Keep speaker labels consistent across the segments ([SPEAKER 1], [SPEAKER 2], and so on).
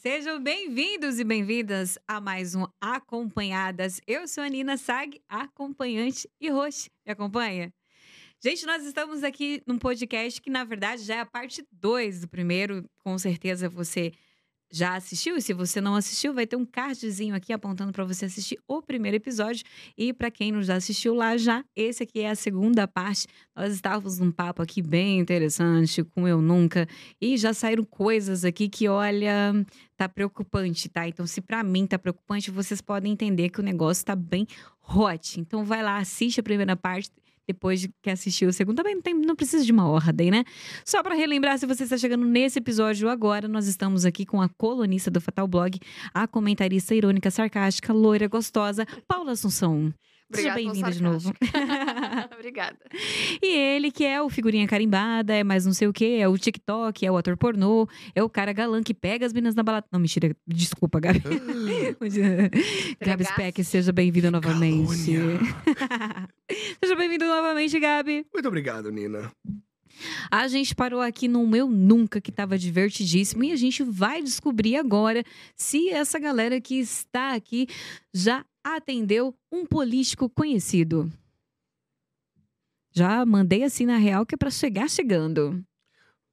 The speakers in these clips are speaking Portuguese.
[SPEAKER 1] Sejam bem-vindos e bem-vindas a mais um Acompanhadas. Eu sou a Nina Sag, acompanhante e host. Me acompanha? Gente, nós estamos aqui num podcast que, na verdade, já é a parte 2 do primeiro. Com certeza você já assistiu. E se você não assistiu, vai ter um cardzinho aqui apontando para você assistir o primeiro episódio. E para quem não já assistiu lá já, esse aqui é a segunda parte. Nós estávamos num papo aqui bem interessante com Eu Nunca. E já saíram coisas aqui que, olha, tá preocupante, tá? Então, se para mim tá preocupante, vocês podem entender que o negócio tá bem hot. Então, vai lá, assiste a primeira parte depois de que assistiu o segundo. Também não, tem, não precisa de uma ordem, né? Só para relembrar, se você está chegando nesse episódio agora, nós estamos aqui com a colunista do Fatal Blog, a comentarista irônica, sarcástica, loira, gostosa, Paula Assunção. Seja
[SPEAKER 2] Obrigada pelo
[SPEAKER 1] bem-vinda de novo.
[SPEAKER 2] sarcasmo. Obrigada.
[SPEAKER 1] E ele que é o figurinha carimbada, é mais não sei o que, é o TikTok, é o ator pornô, é o cara galã que pega as meninas na balada. Não, mentira, desculpa, Gabi. Gabi Speck, seja bem-vinda novamente.
[SPEAKER 3] Calúnia.
[SPEAKER 1] seja bem-vindo novamente, Gabi.
[SPEAKER 3] Muito obrigado, Nina.
[SPEAKER 1] A gente parou aqui no Meu Nunca, que estava divertidíssimo, e a gente vai descobrir agora se essa galera que está aqui já atendeu um político conhecido. Já mandei assim na real que é para chegar chegando.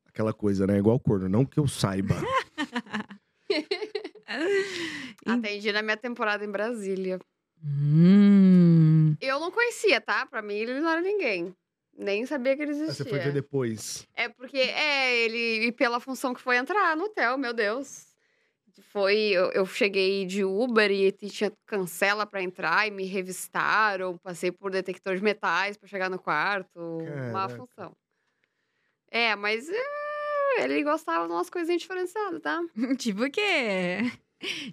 [SPEAKER 3] Aquela coisa, né? Igual corno, não que eu saiba.
[SPEAKER 2] Atendi na minha temporada em Brasília.
[SPEAKER 1] Hum.
[SPEAKER 2] Eu não conhecia, tá? Pra mim, ele não era ninguém. Nem sabia que ele
[SPEAKER 3] Ah, Você foi ver
[SPEAKER 2] existia.
[SPEAKER 3] depois.
[SPEAKER 2] É porque, é, ele... E pela função que foi entrar no hotel, meu Deus. Foi... Eu, eu cheguei de Uber e t- tinha cancela pra entrar e me revistaram. Passei por detector de metais pra chegar no quarto. Uma
[SPEAKER 3] Caraca.
[SPEAKER 2] função. É, mas... é, Ele gostava de umas coisinhas diferenciadas, tá?
[SPEAKER 1] Tipo o quê?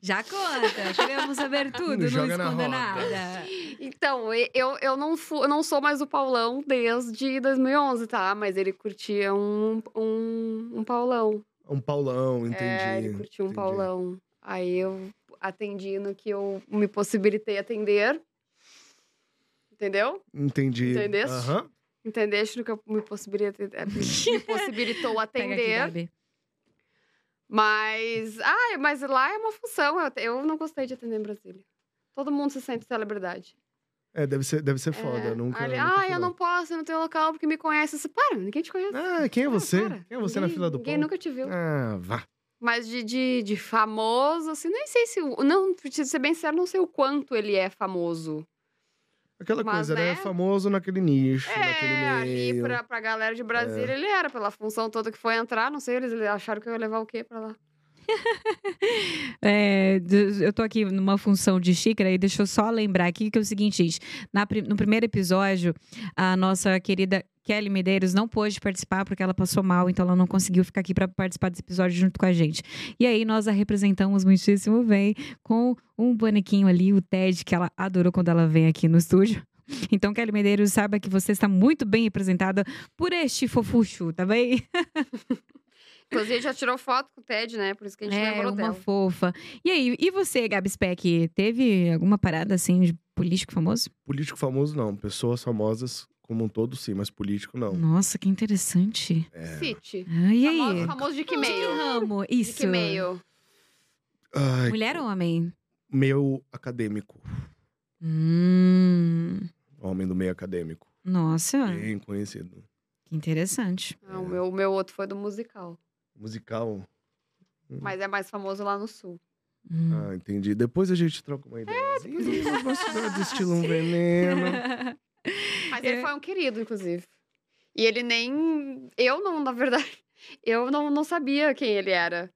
[SPEAKER 1] Já conta, queremos saber tudo, não,
[SPEAKER 3] joga na
[SPEAKER 1] esconda
[SPEAKER 3] roda.
[SPEAKER 1] nada.
[SPEAKER 2] Então, e- eu, eu não fu, eu não sou mais o Paulão desde 2011, tá? Mas ele curtia um, um, um Paulão.
[SPEAKER 3] Um Paulão, entendi.
[SPEAKER 2] É, ele curtia um
[SPEAKER 3] entendi.
[SPEAKER 2] Paulão. Aí eu atendi no que eu me possibilitei atender. Entendeu?
[SPEAKER 3] Entendi.
[SPEAKER 2] Entendeste?
[SPEAKER 3] Aham.
[SPEAKER 2] Entendeste no que eu me possibilitei, eh, me possibilitou
[SPEAKER 1] Pega aqui,
[SPEAKER 2] atender.
[SPEAKER 1] Gabi.
[SPEAKER 2] Mas, ah, mas lá é uma função. Eu, eu não gostei de atender em Brasília. Todo mundo se sente celebridade.
[SPEAKER 3] É, deve ser, deve ser
[SPEAKER 2] É,
[SPEAKER 3] foda. Nunca,
[SPEAKER 2] ali,
[SPEAKER 3] nunca
[SPEAKER 2] ah,
[SPEAKER 3] fui,
[SPEAKER 2] eu não posso, eu não tenho local porque me conhece. Você, para, ninguém te conhece.
[SPEAKER 3] Ah, quem é
[SPEAKER 2] Para,
[SPEAKER 3] você?
[SPEAKER 2] para.
[SPEAKER 3] Quem é você na
[SPEAKER 2] Ninguém-
[SPEAKER 3] fila do
[SPEAKER 2] Ninguém
[SPEAKER 3] pão?
[SPEAKER 2] nunca te viu.
[SPEAKER 3] Ah, vá.
[SPEAKER 2] Mas de, de, de famoso, assim, nem sei se. o- Não, pra te ser bem sincero, não sei o quanto ele é famoso.
[SPEAKER 3] Aquela
[SPEAKER 2] Mas,
[SPEAKER 3] coisa, né?
[SPEAKER 2] né?
[SPEAKER 3] Famoso naquele nicho,
[SPEAKER 2] É,
[SPEAKER 3] naquele
[SPEAKER 2] ali
[SPEAKER 3] meio. É.
[SPEAKER 2] pra, pra galera de Brasília, ele era, pela função toda que foi entrar, não sei, eles acharam que eu ia levar o quê pra lá.
[SPEAKER 1] É, d- eu tô aqui numa função de xícara e deixa eu só lembrar aqui que é o seguinte, gente. Na pri- no primeiro episódio, a nossa querida Kelly Medeiros não pôde participar porque ela passou mal, então ela não conseguiu ficar aqui para participar desse episódio junto com a gente. E aí nós a representamos muitíssimo bem com um bonequinho ali, o Ted, que ela adorou quando ela vem aqui no estúdio. Então, Kelly Medeiros, saiba que você está muito bem representada por este fofucho, tá bem?
[SPEAKER 2] Inclusive, a gente já tirou foto com o Ted, né? Por isso que a gente
[SPEAKER 1] É,
[SPEAKER 2] lembrou
[SPEAKER 1] uma
[SPEAKER 2] dela.
[SPEAKER 1] fofa. E aí, e você, Gabi Speck, teve alguma parada assim de político famoso?
[SPEAKER 3] Político famoso, não. Pessoas famosas como um todo, sim, mas político, não.
[SPEAKER 1] Nossa, que interessante.
[SPEAKER 3] É.
[SPEAKER 2] City.
[SPEAKER 1] Ah, e aí?
[SPEAKER 2] Famoso, famoso de que
[SPEAKER 1] De
[SPEAKER 2] meio?
[SPEAKER 1] ramo?
[SPEAKER 2] De
[SPEAKER 1] Isso.
[SPEAKER 2] que meio?
[SPEAKER 3] Ai,
[SPEAKER 1] Mulher ou homem?
[SPEAKER 3] Meio acadêmico.
[SPEAKER 1] Hum,
[SPEAKER 3] Homem do meio acadêmico.
[SPEAKER 1] nossa,
[SPEAKER 3] Bem conhecido.
[SPEAKER 1] que interessante.
[SPEAKER 2] Ah,
[SPEAKER 3] É.
[SPEAKER 2] o, meu, o meu outro foi do musical.
[SPEAKER 3] Musical.
[SPEAKER 2] Mas é mais famoso lá no sul.
[SPEAKER 1] Hum.
[SPEAKER 3] Ah, entendi. Depois a gente troca uma ideia. É,
[SPEAKER 2] depois a gente
[SPEAKER 3] uma cidade estilo um veneno.
[SPEAKER 2] Mas
[SPEAKER 1] É.
[SPEAKER 2] ele foi um querido, inclusive. E ele nem. Eu não, na verdade. Eu não, não sabia quem ele era.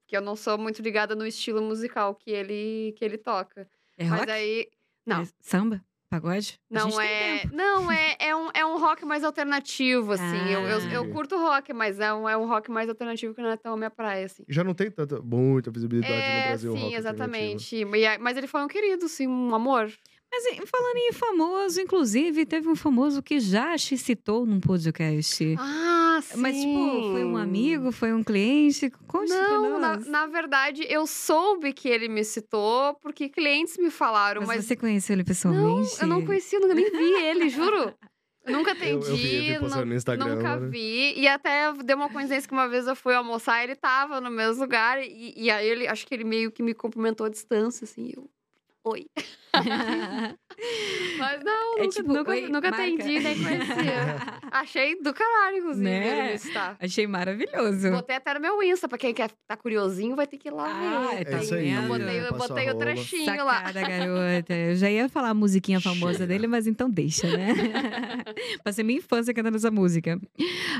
[SPEAKER 2] Porque eu não sou muito ligada no estilo musical que ele, que ele toca.
[SPEAKER 1] é
[SPEAKER 2] mas
[SPEAKER 1] rock?
[SPEAKER 2] aí. Não.
[SPEAKER 1] É samba? Pagode? A gente
[SPEAKER 2] Não
[SPEAKER 1] tem
[SPEAKER 2] é.
[SPEAKER 1] tempo.
[SPEAKER 2] Não, é, é, um, é um rock mais alternativo, assim. eu, eu, eu
[SPEAKER 3] Ah.
[SPEAKER 2] curto rock, mas é um, é um rock mais alternativo que não é tão a minha praia, assim.
[SPEAKER 3] Já não tem tanta, muita visibilidade no
[SPEAKER 2] É,
[SPEAKER 3] Brasil. o
[SPEAKER 2] sim,
[SPEAKER 3] rock
[SPEAKER 2] exatamente. E aí- Mas ele foi um querido, sim, um amor.
[SPEAKER 1] Mas em- falando em famoso, inclusive, teve um famoso que já te citou num podcast.
[SPEAKER 2] Ah, sim.
[SPEAKER 1] Mas, tipo, foi um amigo, foi um cliente? Conte pra
[SPEAKER 2] Não, na,
[SPEAKER 1] nós.
[SPEAKER 2] na verdade, eu soube que ele me citou porque clientes me falaram,
[SPEAKER 1] mas, então,
[SPEAKER 2] mas,
[SPEAKER 1] você conheceu ele pessoalmente?
[SPEAKER 2] eu não conhecia, nunca nem vi ele, juro. Nunca
[SPEAKER 3] Eu, eu vi, eu
[SPEAKER 2] atendi,
[SPEAKER 3] vi postando
[SPEAKER 2] nu-
[SPEAKER 3] no Instagram.
[SPEAKER 2] nunca
[SPEAKER 3] né?
[SPEAKER 2] vi. E até deu uma coincidência que uma vez eu fui almoçar, ele tava no mesmo lugar. E, e aí ele, acho que ele meio que me cumprimentou à distância, assim. Eu, oi. Mas não,
[SPEAKER 1] É
[SPEAKER 2] nunca,
[SPEAKER 1] tipo,
[SPEAKER 2] nunca,
[SPEAKER 1] "Oi,
[SPEAKER 2] nunca
[SPEAKER 1] marca."
[SPEAKER 2] atendi, nem conhecia. Achei do caralho, inclusive,
[SPEAKER 1] Né?
[SPEAKER 2] ele me citar.
[SPEAKER 1] Achei maravilhoso.
[SPEAKER 2] Botei até no meu Insta, pra quem quer tá curiosinho, vai ter que ir lá
[SPEAKER 1] Ah,
[SPEAKER 2] ver.
[SPEAKER 1] tá É isso aí, vendo?
[SPEAKER 2] Botei, eu
[SPEAKER 3] passa
[SPEAKER 2] botei
[SPEAKER 3] a
[SPEAKER 2] o
[SPEAKER 3] rola.
[SPEAKER 2] trechinho lá.
[SPEAKER 1] Sacada, garota. Eu já ia falar a musiquinha famosa
[SPEAKER 3] Chega.
[SPEAKER 1] dele, mas então deixa, né? Passei minha infância cantando essa música.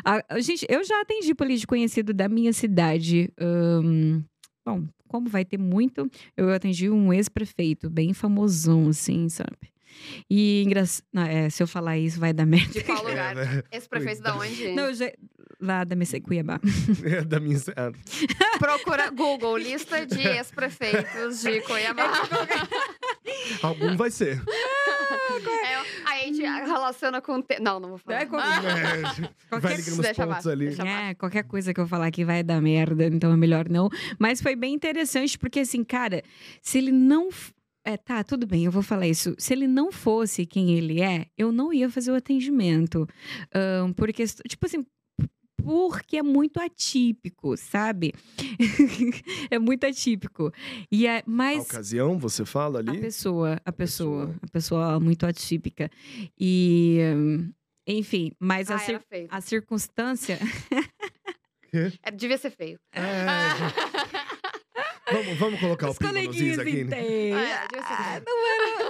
[SPEAKER 1] Ah, gente, eu já atendi político conhecido da minha cidade. Ahn, bom, como vai ter muito, eu atendi um ex-prefeito, bem famosão, assim, sabe? E engra... não, é, se eu falar isso, vai dar merda.
[SPEAKER 2] De qual
[SPEAKER 3] É,
[SPEAKER 2] lugar?
[SPEAKER 3] né?
[SPEAKER 2] Esse prefeito da onde?
[SPEAKER 1] Não, eu já... Lá da Messei Cuiabá.
[SPEAKER 3] É da minha. ah,
[SPEAKER 2] Procura Google, lista de ex-prefeitos de Cuiabá.
[SPEAKER 3] Algum vai ser.
[SPEAKER 2] É, aí a gente relaciona com... o Te... Não, não vou falar.
[SPEAKER 1] Hum. É, com-
[SPEAKER 3] É, vai
[SPEAKER 1] Qualquer
[SPEAKER 3] ligando os
[SPEAKER 2] Deixa
[SPEAKER 3] pontos
[SPEAKER 2] abaixo,
[SPEAKER 3] ali.
[SPEAKER 2] deixa abaixo.
[SPEAKER 1] É, qualquer coisa que eu falar aqui vai dar merda, então é melhor não. Mas foi bem interessante, porque assim, cara, se ele não. f- É, tá, tudo bem, eu vou falar isso. Se ele não fosse quem ele é, eu não ia fazer o atendimento. Ahn, porque, tipo assim. Porque é muito atípico, sabe? é muito atípico. E é,
[SPEAKER 3] A
[SPEAKER 1] mas
[SPEAKER 3] ocasião, você fala
[SPEAKER 1] a
[SPEAKER 3] ali.
[SPEAKER 1] pessoa, a pessoa,
[SPEAKER 3] pessoa.
[SPEAKER 1] a pessoa muito atípica. E hum, enfim, mas a,
[SPEAKER 2] Ah,
[SPEAKER 1] cir-
[SPEAKER 2] era feio.
[SPEAKER 1] a circunstância Ah.
[SPEAKER 2] É, devia ser feio.
[SPEAKER 3] É. Vamos, vamos colocar
[SPEAKER 1] Os
[SPEAKER 3] o pino nos is
[SPEAKER 1] coleguinhas
[SPEAKER 3] aqui. né?
[SPEAKER 1] entendem.
[SPEAKER 2] É, devia ser
[SPEAKER 1] ah,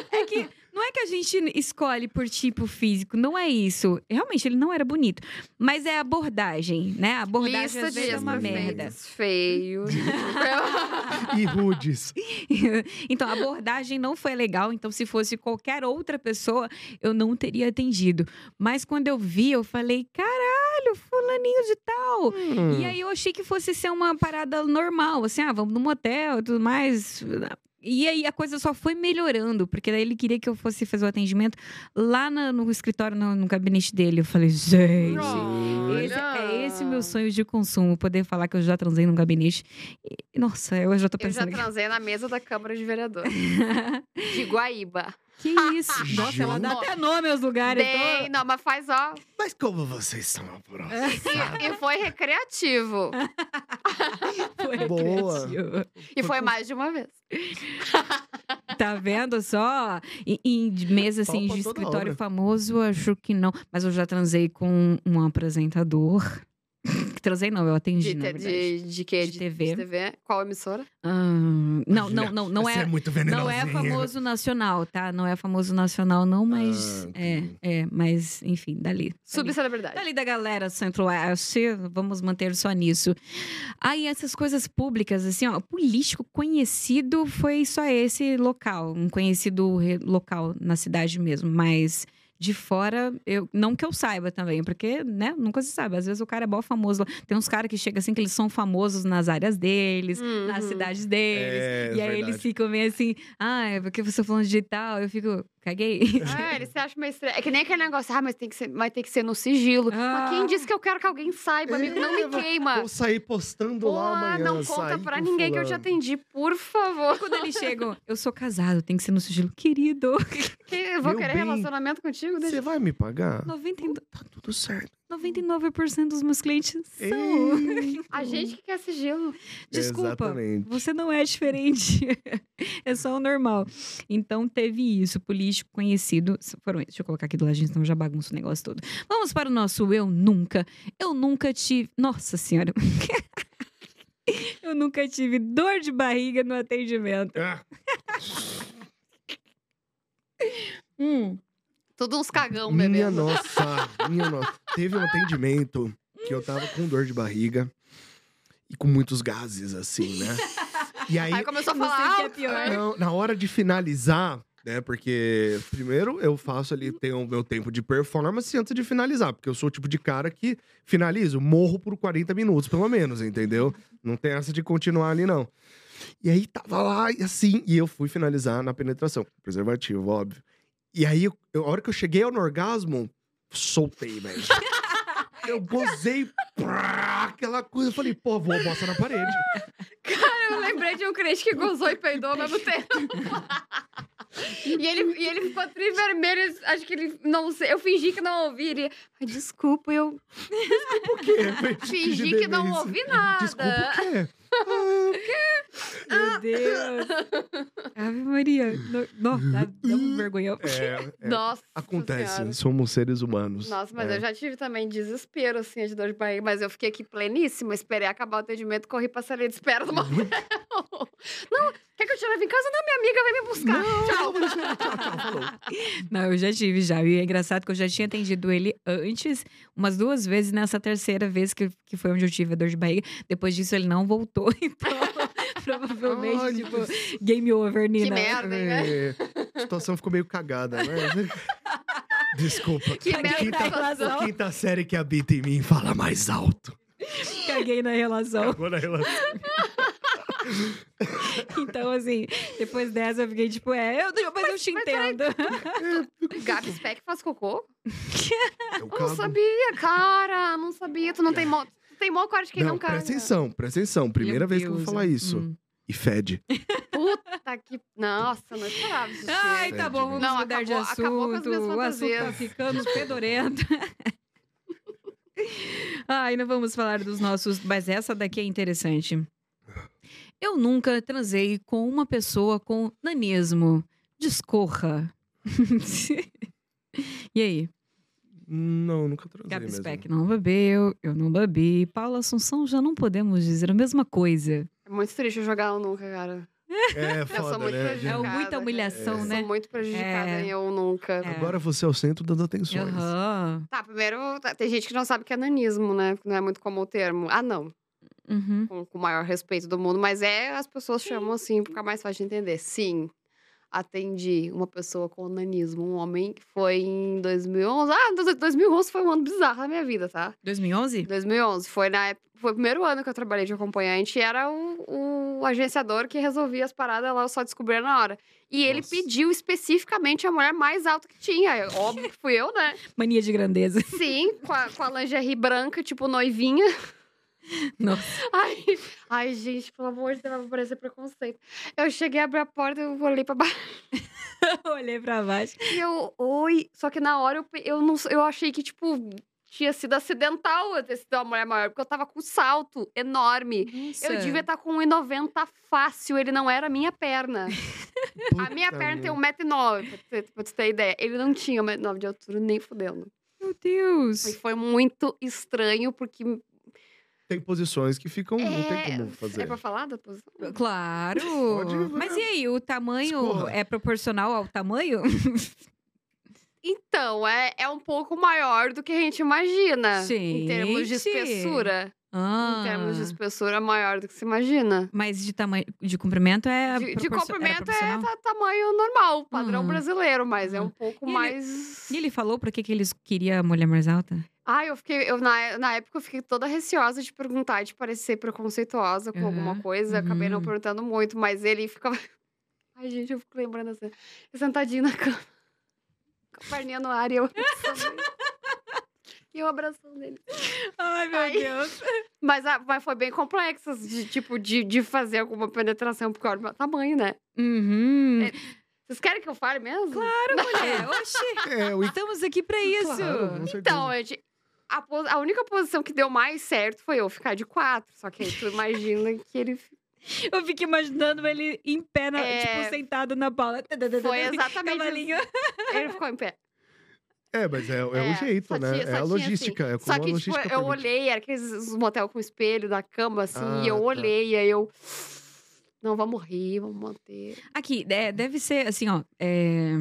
[SPEAKER 2] feio.
[SPEAKER 1] É que não é que a gente escolhe por tipo físico, não é isso. Realmente, ele não era bonito. Mas é a abordagem, né? A abordagem
[SPEAKER 2] Lista
[SPEAKER 1] às
[SPEAKER 2] de
[SPEAKER 1] vezes é uma merda.
[SPEAKER 2] ex-prefeitos feios.
[SPEAKER 3] E rudes.
[SPEAKER 1] então, a abordagem não foi legal. Então, se fosse qualquer outra pessoa, eu não teria atendido. Mas quando eu vi, eu falei, caralho, fulaninho de tal.
[SPEAKER 2] Hum.
[SPEAKER 1] E aí eu achei que fosse ser uma parada normal, assim, ah, vamos num motel e tudo mais. E aí a coisa só foi melhorando, porque daí ele queria que eu fosse fazer o atendimento lá na- no escritório, no, no gabinete dele. Eu falei, gente.
[SPEAKER 2] Olha.
[SPEAKER 1] Esse, é esse meu sonho de consumo, poder falar que eu já transei num gabinete. E, nossa, eu já tô
[SPEAKER 2] Eu já
[SPEAKER 1] pensando.
[SPEAKER 2] transei na mesa da Câmara de Vereadores. De Guaíba.
[SPEAKER 1] que isso? Nossa, ela dá
[SPEAKER 2] Gente.
[SPEAKER 1] até nome aos lugares. eu
[SPEAKER 2] Bem, não, mas faz, ó.
[SPEAKER 3] Hum. Mas como vocês são amorosos?
[SPEAKER 2] E, e foi recreativo.
[SPEAKER 1] tô- Foi
[SPEAKER 3] Boa.
[SPEAKER 1] criativo.
[SPEAKER 2] E foi mais de uma vez.
[SPEAKER 1] Tá vendo só? Em, em mesa assim,
[SPEAKER 3] Topa
[SPEAKER 1] de
[SPEAKER 3] toda
[SPEAKER 1] escritório
[SPEAKER 3] hora.
[SPEAKER 1] famoso, acho que não. Mas eu já transei com um apresentador. transei não, eu atendi,
[SPEAKER 2] De,
[SPEAKER 1] na
[SPEAKER 2] te-
[SPEAKER 1] é verdade.
[SPEAKER 2] de, de quê?
[SPEAKER 1] De TV.
[SPEAKER 2] Qual emissora?
[SPEAKER 1] Ah, não, não, não, não
[SPEAKER 3] Você é
[SPEAKER 1] é.
[SPEAKER 3] muito
[SPEAKER 1] Não é
[SPEAKER 3] venenosinha.
[SPEAKER 1] famoso nacional, tá? Não é famoso nacional, não, mas.
[SPEAKER 3] Ah, entendi.
[SPEAKER 1] é, é, mas, enfim, dali. dali.
[SPEAKER 2] Subcelebridade.
[SPEAKER 1] Dali Tá da galera centro-oeste, vamos manter só nisso. Aí essas coisas públicas, assim, ó, político conhecido foi só esse local, um conhecido re- local na cidade mesmo, mas de fora, eu, não que eu saiba também, porque, né, nunca se sabe. Às vezes o cara é bom famoso. lá. Tem uns caras que chegam assim, que eles são famosos nas áreas deles,
[SPEAKER 2] Uhum.
[SPEAKER 1] nas cidades deles.
[SPEAKER 3] É,
[SPEAKER 1] e aí
[SPEAKER 3] verdade.
[SPEAKER 1] eles ficam meio assim, ah, é porque você tá falando de tal, eu fico, caguei.
[SPEAKER 2] Ah, ele se acha meio estranho. É que nem aquele negócio, ah, mas tem que ser, mas tem que ser no sigilo.
[SPEAKER 1] Ah. É,
[SPEAKER 2] Mas quem disse que eu quero que alguém saiba, amigo? Não me queima.
[SPEAKER 3] Vou sair postando
[SPEAKER 2] Pô,
[SPEAKER 3] lá amanhã.
[SPEAKER 2] Ah. não conta
[SPEAKER 3] saí
[SPEAKER 2] pra
[SPEAKER 3] com
[SPEAKER 2] ninguém que eu te
[SPEAKER 3] fulano.
[SPEAKER 2] atendi, por favor.
[SPEAKER 1] Quando eles chegam, eu sou casado, tem que ser no sigilo, querido.
[SPEAKER 2] Que eu vou
[SPEAKER 3] Meu
[SPEAKER 2] querer
[SPEAKER 3] bem.
[SPEAKER 2] relacionamento contigo? Deixa
[SPEAKER 3] Você vai me pagar?
[SPEAKER 1] 90
[SPEAKER 3] Tá tudo certo.
[SPEAKER 1] 99% dos meus clientes são.
[SPEAKER 3] Ei.
[SPEAKER 2] A gente que quer sigilo.
[SPEAKER 1] Desculpa,
[SPEAKER 3] Exatamente.
[SPEAKER 1] você não é diferente. é só o normal. Então teve isso, político conhecido. Foram, deixa eu colocar aqui do lado, gente, senão já bagunça o negócio todo. Vamos para o nosso Eu Nunca. Eu nunca tive. Nossa Senhora! eu nunca tive dor de barriga no atendimento.
[SPEAKER 3] Ah,
[SPEAKER 1] Hum.
[SPEAKER 2] Todos uns cagão, um bebê.
[SPEAKER 3] minha nossa, minha nossa. Teve um atendimento que eu tava com dor de barriga e com muitos gases, assim, né? E aí,
[SPEAKER 2] Aí começou a
[SPEAKER 1] Não sei
[SPEAKER 2] falar.
[SPEAKER 1] o que é
[SPEAKER 2] "Ah,
[SPEAKER 1] pior."
[SPEAKER 3] Não, na hora de finalizar, né? Porque primeiro eu faço ali, tenho o meu tempo de performance antes de finalizar. Porque eu sou o tipo de cara que finalizo, morro por 40 minutos, pelo menos, entendeu? Não tem essa de continuar ali, não. E aí tava lá, e assim, e eu fui finalizar na penetração. Preservativo, óbvio. E aí, eu- eu- a hora que eu cheguei ao no orgasmo, soltei, velho. Eu gozei, prá, aquela coisa. Eu falei, pô, vou bosta na parede.
[SPEAKER 2] Eu lembrei de um crente que gozou e peidou ao mesmo tempo. E ele, e ele ficou trivermelho, acho que ele, não sei, eu fingi que não ouvi, ele, "Ai, desculpa, eu
[SPEAKER 3] Por quê?
[SPEAKER 2] fingi que não ouvi nada.
[SPEAKER 3] Desculpa, o quê?
[SPEAKER 1] Meu Deus. Ave Maria. No- Não, dá, dá um vergonhão.
[SPEAKER 3] É, é.
[SPEAKER 2] Nossa
[SPEAKER 3] Acontece,
[SPEAKER 2] Senhora.
[SPEAKER 3] somos seres humanos.
[SPEAKER 2] Nossa, mas
[SPEAKER 3] É.
[SPEAKER 2] eu já tive também desespero, assim, de dor de barriga. Mas eu fiquei aqui pleníssima, esperei acabar o atendimento, corri pra salinha de espera do motel. Não, quer que eu te leve em casa? Não, minha amiga vai me buscar. Tchau. tá,
[SPEAKER 1] Não, eu já tive já. E é engraçado que eu já tinha atendido ele antes, umas duas vezes, nessa terceira vez que, que foi onde eu tive a dor de barriga. Depois disso, ele não voltou. Então, provavelmente,
[SPEAKER 3] Olha
[SPEAKER 1] tipo, game over, Nina.
[SPEAKER 2] merda, hein, né?
[SPEAKER 3] É, a situação ficou meio cagada, né? Desculpa.
[SPEAKER 2] Que merda,
[SPEAKER 3] quinta,
[SPEAKER 1] situação.
[SPEAKER 3] a quinta série que habita em mim fala mais alto.
[SPEAKER 1] Caguei na relação.
[SPEAKER 3] Agora ela.
[SPEAKER 1] Então, assim, depois dessa eu fiquei tipo, é, eu, mas eu te entendo.
[SPEAKER 2] Gabi Speck faz cocô?
[SPEAKER 3] Eu
[SPEAKER 2] Eu não sabia, cara. Não sabia. Tu não tem mó... Tu tem mó cara né? de quem não,
[SPEAKER 3] não,
[SPEAKER 2] caga. é.
[SPEAKER 3] presta atenção, presta atenção. Primeira
[SPEAKER 1] Meu
[SPEAKER 3] vez que eu vou
[SPEAKER 1] Deus.
[SPEAKER 3] falar isso.
[SPEAKER 1] Hum.
[SPEAKER 3] E fede.
[SPEAKER 2] Puta que... Nossa, não esperava isso.
[SPEAKER 1] Ai, tá bom, vamos
[SPEAKER 2] Não,
[SPEAKER 1] mudar de
[SPEAKER 2] acabou-
[SPEAKER 1] assunto.
[SPEAKER 2] acabou com as minhas
[SPEAKER 1] o assunto tá
[SPEAKER 2] fantasias.
[SPEAKER 1] ficando fedorento. Ai, não vamos falar dos nossos. Mas essa daqui é interessante. Eu nunca transei com uma pessoa com nanismo. Discorra. e aí?
[SPEAKER 3] Não, nunca transei
[SPEAKER 1] Gabi
[SPEAKER 3] mesmo.
[SPEAKER 1] Speck não bebeu, eu não bebi. Paula Assunção já não podemos dizer a mesma coisa.
[SPEAKER 2] É muito triste eu jogar o nunca, cara.
[SPEAKER 3] É,
[SPEAKER 2] sou
[SPEAKER 3] foda,
[SPEAKER 2] muito
[SPEAKER 3] né?
[SPEAKER 2] prejudicada.
[SPEAKER 1] É
[SPEAKER 3] gente? É.
[SPEAKER 2] Obrigada,
[SPEAKER 1] muita
[SPEAKER 2] cara.
[SPEAKER 1] humilhação,
[SPEAKER 2] Eu
[SPEAKER 1] né?
[SPEAKER 2] sou muito prejudicada
[SPEAKER 1] É.
[SPEAKER 2] em eu nunca.
[SPEAKER 1] É.
[SPEAKER 3] Agora você é o centro das atenções.
[SPEAKER 1] Aham.
[SPEAKER 2] Tá, primeiro, tá- tem gente que não sabe que é nanismo, né? Não é muito comum o termo. Ah, não.
[SPEAKER 1] Uhum.
[SPEAKER 2] com, com o maior respeito do mundo, mas é as pessoas chamam assim, fica mais fácil de entender. Sim, atendi uma pessoa com nanismo, um homem que foi em 2011. Ah, dois- 2011 foi um ano bizarro na minha vida, tá?
[SPEAKER 1] 2011?
[SPEAKER 2] 2011 foi na época, foi o primeiro ano que eu trabalhei de acompanhante e era o, o agenciador que resolvia as paradas lá, eu só descobria na hora. E ele
[SPEAKER 3] Nossa.
[SPEAKER 2] pediu especificamente a mulher mais alta que tinha. Eu- Óbvio que fui eu, né?
[SPEAKER 1] Mania de grandeza.
[SPEAKER 2] Sim, com a, com a lingerie branca, tipo noivinha.
[SPEAKER 1] Nossa.
[SPEAKER 2] Ai, ai, gente, pelo amor de Deus, vai parecer preconceito. Eu cheguei a abrir a porta, eu olhei pra baixo
[SPEAKER 1] Olhei pra baixo.
[SPEAKER 2] e eu, oi. Só que na hora eu, pe- eu, não, eu achei que, tipo, tinha sido acidental eu ter sido uma mulher maior, porque eu tava com um salto enorme. Eu devia estar com 1,90 fácil, ele não era a minha perna. A minha
[SPEAKER 3] Puta
[SPEAKER 2] perna tem
[SPEAKER 3] merda.
[SPEAKER 2] 1,9m, pra você- pra você ter ideia. Ele não tinha 1,9m de altura, nem fudendo.
[SPEAKER 1] Meu
[SPEAKER 2] E
[SPEAKER 1] Deus.
[SPEAKER 2] foi muito estranho, porque.
[SPEAKER 3] Tem posições que ficam. Não tem como fazer.
[SPEAKER 2] É pra falar da posição?
[SPEAKER 1] Claro.
[SPEAKER 3] Pode ir,
[SPEAKER 1] Mas
[SPEAKER 3] né?
[SPEAKER 1] e aí, o tamanho
[SPEAKER 3] Escorra.
[SPEAKER 1] é proporcional ao tamanho?
[SPEAKER 2] Então, é, é um pouco maior do que a gente imagina. Em termos de
[SPEAKER 1] Gente!
[SPEAKER 2] espessura.
[SPEAKER 1] Ah,
[SPEAKER 2] Em termos de espessura, é maior do que se imagina.
[SPEAKER 1] mas de tamanho, de comprimento é
[SPEAKER 2] De, de
[SPEAKER 1] proporcio- era
[SPEAKER 2] comprimento é
[SPEAKER 1] proporcional?
[SPEAKER 2] ta- tamanho normal, padrão
[SPEAKER 1] Uhum.
[SPEAKER 2] brasileiro, mas é
[SPEAKER 1] Uhum.
[SPEAKER 2] um pouco
[SPEAKER 1] E ele-
[SPEAKER 2] mais.
[SPEAKER 1] E ele falou por que que eles queriam a mulher mais alta?
[SPEAKER 2] Ah, eu fiquei. Eu, na, na época eu fiquei toda receosa de perguntar, de parecer preconceituosa com
[SPEAKER 1] Uhum.
[SPEAKER 2] alguma coisa. Acabei não
[SPEAKER 1] Uhum.
[SPEAKER 2] perguntando muito, mas ele ficava. Ai, gente, eu fico lembrando assim. eu Sentadinho na cama. Com a perninha no ar e eu. e eu abraçando ele.
[SPEAKER 1] Ai, meu
[SPEAKER 2] Ai.
[SPEAKER 1] Deus.
[SPEAKER 2] Mas, a- mas foi bem complexo, de, tipo, de, de fazer alguma penetração, porque olha o meu tamanho, né?
[SPEAKER 1] Uhum.
[SPEAKER 2] É. Vocês querem que eu fale mesmo?
[SPEAKER 1] Claro, mulher. Oxi,
[SPEAKER 3] É, o
[SPEAKER 1] estamos aqui pra isso.
[SPEAKER 3] Claro, com certeza.
[SPEAKER 2] Então, gente, a, pos- a única posição que deu mais certo foi eu ficar de quatro. Só que aí tu imagina que ele
[SPEAKER 1] Eu fico imaginando ele em pé, na-
[SPEAKER 2] É.
[SPEAKER 1] tipo, sentado na bola.
[SPEAKER 2] foi exatamente.
[SPEAKER 1] Cavalinho.
[SPEAKER 2] ele ficou em pé.
[SPEAKER 3] É, mas é, é o jeito,
[SPEAKER 2] só
[SPEAKER 3] né?
[SPEAKER 2] tinha-
[SPEAKER 3] é
[SPEAKER 2] só
[SPEAKER 3] a
[SPEAKER 2] tinha,
[SPEAKER 3] logística.
[SPEAKER 2] assim.
[SPEAKER 3] É como
[SPEAKER 2] Só
[SPEAKER 3] a
[SPEAKER 2] que, tipo,
[SPEAKER 3] logística
[SPEAKER 2] eu
[SPEAKER 3] permite.
[SPEAKER 2] olhei, era aqueles motel com espelho da cama, assim, e
[SPEAKER 3] Ah,
[SPEAKER 2] eu
[SPEAKER 3] tá.
[SPEAKER 2] olhei, e aí eu. Não, vamos rir, vamos manter.
[SPEAKER 1] Aqui, é, deve ser assim, ó. é,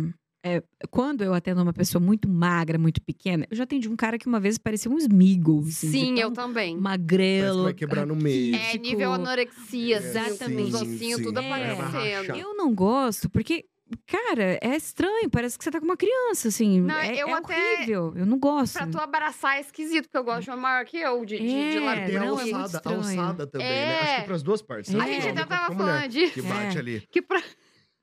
[SPEAKER 1] é, quando eu atendo uma pessoa muito magra, muito pequena, eu já atendi um cara que uma vez parecia um Smeagol. assim, de
[SPEAKER 2] Sim, eu
[SPEAKER 1] tão
[SPEAKER 2] também.
[SPEAKER 3] Parece que
[SPEAKER 1] Magrelo.
[SPEAKER 3] vai quebrar no meio.
[SPEAKER 2] É
[SPEAKER 1] Físico.
[SPEAKER 2] nível anorexia, assim,
[SPEAKER 1] Exatamente.
[SPEAKER 2] Os ossinhos
[SPEAKER 3] Sim,
[SPEAKER 2] tudo
[SPEAKER 1] sim.
[SPEAKER 2] aparecendo.
[SPEAKER 3] É.
[SPEAKER 1] Eu não gosto, porque, cara, é estranho. Parece que você tá com uma criança, assim.
[SPEAKER 2] Não,
[SPEAKER 1] é
[SPEAKER 2] eu
[SPEAKER 1] é
[SPEAKER 2] até-
[SPEAKER 1] horrível. Eu não gosto.
[SPEAKER 2] Pra tu abraçar é esquisito, porque eu gosto de uma maior que eu, de, de, de
[SPEAKER 1] É,
[SPEAKER 3] Tem a
[SPEAKER 1] não, é
[SPEAKER 2] largura.
[SPEAKER 1] muito
[SPEAKER 3] alçada, a
[SPEAKER 1] estranho.
[SPEAKER 3] alçada também, né?
[SPEAKER 2] É.
[SPEAKER 3] Acho que pras duas partes.
[SPEAKER 1] É.
[SPEAKER 2] A gente
[SPEAKER 1] É.
[SPEAKER 2] até
[SPEAKER 3] Pra
[SPEAKER 2] tava
[SPEAKER 3] mulher
[SPEAKER 2] falando de
[SPEAKER 3] Que bate
[SPEAKER 1] É.
[SPEAKER 3] ali.
[SPEAKER 2] que pra,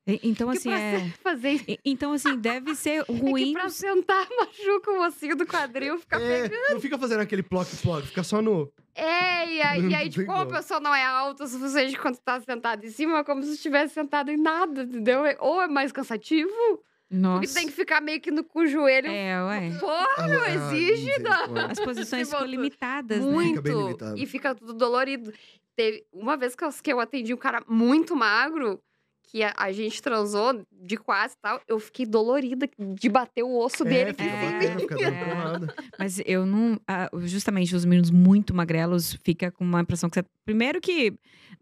[SPEAKER 1] E- Então,
[SPEAKER 2] Que
[SPEAKER 1] assim,
[SPEAKER 2] prazer
[SPEAKER 1] é.
[SPEAKER 2] fazer isso.
[SPEAKER 1] e- Então, assim, deve ser
[SPEAKER 2] É que
[SPEAKER 1] ruim.
[SPEAKER 2] pra sentar machuca o mocinho do quadril, fica
[SPEAKER 3] É,
[SPEAKER 2] pegando.
[SPEAKER 3] não fica fazendo aquele ploc-ploc, fica só no.
[SPEAKER 2] É, e aí, e aí,
[SPEAKER 3] Não tem
[SPEAKER 2] tipo, como a
[SPEAKER 3] como.
[SPEAKER 2] pessoa não é alta o suficiente quando tá sentada em cima, é como se estivesse sentada em nada, entendeu? Ou é mais cansativo, porque
[SPEAKER 1] Nossa.
[SPEAKER 2] tem que um ficar meio que no, com o joelho.
[SPEAKER 1] É, ué.
[SPEAKER 2] Porra, Ah, não
[SPEAKER 3] Ah,
[SPEAKER 2] exige,
[SPEAKER 3] não.
[SPEAKER 1] As posições
[SPEAKER 2] Se
[SPEAKER 1] ficam
[SPEAKER 2] botou-
[SPEAKER 1] limitadas, né?
[SPEAKER 2] muito.
[SPEAKER 3] Fica bem limitado.
[SPEAKER 2] E fica tudo dolorido. Teve uma vez que eu, que eu atendi um cara muito magro, que a, a gente transou de quase e tal, eu fiquei dolorida de bater o osso dele.
[SPEAKER 3] É, fica
[SPEAKER 1] É.
[SPEAKER 3] batendo, fica dando
[SPEAKER 1] É.
[SPEAKER 3] porrada.
[SPEAKER 1] Mas eu não. ah, Justamente os meninos muito magrelos fica com uma impressão que você. Primeiro que.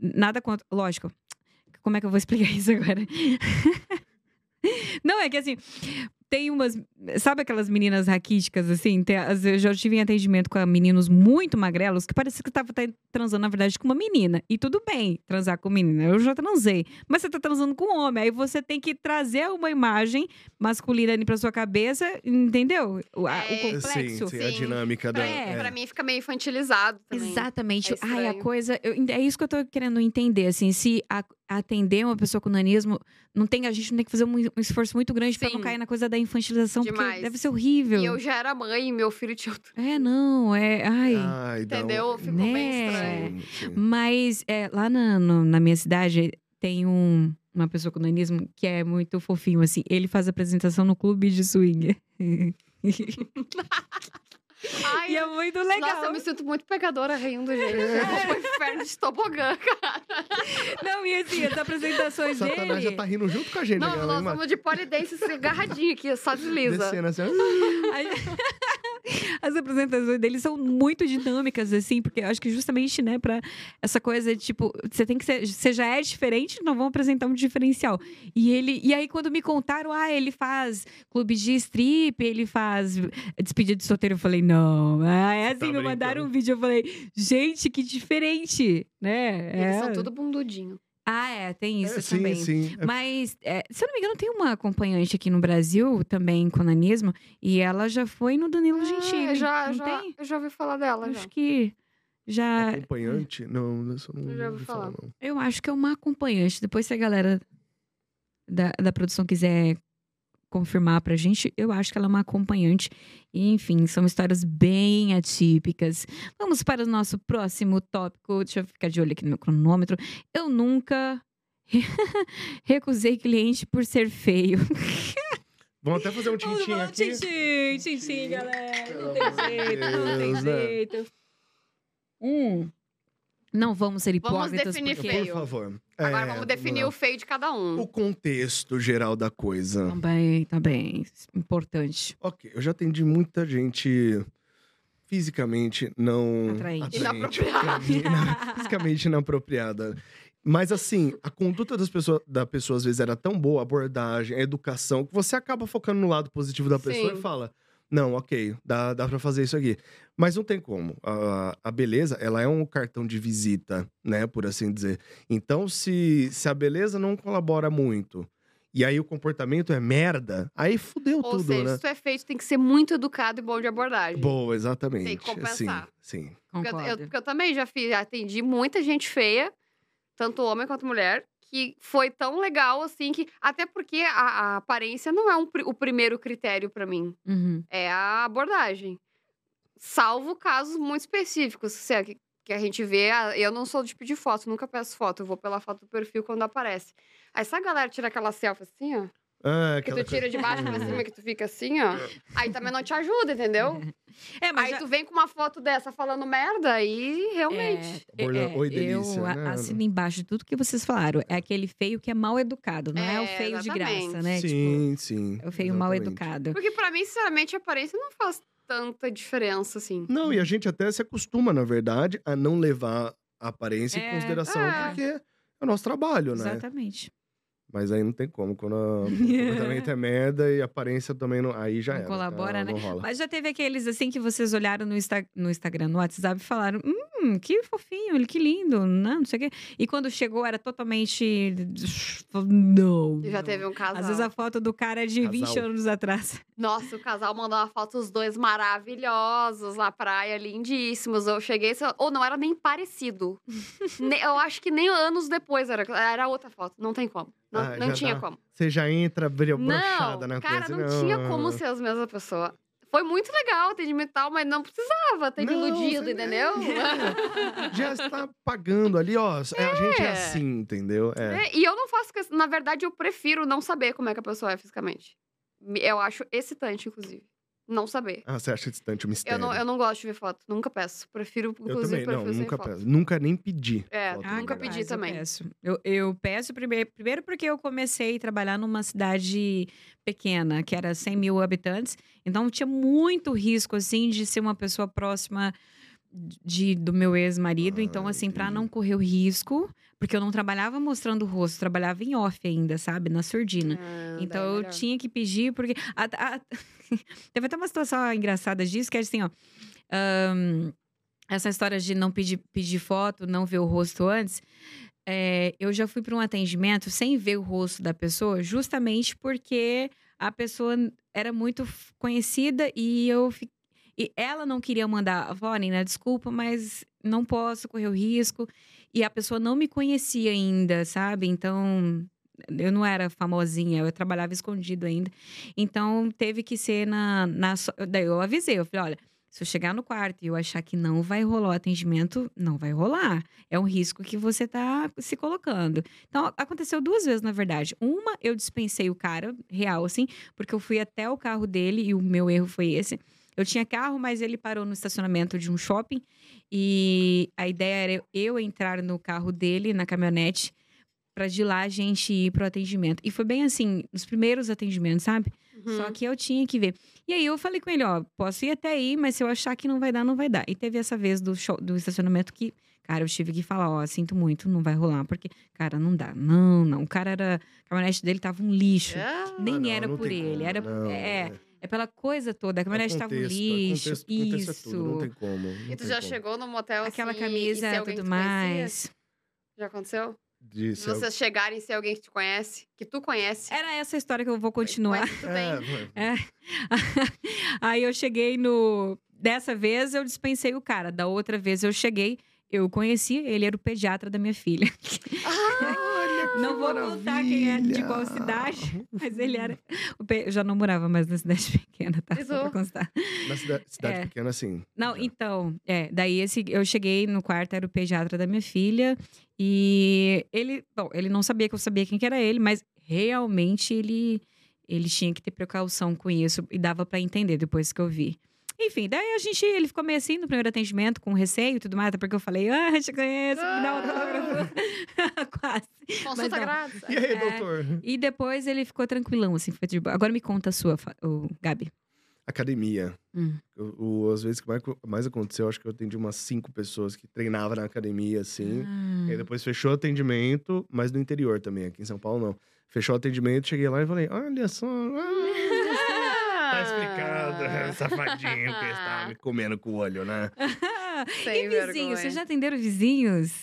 [SPEAKER 1] Nada contra. Lógico. Como é que eu vou explicar isso agora? não, é que assim. Tem umas. Sabe aquelas meninas raquíticas, assim? Tem, as- eu já tive em atendimento com meninos muito magrelos que parecia que tava até transando, na verdade, com uma menina. E tudo bem transar com menina. Eu já transei. Mas você tá transando com homem. Aí você tem que trazer uma imagem masculina ali pra sua cabeça, entendeu? O, a- o
[SPEAKER 2] É,
[SPEAKER 1] complexo.
[SPEAKER 3] Sim, sim, a
[SPEAKER 2] Sim.
[SPEAKER 3] dinâmica da.
[SPEAKER 2] Pra,
[SPEAKER 1] É.
[SPEAKER 2] pra mim fica meio infantilizado também.
[SPEAKER 1] Exatamente.
[SPEAKER 2] É
[SPEAKER 1] Ai, a
[SPEAKER 2] estranho.
[SPEAKER 1] coisa. eu- é isso que eu tô querendo entender. Assim, se a- atender uma pessoa com nanismo, não tem, a gente não tem que fazer um, um esforço muito grande pra não
[SPEAKER 2] Sim.
[SPEAKER 1] cair na coisa da infantilização, porque
[SPEAKER 2] Demais.
[SPEAKER 1] deve ser horrível.
[SPEAKER 2] E eu já era mãe, meu filho tinha outro,
[SPEAKER 1] É, não, é. Ai.
[SPEAKER 3] Ai, dá um-
[SPEAKER 2] entendeu? Ficou
[SPEAKER 1] Né?
[SPEAKER 2] bem estranho.
[SPEAKER 3] Sim, sim.
[SPEAKER 1] Mas é, lá na, no- na minha cidade tem um- uma pessoa com nanismo que é muito fofinho, assim. Ele faz apresentação no clube de swing.
[SPEAKER 2] Ai,
[SPEAKER 1] e é muito legal.
[SPEAKER 2] Nossa, eu me sinto muito pegadora rindo, gente. Foi um inferno de tobogã, cara.
[SPEAKER 1] Não, e assim, as apresentações
[SPEAKER 3] Satanás
[SPEAKER 1] dele.
[SPEAKER 3] já tá rindo junto com a gente,
[SPEAKER 2] Não,
[SPEAKER 3] galera,
[SPEAKER 2] nós
[SPEAKER 3] hein, Mari?
[SPEAKER 2] vamos de polidense assim, agarradinho aqui, só desliza.
[SPEAKER 3] Descendo assim, ó.
[SPEAKER 1] As apresentações deles são muito dinâmicas, assim, porque eu acho que justamente, né, pra essa coisa, de, tipo, você tem que ser. Você já é diferente, não vão apresentar um diferencial. E ele. E aí, quando me contaram, ah, ele faz clube de strip, ele faz despedida de solteiro, eu falei, não. Ah, é assim,
[SPEAKER 3] tá
[SPEAKER 1] me mandaram
[SPEAKER 3] brincando.
[SPEAKER 1] um vídeo, eu falei, gente, que diferente, né?
[SPEAKER 2] Eles
[SPEAKER 1] É.
[SPEAKER 2] são tudo bundudinho.
[SPEAKER 1] Ah, é, tem isso
[SPEAKER 3] É, sim,
[SPEAKER 1] também.
[SPEAKER 3] sim. É
[SPEAKER 1] Mas, é, se eu não me engano, tem uma acompanhante aqui no Brasil, também com nanismo, e ela já foi no Danilo Gentili.
[SPEAKER 2] Ah, já,
[SPEAKER 1] um não
[SPEAKER 2] já,
[SPEAKER 1] tem?
[SPEAKER 2] Eu já ouvi falar dela, já.
[SPEAKER 1] Acho que já.
[SPEAKER 3] É Acompanhante? Não, isso eu não,
[SPEAKER 2] Eu já ouvi
[SPEAKER 3] ouvi falar,
[SPEAKER 2] falar.
[SPEAKER 3] não.
[SPEAKER 1] Eu acho que é uma acompanhante. Depois, se a galera da, da produção quiser confirmar pra gente, eu acho que ela é uma acompanhante. E, enfim, são histórias bem atípicas. Vamos para o nosso próximo tópico. Deixa eu ficar de olho aqui no meu cronômetro. Eu nunca. Recusei cliente por ser feio.
[SPEAKER 3] Vamos até fazer um tintim
[SPEAKER 1] Vamos,
[SPEAKER 3] aqui.
[SPEAKER 1] Tintim, tintim, galera. Não
[SPEAKER 3] Pelo
[SPEAKER 1] tem
[SPEAKER 3] amor de
[SPEAKER 1] jeito, não tem
[SPEAKER 3] Deus, né?
[SPEAKER 1] jeito. Hum. Não vamos ser
[SPEAKER 2] Vamos
[SPEAKER 1] hipócritas.
[SPEAKER 2] definir
[SPEAKER 1] porque...
[SPEAKER 2] feio.
[SPEAKER 3] Por favor.
[SPEAKER 2] Agora
[SPEAKER 3] É,
[SPEAKER 2] vamos definir o
[SPEAKER 3] lá.
[SPEAKER 2] feio de cada um.
[SPEAKER 3] o contexto geral da coisa.
[SPEAKER 1] Também, também. Importante.
[SPEAKER 3] Ok, eu já atendi muita gente fisicamente não
[SPEAKER 1] Atraente.
[SPEAKER 3] atraente pra mim, né? fisicamente inapropriada. Mas assim, a conduta das pessoa, da pessoa às vezes era tão boa, a abordagem, a educação, que você acaba focando no lado positivo da pessoa
[SPEAKER 2] Sim.
[SPEAKER 3] e fala: Não, ok, dá, dá pra fazer isso aqui. Mas não tem como. A, a beleza, ela é um cartão de visita, né? Por assim dizer. Então, se, se a beleza não colabora muito, e aí o comportamento é merda, aí fudeu
[SPEAKER 2] Ou
[SPEAKER 3] tudo,
[SPEAKER 2] seja,
[SPEAKER 3] né?
[SPEAKER 2] se tu é feio, tu tem que ser muito educado e bom de abordagem.
[SPEAKER 3] Boa, exatamente.
[SPEAKER 2] Tem que compensar.
[SPEAKER 3] Sim, sim.
[SPEAKER 2] Porque eu, eu-
[SPEAKER 1] Concordo.
[SPEAKER 2] porque eu também já fiz, atendi muita gente feia, tanto homem quanto mulher, que foi tão legal assim que. Até porque a, a aparência não é um pri- o primeiro critério pra mim.
[SPEAKER 1] Uhum.
[SPEAKER 2] é a abordagem. Salvo casos muito específicos, se é que, que a gente vê. ah, Eu não sou de pedir foto, nunca peço foto, eu vou pela foto do perfil quando aparece. Aí sabe a galera tira aquela selfie assim, ó?
[SPEAKER 3] Ah,
[SPEAKER 2] Que
[SPEAKER 3] aquela
[SPEAKER 2] tu tira de baixo pra
[SPEAKER 3] Uhum.
[SPEAKER 2] cima, que tu fica assim, ó. Aí também não te ajuda, entendeu?
[SPEAKER 1] É,
[SPEAKER 2] Aí tu vem com uma foto dessa falando merda, aí realmente.
[SPEAKER 1] É,
[SPEAKER 3] Olha,
[SPEAKER 1] é,
[SPEAKER 3] oi, delícia,
[SPEAKER 1] eu a-
[SPEAKER 3] né, Ana?
[SPEAKER 1] assino embaixo de tudo que vocês falaram. É aquele feio que é mal educado, não é, o
[SPEAKER 2] É,
[SPEAKER 1] feio de
[SPEAKER 2] exatamente.
[SPEAKER 1] graça, né? Tipo,
[SPEAKER 3] Sim, sim.
[SPEAKER 1] é o
[SPEAKER 2] um
[SPEAKER 1] feio mal
[SPEAKER 3] exatamente.
[SPEAKER 1] educado.
[SPEAKER 2] Porque pra mim, sinceramente, a aparência não faz tanta diferença, assim.
[SPEAKER 3] Não, e a gente até se acostuma, na verdade, a não levar a aparência
[SPEAKER 1] É.
[SPEAKER 3] em consideração,
[SPEAKER 2] É.
[SPEAKER 3] porque é o nosso trabalho, né?
[SPEAKER 1] Exatamente.
[SPEAKER 3] Mas aí não tem como. Quando a- o comportamento é merda e a aparência também não. Aí já
[SPEAKER 1] Não
[SPEAKER 3] era,
[SPEAKER 1] colabora,
[SPEAKER 3] tá?
[SPEAKER 1] né?
[SPEAKER 3] Não rola.
[SPEAKER 1] Mas já teve aqueles assim que vocês olharam no, Insta- no Instagram, no WhatsApp e falaram: hum, hum, que fofinho, ele- que lindo, né? não sei o quê. E quando chegou era totalmente. Não.
[SPEAKER 2] Já
[SPEAKER 1] não.
[SPEAKER 2] teve um casal.
[SPEAKER 1] Às vezes a foto do cara é de 20
[SPEAKER 3] Casal.
[SPEAKER 1] anos atrás.
[SPEAKER 2] Nossa, o casal mandou uma foto, os dois maravilhosos na praia, lindíssimos. Eu cheguei, sei lá- ou não era nem parecido. Ne- eu acho que nem anos depois era, era outra foto. Não tem como. Não,
[SPEAKER 3] Ah,
[SPEAKER 2] não
[SPEAKER 3] já
[SPEAKER 2] tinha
[SPEAKER 3] dá
[SPEAKER 2] como.
[SPEAKER 3] Você já entra brilho,
[SPEAKER 2] Não,
[SPEAKER 3] brochada na
[SPEAKER 2] cara,
[SPEAKER 3] coisa.
[SPEAKER 2] não, tinha como ser as mesmas pessoas. Foi muito legal ter de metal, mas não precisava ter me
[SPEAKER 3] Não,
[SPEAKER 2] iludido,
[SPEAKER 3] você-
[SPEAKER 2] entendeu? é?
[SPEAKER 3] Já está pagando ali, ó. É, A gente é assim, entendeu? É.
[SPEAKER 2] É, E eu não faço questão. Na verdade, eu prefiro não saber como é que a pessoa é fisicamente. Me- Eu acho excitante, inclusive. Não saber.
[SPEAKER 3] Ah, você acha distante o mistério.
[SPEAKER 2] Eu não, eu não gosto de ver foto. Nunca peço. Prefiro,
[SPEAKER 3] Eu
[SPEAKER 2] inclusive,
[SPEAKER 3] também, não.
[SPEAKER 2] prefiro sem
[SPEAKER 3] Nunca,
[SPEAKER 2] foto.
[SPEAKER 3] peço. nunca nem pedi.
[SPEAKER 2] É,
[SPEAKER 3] foto,
[SPEAKER 2] Eu
[SPEAKER 3] na
[SPEAKER 2] nunca
[SPEAKER 3] verdade.
[SPEAKER 2] pedi também.
[SPEAKER 1] Eu peço, eu, eu peço primeiro, primeiro porque eu comecei a trabalhar numa cidade pequena, que era 100 mil habitantes. Então tinha muito risco, assim, de ser uma pessoa próxima de, do meu ex-marido.
[SPEAKER 3] Ah,
[SPEAKER 1] então, assim, pra
[SPEAKER 3] entendi.
[SPEAKER 1] não correr o risco, porque eu não trabalhava mostrando o rosto, trabalhava em off ainda, sabe? Na
[SPEAKER 3] né?
[SPEAKER 1] surdina.
[SPEAKER 2] Ah, daí
[SPEAKER 1] Então eu
[SPEAKER 2] melhor.
[SPEAKER 1] tinha que pedir, porque. a- a- Teve até uma situação engraçada disso, que é assim, ó. ahn, essa história de não pedir, pedir foto, não ver o rosto antes. é, eu já fui para um atendimento sem ver o rosto da pessoa, justamente porque a pessoa era muito f- conhecida e eu fi- e ela não queria mandar, falou, "Ó, Nina, desculpa, mas não posso correr o risco. E a pessoa não me conhecia ainda, sabe? Então, eu não era famosinha, eu trabalhava escondido ainda. Então, teve que ser na. na so- daí eu avisei, eu falei: olha, se eu chegar no quarto e eu achar que não vai rolar o atendimento, não vai rolar. É um risco que você tá se colocando. Então, aconteceu duas vezes, na verdade. Uma, eu dispensei o cara, real, assim, porque eu fui até o carro dele e o meu erro foi esse. Eu tinha carro, mas ele parou no estacionamento de um shopping e a ideia era eu entrar no carro dele, na caminhonete, pra de lá a gente ir pro atendimento. E foi bem assim, nos primeiros atendimentos, sabe?
[SPEAKER 2] Uhum.
[SPEAKER 1] Só que eu tinha que ver. E aí eu falei com ele, ó, posso ir até aí, mas se eu achar que não vai dar, não vai dar. E teve essa vez do, show, do estacionamento que, cara, eu tive que falar, ó, sinto muito, não vai rolar, porque, cara, não dá. Não, não. O cara era. A caminhonete dele tava um lixo.
[SPEAKER 2] Ah,
[SPEAKER 1] Nem
[SPEAKER 3] Ah, não,
[SPEAKER 1] era
[SPEAKER 3] não
[SPEAKER 1] por
[SPEAKER 3] tem
[SPEAKER 1] ele,
[SPEAKER 3] como,
[SPEAKER 1] era
[SPEAKER 3] não,
[SPEAKER 1] é,
[SPEAKER 3] né?
[SPEAKER 1] é pela coisa toda. A caminhonete estava um
[SPEAKER 3] contexto, é
[SPEAKER 1] lixo,
[SPEAKER 3] contexto, contexto é
[SPEAKER 1] isso.
[SPEAKER 3] tudo, não tem como. não
[SPEAKER 2] E tu
[SPEAKER 3] tem
[SPEAKER 2] já
[SPEAKER 3] como.
[SPEAKER 2] chegou no motel
[SPEAKER 1] Aquela
[SPEAKER 2] assim, e
[SPEAKER 1] camisa
[SPEAKER 2] ser
[SPEAKER 1] e
[SPEAKER 2] alguém que
[SPEAKER 1] tudo
[SPEAKER 2] tu conhecia?
[SPEAKER 1] mais.
[SPEAKER 2] Já aconteceu? De
[SPEAKER 3] Disse,
[SPEAKER 2] vocês chegarem e ser alguém que te conhece, que tu conhece.
[SPEAKER 1] Era essa a história que eu vou É, continuar.
[SPEAKER 2] Mas tudo bem.
[SPEAKER 3] É,
[SPEAKER 1] Aí eu cheguei no. Dessa vez eu dispensei o cara. Da outra vez eu cheguei, eu conheci, ele era o pediatra da minha filha.
[SPEAKER 3] Ah,
[SPEAKER 1] Não vou contar quem é, de qual cidade, mas ele era. o pe- Eu já não morava mais na cidade pequena, tá? Só pra
[SPEAKER 2] Isso.
[SPEAKER 1] constar.
[SPEAKER 3] Na cida- cidade
[SPEAKER 1] É.
[SPEAKER 3] pequena, assim.
[SPEAKER 1] Não,
[SPEAKER 3] já.
[SPEAKER 1] então, é, daí esse, eu cheguei no quarto, era o pediatra da minha filha, e ele, bom, ele não sabia que eu sabia quem que era ele, mas realmente ele ele tinha que ter precaução com isso e dava pra entender depois que eu vi. Enfim, daí a gente, ele ficou meio assim no primeiro atendimento, com receio e tudo mais, até porque eu falei, ah, te conheço, me dá um autógrafo. Quase. Mas
[SPEAKER 2] Consulta
[SPEAKER 1] não.
[SPEAKER 2] grátis.
[SPEAKER 3] E aí,
[SPEAKER 1] é.
[SPEAKER 3] doutor?
[SPEAKER 1] E depois ele ficou tranquilão, assim, foi de boa. Agora me conta a sua, Fa- o Gabi.
[SPEAKER 3] Academia.
[SPEAKER 1] Hum.
[SPEAKER 3] O, o- as vezes que mais, mais aconteceu, acho que eu atendi umas cinco pessoas que treinavam na academia, assim.
[SPEAKER 1] Ah.
[SPEAKER 3] E aí depois fechou o atendimento, mas no interior também, aqui em São Paulo não. Fechou o atendimento, cheguei lá e falei, olha só. ah, Tá explicado,
[SPEAKER 2] Ah,
[SPEAKER 3] safadinho, que está me comendo com o olho, né?
[SPEAKER 1] Ah,
[SPEAKER 2] Sem
[SPEAKER 1] e vizinhos?
[SPEAKER 2] vergonha.
[SPEAKER 1] Vocês já atenderam vizinhos?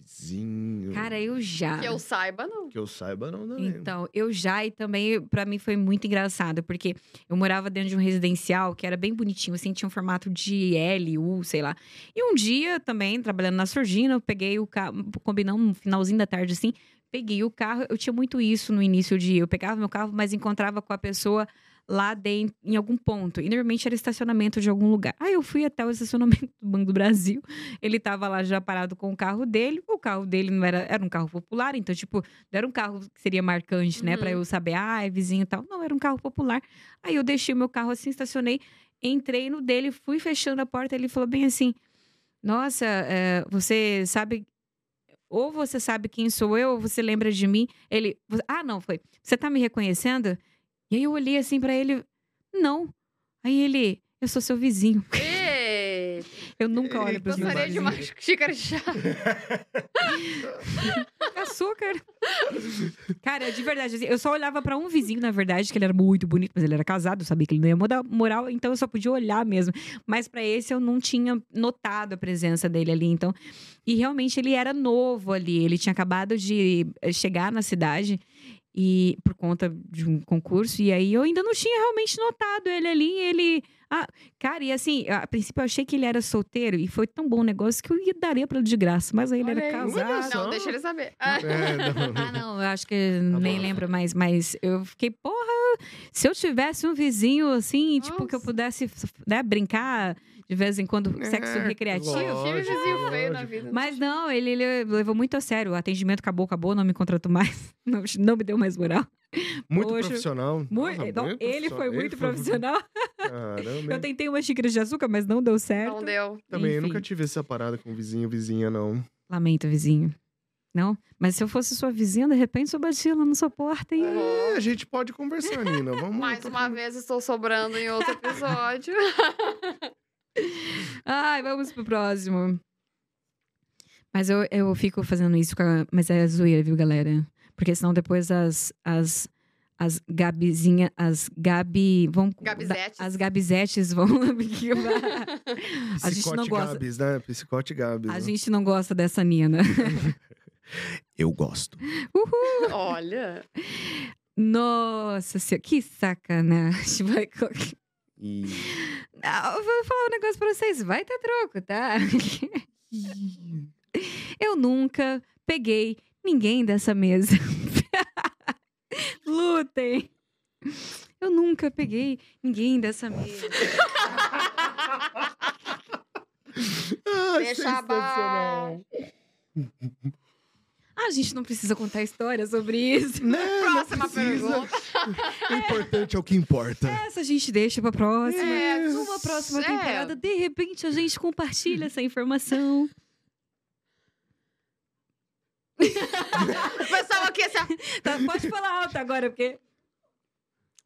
[SPEAKER 3] Vizinho.
[SPEAKER 1] Cara, eu já.
[SPEAKER 2] Que é eu saiba, não.
[SPEAKER 3] Que eu saiba, não, não lembro.
[SPEAKER 1] Então, eu já e também pra mim foi muito engraçado, porque eu morava dentro de um residencial que era bem bonitinho, assim, tinha um formato de L, U, sei lá. E um dia também, trabalhando na Surgina, eu peguei o carro, combinamos um finalzinho da tarde assim, peguei o carro, eu tinha muito isso no início de, eu pegava meu carro, mas encontrava com a pessoa lá dentro, em algum ponto. E normalmente era estacionamento de algum lugar. Aí eu fui até o estacionamento do Banco do Brasil. Ele tava lá já parado com o carro dele. O carro dele não era, era um carro popular, então tipo, não era um carro que seria marcante, né?
[SPEAKER 2] Uhum.
[SPEAKER 1] Pra eu saber, ah, é vizinho e tal. Não, era um carro popular. Aí eu deixei o meu carro assim, estacionei, entrei no dele, fui fechando a porta. Ele falou bem assim: Nossa, é, você sabe. Ou você sabe quem sou eu, ou você lembra de mim. Ele. "Vo- Ah, não, foi. Você tá me reconhecendo? E aí eu olhei assim pra ele: Não. Aí ele. Eu sou seu vizinho.
[SPEAKER 2] Ei,
[SPEAKER 1] Eu nunca olho
[SPEAKER 3] Eita,
[SPEAKER 1] pros meus
[SPEAKER 2] gostaria de uma
[SPEAKER 1] vizinhos.
[SPEAKER 2] xícara
[SPEAKER 3] barzinho.
[SPEAKER 2] de chá.
[SPEAKER 1] Tá açúcar. Cara, de verdade, assim, eu só olhava pra um vizinho, na verdade, que ele era muito bonito, mas ele era casado, eu sabia que ele não ia mudar moral, então eu só podia olhar mesmo. Mas pra esse eu não tinha notado a presença dele ali, então. E realmente ele era novo ali, ele tinha acabado de eh, chegar na cidade. E por conta de um concurso, e aí eu ainda não tinha realmente notado ele ali. e Ele. Ah, cara, e assim, a a princípio eu achei que ele era solteiro e foi tão bom o negócio que eu ia- daria pra ele de graça, mas aí ele
[SPEAKER 2] Olha
[SPEAKER 1] era
[SPEAKER 2] aí.
[SPEAKER 1] casado.
[SPEAKER 3] só.
[SPEAKER 2] Não, deixa ele saber.
[SPEAKER 3] É,
[SPEAKER 1] Ah,
[SPEAKER 3] não.
[SPEAKER 1] não, eu acho que nem
[SPEAKER 3] bom.
[SPEAKER 1] lembro mais, mas eu fiquei, porra, se eu tivesse um vizinho assim, tipo, que eu
[SPEAKER 2] Nossa.
[SPEAKER 1] pudesse né, brincar de vez em quando, sexo
[SPEAKER 2] É,
[SPEAKER 1] recreativo.
[SPEAKER 3] lógico.
[SPEAKER 2] Tive vizinho feio na
[SPEAKER 3] lógico.
[SPEAKER 2] vida.
[SPEAKER 1] Mas não, ele, ele levou muito a sério. O atendimento acabou, acabou, não me contratou mais. Não, não me deu mais moral.
[SPEAKER 3] Muito
[SPEAKER 1] Poxa.
[SPEAKER 3] profissional.
[SPEAKER 1] Muito,
[SPEAKER 3] Nossa,
[SPEAKER 1] não, ele
[SPEAKER 3] profissional.
[SPEAKER 1] foi muito
[SPEAKER 3] Ele
[SPEAKER 1] profissional.
[SPEAKER 3] Caramba.
[SPEAKER 1] Eu tentei uma xícara de açúcar, mas não deu certo.
[SPEAKER 2] Não deu.
[SPEAKER 3] Também eu
[SPEAKER 1] Enfim.
[SPEAKER 3] nunca tive essa parada com vizinho, vizinha, não.
[SPEAKER 1] Lamento, vizinho. Não? Mas se eu fosse sua vizinha, de repente eu batia lá na sua porta e.
[SPEAKER 3] É, a gente pode conversar, Nina. Vamos.
[SPEAKER 2] Mais uma vez estou sobrando em outro episódio.
[SPEAKER 1] Ai, vamos pro próximo. Mas eu, eu fico fazendo isso com a... Mas é zoeira, viu, galera? Porque senão depois as... As, as Gabizinha... As Gabi... Vão,
[SPEAKER 2] Gabizetes.
[SPEAKER 1] As Gabizetes vão... a gente não
[SPEAKER 3] Psicote
[SPEAKER 1] gosta.
[SPEAKER 3] Gabs, né? Psicote Gabs.
[SPEAKER 1] a
[SPEAKER 3] né?
[SPEAKER 1] gente não gosta dessa Nina.
[SPEAKER 3] Eu gosto.
[SPEAKER 2] Olha.
[SPEAKER 1] Nossa senhora, que sacanagem. Vai... co-
[SPEAKER 3] E...
[SPEAKER 1] Ah, eu vou falar um negócio pra vocês. Vai ter troco, tá? Eu nunca peguei ninguém dessa mesa. Lutem! Eu nunca peguei ninguém dessa mesa.
[SPEAKER 3] Ah,
[SPEAKER 2] Deixa abaixo.
[SPEAKER 1] Ah, gente não precisa contar história sobre isso.
[SPEAKER 3] Né?
[SPEAKER 2] Próxima
[SPEAKER 3] precisa.
[SPEAKER 2] pergunta.
[SPEAKER 3] O importante é o que importa.
[SPEAKER 1] Essa a gente deixa pra próxima.
[SPEAKER 2] É,
[SPEAKER 1] Numa próxima
[SPEAKER 2] é.
[SPEAKER 1] temporada, de repente, a gente compartilha essa informação.
[SPEAKER 2] O pessoal aqui assim. ó.
[SPEAKER 1] Tá, pode falar alto agora, porque.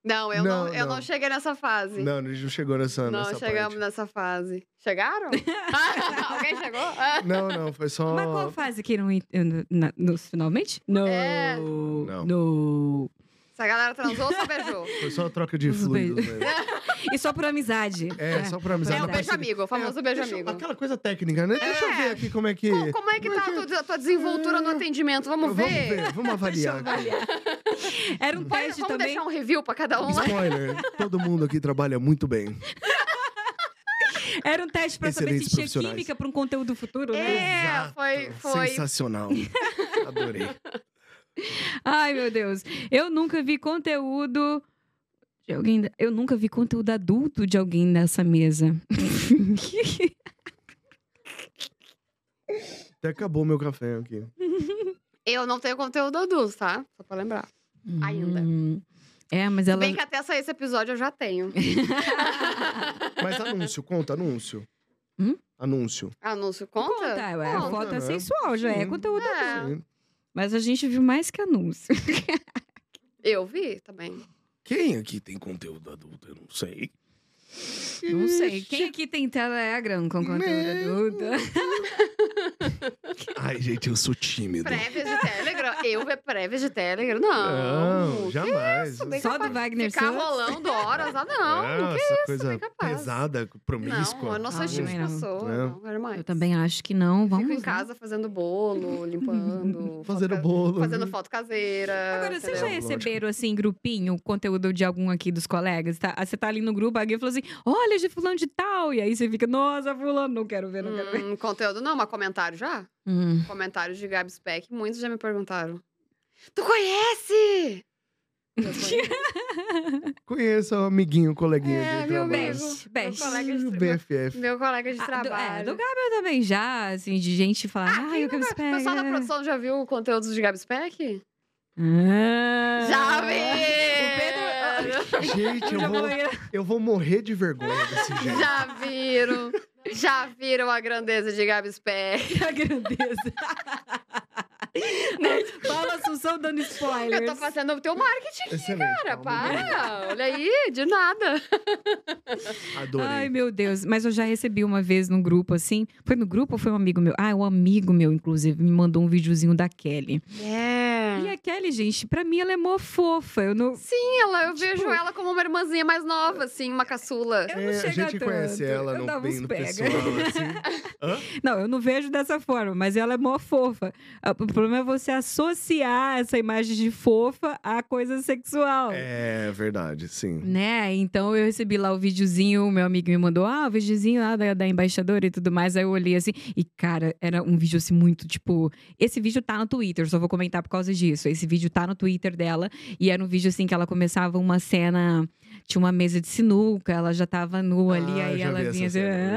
[SPEAKER 2] Não, eu não,
[SPEAKER 3] Não,
[SPEAKER 2] eu
[SPEAKER 3] não.
[SPEAKER 2] não cheguei nessa fase.
[SPEAKER 3] Não, a gente não chegou nessa.
[SPEAKER 2] Não
[SPEAKER 3] nessa
[SPEAKER 2] chegamos
[SPEAKER 3] parte.
[SPEAKER 2] nessa fase. Chegaram? Alguém chegou? Ah.
[SPEAKER 3] Não, não, foi só.
[SPEAKER 1] Mas qual fase que não. en- eu- na- Nos finalmente? Não.
[SPEAKER 2] É.
[SPEAKER 1] Não.
[SPEAKER 3] Não.
[SPEAKER 2] Essa galera transou ou só beijou?
[SPEAKER 3] Foi só a troca de
[SPEAKER 1] Os
[SPEAKER 3] fluidos. Né?
[SPEAKER 1] E só por amizade.
[SPEAKER 3] É, só pra amizade.
[SPEAKER 2] É o
[SPEAKER 1] Verdade.
[SPEAKER 2] beijo amigo, o famoso
[SPEAKER 3] É,
[SPEAKER 2] beijo
[SPEAKER 3] deixa eu-
[SPEAKER 2] amigo.
[SPEAKER 3] Aquela coisa técnica, né? Deixa eu
[SPEAKER 2] É.
[SPEAKER 3] ver aqui como é que.
[SPEAKER 2] Co- Como é que tá a tua, a tua desenvoltura no atendimento? Vamos ver?
[SPEAKER 3] vamos avaliar. aqui.
[SPEAKER 1] Era um
[SPEAKER 2] Pode,
[SPEAKER 1] teste
[SPEAKER 2] vamos
[SPEAKER 1] também.
[SPEAKER 2] deixar um review pra cada um?
[SPEAKER 3] Spoiler, todo mundo aqui trabalha muito bem.
[SPEAKER 1] Era um teste pra saber
[SPEAKER 3] Excelentes
[SPEAKER 1] se tinha
[SPEAKER 3] profissionais.
[SPEAKER 1] química pra um conteúdo futuro, né?
[SPEAKER 2] É,
[SPEAKER 3] Exato.
[SPEAKER 2] foi, foi
[SPEAKER 3] Sensacional. Adorei.
[SPEAKER 1] Ai, meu Deus. Eu nunca vi conteúdo. De alguém da- Eu nunca vi conteúdo adulto de alguém nessa mesa.
[SPEAKER 3] Até acabou meu café aqui.
[SPEAKER 2] Eu não tenho conteúdo adulto, tá? Só pra lembrar. Ainda.
[SPEAKER 1] Hum. É, mas ela.
[SPEAKER 2] Bem que até sair esse episódio eu já tenho.
[SPEAKER 3] Mas anúncio, conta anúncio.
[SPEAKER 1] Hum?
[SPEAKER 3] Anúncio.
[SPEAKER 2] Anúncio
[SPEAKER 1] Conta,
[SPEAKER 2] conta?
[SPEAKER 1] ué, a
[SPEAKER 2] Conta,
[SPEAKER 1] foto é
[SPEAKER 3] né?
[SPEAKER 1] sensual, já é
[SPEAKER 3] Sim.
[SPEAKER 1] conteúdo adulto.
[SPEAKER 2] É,
[SPEAKER 3] Sim.
[SPEAKER 1] Mas a gente viu mais que anúncio.
[SPEAKER 2] eu vi também.
[SPEAKER 3] Quem aqui tem conteúdo adulto? Eu não sei.
[SPEAKER 1] Não sei. Quem aqui tem Telegram com conteúdo adulto?
[SPEAKER 3] Ai, gente, eu sou tímido.
[SPEAKER 2] Prévias de Telegram. Eu ver prévias de Telegram? Não.
[SPEAKER 3] Não, jamais.
[SPEAKER 2] Isso, bem
[SPEAKER 1] Só
[SPEAKER 2] capaz
[SPEAKER 1] do
[SPEAKER 2] de
[SPEAKER 1] Wagner
[SPEAKER 2] Ficar
[SPEAKER 1] Santos?
[SPEAKER 2] rolando horas lá, não.
[SPEAKER 3] Ah,
[SPEAKER 2] não
[SPEAKER 3] essa
[SPEAKER 2] bem
[SPEAKER 3] coisa
[SPEAKER 2] capaz.
[SPEAKER 3] pesada, promíscua.
[SPEAKER 2] Não, É, eu não sou
[SPEAKER 1] Ah,
[SPEAKER 2] esse tipo de
[SPEAKER 1] também não.
[SPEAKER 2] pessoa.
[SPEAKER 3] É.
[SPEAKER 2] Não, era mais.
[SPEAKER 1] Eu também acho que não. Vamos né?
[SPEAKER 2] Fico em
[SPEAKER 1] lá.
[SPEAKER 2] casa fazendo bolo, limpando.
[SPEAKER 3] Fazendo
[SPEAKER 2] foto-
[SPEAKER 3] bolo.
[SPEAKER 2] Fazendo foto caseira.
[SPEAKER 1] Agora, vocês já
[SPEAKER 2] entendeu?
[SPEAKER 3] Lógico.
[SPEAKER 1] receberam, assim, grupinho, conteúdo de algum aqui dos colegas? Tá? Você tá ali no grupo, alguém falou assim, olha, de fulano de tal. E aí você fica, nossa, fulano, não quero ver, não quero ver.
[SPEAKER 2] Hum, conteúdo não, mas comentário já?
[SPEAKER 1] Hum.
[SPEAKER 2] Comentários de Gabi Speck, muitos já me perguntaram. Tu conhece? Eu conheço.
[SPEAKER 3] Conheço um amiguinho, um coleguinha
[SPEAKER 2] É,
[SPEAKER 3] de
[SPEAKER 2] meu
[SPEAKER 3] trabalho.
[SPEAKER 2] beijo.
[SPEAKER 1] Best, best.
[SPEAKER 2] Meu colega de
[SPEAKER 3] Ih,
[SPEAKER 2] trabalho.
[SPEAKER 3] BFF.
[SPEAKER 2] Meu colega de
[SPEAKER 1] Ah, do, é,
[SPEAKER 2] trabalho.
[SPEAKER 1] do Gabriel também já, assim, de gente falar, ah, eu quero
[SPEAKER 2] O pessoal da
[SPEAKER 1] esperar.
[SPEAKER 2] produção já viu o conteúdo de Gabi Speck?
[SPEAKER 1] Ah. O
[SPEAKER 2] Já vi!
[SPEAKER 3] Gente, eu
[SPEAKER 1] Já
[SPEAKER 3] vou,
[SPEAKER 1] falei.
[SPEAKER 3] eu vou morrer de vergonha desse jeito.
[SPEAKER 2] Já viram! Já viram a grandeza de Gabi Speck?
[SPEAKER 1] a grandeza. Paula Assunção dando spoilers.
[SPEAKER 2] Eu tô fazendo o teu marketing aqui,
[SPEAKER 3] Excelente.
[SPEAKER 2] cara.
[SPEAKER 3] Paula.
[SPEAKER 2] Para! Olha aí, de nada.
[SPEAKER 3] Adorei.
[SPEAKER 1] Ai, meu Deus. Mas eu já recebi uma vez num grupo, assim. Foi no grupo ou foi um amigo meu? Ah, um amigo meu, inclusive, me mandou um videozinho da Kelly. E
[SPEAKER 2] É.
[SPEAKER 1] a Kelly, gente, pra mim ela é mó fofa. Eu não.
[SPEAKER 2] Sim, ela, eu
[SPEAKER 1] Tipo-
[SPEAKER 2] vejo ela como uma irmãzinha mais nova, assim, uma caçula.
[SPEAKER 1] Eu não
[SPEAKER 3] É,
[SPEAKER 1] chego
[SPEAKER 3] a gente
[SPEAKER 1] tanto.
[SPEAKER 3] conhece ela,
[SPEAKER 1] eu
[SPEAKER 3] não
[SPEAKER 1] dava
[SPEAKER 3] tem
[SPEAKER 1] uns
[SPEAKER 3] no
[SPEAKER 1] pega.
[SPEAKER 3] pessoal, assim. Hã?
[SPEAKER 1] Não, eu não vejo dessa forma, mas ela é mó fofa. Ah, O problema é você associar essa imagem de fofa à coisa sexual.
[SPEAKER 3] É verdade, sim.
[SPEAKER 1] Né? Então eu recebi lá o videozinho, o meu amigo me mandou, ah, o videozinho lá da, da embaixadora e tudo mais. Aí eu olhei assim, e cara, era um vídeo assim muito tipo. Esse vídeo tá no Twitter, só vou comentar por causa disso. Esse vídeo tá no Twitter dela, e era um vídeo assim que ela começava uma cena, tinha uma mesa de sinuca, ela já tava nua ali,
[SPEAKER 3] Ah, eu
[SPEAKER 1] aí
[SPEAKER 3] já vi
[SPEAKER 1] ela
[SPEAKER 3] essa
[SPEAKER 1] vinha assim.
[SPEAKER 3] cena,
[SPEAKER 1] "Ah".
[SPEAKER 3] eu-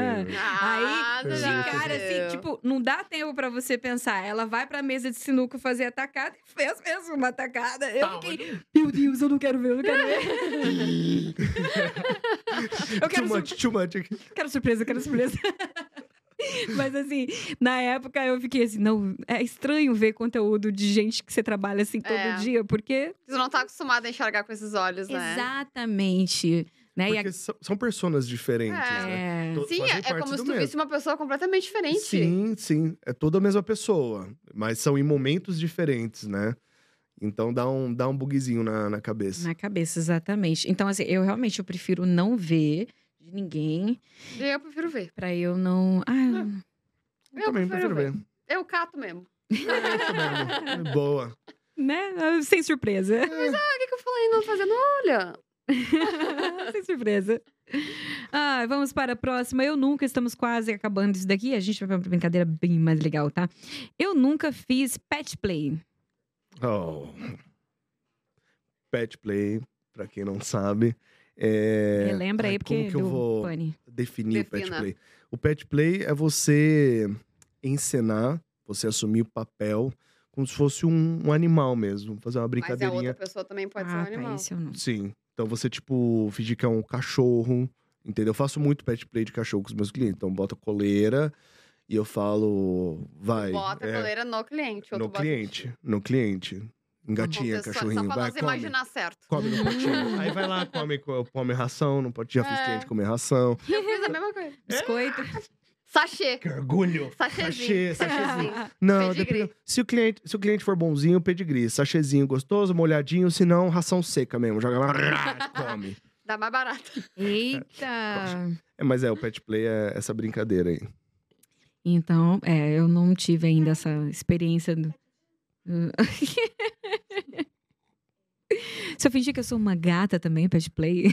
[SPEAKER 1] Aí,
[SPEAKER 3] meu
[SPEAKER 1] de
[SPEAKER 3] Deus.
[SPEAKER 1] cara, assim, tipo, não dá tempo pra você pensar. Ela vai pra mesa de sinuca fazer a tacada e fez mesmo uma tacada. Eu
[SPEAKER 3] Tá,
[SPEAKER 1] fiquei, meu Deus, eu não quero ver, eu não quero ver. eu quero,
[SPEAKER 3] too
[SPEAKER 1] sur-
[SPEAKER 3] much, too much aqui.
[SPEAKER 1] quero surpresa, quero surpresa. Mas assim, na época eu fiquei assim, não, é estranho ver conteúdo de gente que você trabalha assim todo
[SPEAKER 2] É.
[SPEAKER 1] dia, porque.
[SPEAKER 2] Você não tá acostumada a enxergar com esses olhos, né?
[SPEAKER 1] Exatamente. Né? E a-
[SPEAKER 3] Porque são, são personas diferentes, né?
[SPEAKER 1] É.
[SPEAKER 3] To-
[SPEAKER 2] Sim,
[SPEAKER 3] fazem
[SPEAKER 2] é, é
[SPEAKER 3] parte
[SPEAKER 2] como
[SPEAKER 3] do
[SPEAKER 2] se tu
[SPEAKER 3] mesmo.
[SPEAKER 2] visse uma pessoa completamente diferente.
[SPEAKER 3] Sim, sim. É toda a mesma pessoa, mas são em momentos diferentes, né? Então dá um, dá um bugzinho na, na cabeça.
[SPEAKER 1] Na cabeça, exatamente. Então, assim, eu realmente eu prefiro não ver de ninguém
[SPEAKER 2] Eu prefiro ver.
[SPEAKER 1] pra eu não. Ah,
[SPEAKER 3] Eu,
[SPEAKER 2] Eu
[SPEAKER 3] também
[SPEAKER 2] prefiro
[SPEAKER 3] prefiro ver.
[SPEAKER 2] Eu cato mesmo.
[SPEAKER 3] É, Boa. É.
[SPEAKER 1] né? Sem surpresa.
[SPEAKER 2] Ah, o que, que eu falei? Não fazendo olha.
[SPEAKER 1] Sem surpresa. Ah, vamos para a próxima. Eu nunca, estamos quase acabando isso daqui. A gente vai pra uma brincadeira bem mais legal, tá? Eu nunca fiz pet play.
[SPEAKER 3] Oh. Pet play, pra quem não sabe. É...
[SPEAKER 1] Relembra
[SPEAKER 3] Ai,
[SPEAKER 1] aí, porque
[SPEAKER 3] Como que eu
[SPEAKER 1] deu
[SPEAKER 3] vou
[SPEAKER 1] pane.
[SPEAKER 3] definir o
[SPEAKER 2] Defina.
[SPEAKER 3] pet play? O pet play é você encenar, você assumir o papel como se fosse um, um animal mesmo. Fazer
[SPEAKER 2] Mas a
[SPEAKER 3] uma
[SPEAKER 2] outra
[SPEAKER 3] brincadeirinha.
[SPEAKER 2] pessoa também pode ser um
[SPEAKER 1] Ah, tá,
[SPEAKER 2] animal.
[SPEAKER 1] esse eu não.
[SPEAKER 3] Sim. Então você, tipo, fingir que é um cachorro, entendeu? Eu faço muito pet play de cachorro com os meus clientes. Então bota coleira e eu falo, vai.
[SPEAKER 2] Bota
[SPEAKER 3] é,
[SPEAKER 2] a coleira no cliente. Outro
[SPEAKER 3] no
[SPEAKER 2] bota...
[SPEAKER 3] cliente, no cliente. Engatinha,
[SPEAKER 2] Só-
[SPEAKER 3] cachorrinho,
[SPEAKER 2] Só pra
[SPEAKER 3] vai,
[SPEAKER 2] nós
[SPEAKER 3] come.
[SPEAKER 2] imaginar certo.
[SPEAKER 3] Come no
[SPEAKER 1] Hum.
[SPEAKER 3] potinho. Aí vai lá, come, co- come ração, no potinho. Já fiz
[SPEAKER 2] É.
[SPEAKER 3] cliente comer ração.
[SPEAKER 2] Eu fiz a mesma coisa.
[SPEAKER 3] É.
[SPEAKER 1] Biscoito.
[SPEAKER 2] Sachê.
[SPEAKER 3] Gargulho.
[SPEAKER 2] Sachêzinho.
[SPEAKER 3] Sachê, sachêzinho.
[SPEAKER 2] Sachêzinho.
[SPEAKER 3] Não,
[SPEAKER 2] Pedigree.
[SPEAKER 3] depende- se, o cliente, se o cliente for bonzinho, pedigree. Sachêzinho gostoso, molhadinho. Se não, ração seca mesmo. Joga lá, rá, come.
[SPEAKER 2] Dá mais barato.
[SPEAKER 1] Eita!
[SPEAKER 3] É, mas é, o pet play é essa brincadeira aí.
[SPEAKER 1] Então, é, eu não tive ainda essa experiência. Do... Se eu fingir que eu sou uma gata também, pet play.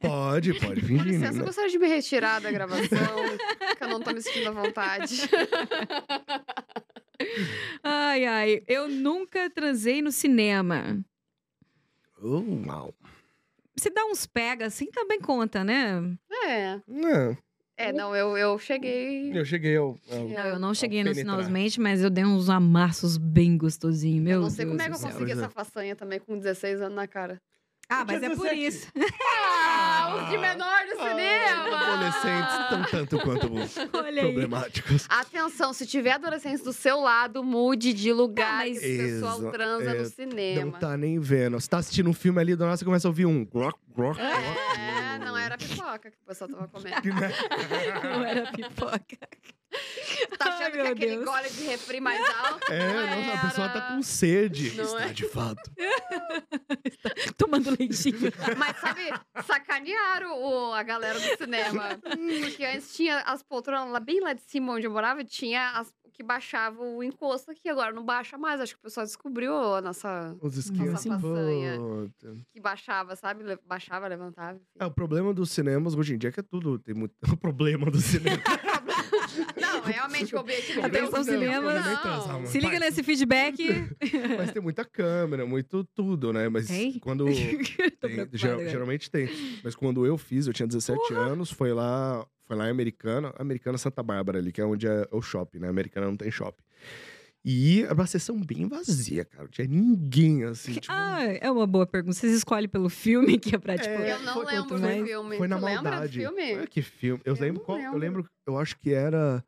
[SPEAKER 3] Pode, pode
[SPEAKER 2] Com
[SPEAKER 3] fingir.
[SPEAKER 2] licença, eu
[SPEAKER 3] né?
[SPEAKER 2] gostaria de me retirar da gravação, que eu não tô me sentindo à vontade.
[SPEAKER 1] Ai, ai. Eu nunca transei no cinema.
[SPEAKER 3] Oh, uau.
[SPEAKER 1] Se dá uns pega assim, também conta, né?
[SPEAKER 2] É,
[SPEAKER 3] Não,
[SPEAKER 2] é não, eu, eu cheguei.
[SPEAKER 3] eu cheguei ao... ao-
[SPEAKER 1] Não, eu não cheguei no
[SPEAKER 3] penetrar.
[SPEAKER 1] sinalmente, mas eu dei uns amassos bem gostosinhos. Meu
[SPEAKER 2] eu não sei
[SPEAKER 1] Deus
[SPEAKER 2] como é que
[SPEAKER 1] do
[SPEAKER 2] eu
[SPEAKER 1] céu.
[SPEAKER 2] consegui
[SPEAKER 3] Pois é.
[SPEAKER 2] essa façanha também com 16 anos na cara.
[SPEAKER 1] Ah, mas é por
[SPEAKER 3] 17.
[SPEAKER 1] isso.
[SPEAKER 2] Ah, os de menor do cinema!
[SPEAKER 3] Adolescentes tão tanto quanto
[SPEAKER 1] Olha aí.
[SPEAKER 3] problemáticos.
[SPEAKER 2] Atenção, se tiver adolescentes do seu lado, mude de lugar.
[SPEAKER 1] Não, mas-
[SPEAKER 2] esse pessoal
[SPEAKER 3] Exa-
[SPEAKER 2] transa
[SPEAKER 3] é,
[SPEAKER 2] no
[SPEAKER 3] Não
[SPEAKER 2] cinema.
[SPEAKER 3] tá nem vendo. Você tá assistindo um filme ali, do nada você começa a ouvir um... Groc, groc, groc.
[SPEAKER 2] É, não era pipoca que o pessoal tava comendo.
[SPEAKER 1] Não era pipoca.
[SPEAKER 2] Tá achando
[SPEAKER 1] Ai,
[SPEAKER 2] que
[SPEAKER 1] meu
[SPEAKER 2] aquele
[SPEAKER 1] Deus.
[SPEAKER 2] gole de refri mais alto?
[SPEAKER 3] É,
[SPEAKER 2] não
[SPEAKER 3] nossa,
[SPEAKER 2] era.
[SPEAKER 3] a pessoa tá com sede.
[SPEAKER 2] Não
[SPEAKER 3] Está,
[SPEAKER 2] é.
[SPEAKER 3] de fato.
[SPEAKER 1] Tomando leitinho.
[SPEAKER 2] Mas sabe, sacanearam o- a galera do cinema. Porque antes tinha as poltronas lá bem lá de cima onde eu morava, tinha as que baixava o encosto aqui, agora não baixa mais. Acho que o pessoal descobriu a nossa.
[SPEAKER 3] Os esquinhos.
[SPEAKER 2] Nossa façanha.
[SPEAKER 3] Puta.
[SPEAKER 2] que baixava, sabe? Le- Baixava, levantava. enfim.
[SPEAKER 3] É, o problema dos cinemas hoje em dia é que é tudo. Tem muito. O problema do cinema.
[SPEAKER 2] Não, realmente o objetivo
[SPEAKER 1] Até
[SPEAKER 2] deu-
[SPEAKER 1] Atenção, os cinema.
[SPEAKER 3] Não, nem
[SPEAKER 2] Não.
[SPEAKER 3] transar, mano.
[SPEAKER 1] Se liga
[SPEAKER 3] Mas-
[SPEAKER 1] nesse feedback.
[SPEAKER 3] Mas tem muita câmera, muito tudo, né? Mas
[SPEAKER 1] Tem?
[SPEAKER 3] quando.
[SPEAKER 1] Tô
[SPEAKER 3] tem-
[SPEAKER 1] preocupada
[SPEAKER 3] geral-
[SPEAKER 2] um
[SPEAKER 1] agora.
[SPEAKER 3] geralmente tem. Mas quando eu fiz, eu tinha 17 anos, foi lá. Foi lá em Americana, Americana Santa Bárbara ali, que é onde é o shopping, né? Americana não tem shopping. E era uma sessão bem vazia, cara. Não tinha ninguém assim. Tipo,
[SPEAKER 1] Ah, é uma boa pergunta. Vocês escolhem pelo filme que é pra, tipo...
[SPEAKER 3] É,
[SPEAKER 2] Eu não
[SPEAKER 3] foi quando
[SPEAKER 2] lembro
[SPEAKER 1] tu
[SPEAKER 2] do
[SPEAKER 1] vai-
[SPEAKER 2] filme.
[SPEAKER 3] Foi na
[SPEAKER 2] tu lembra do
[SPEAKER 3] maldade.
[SPEAKER 2] filme?
[SPEAKER 3] Olha que filme. Eu,
[SPEAKER 2] Eu
[SPEAKER 3] lembro
[SPEAKER 2] não
[SPEAKER 3] qual. Eu
[SPEAKER 2] lembro.
[SPEAKER 3] lembro. Eu acho que era.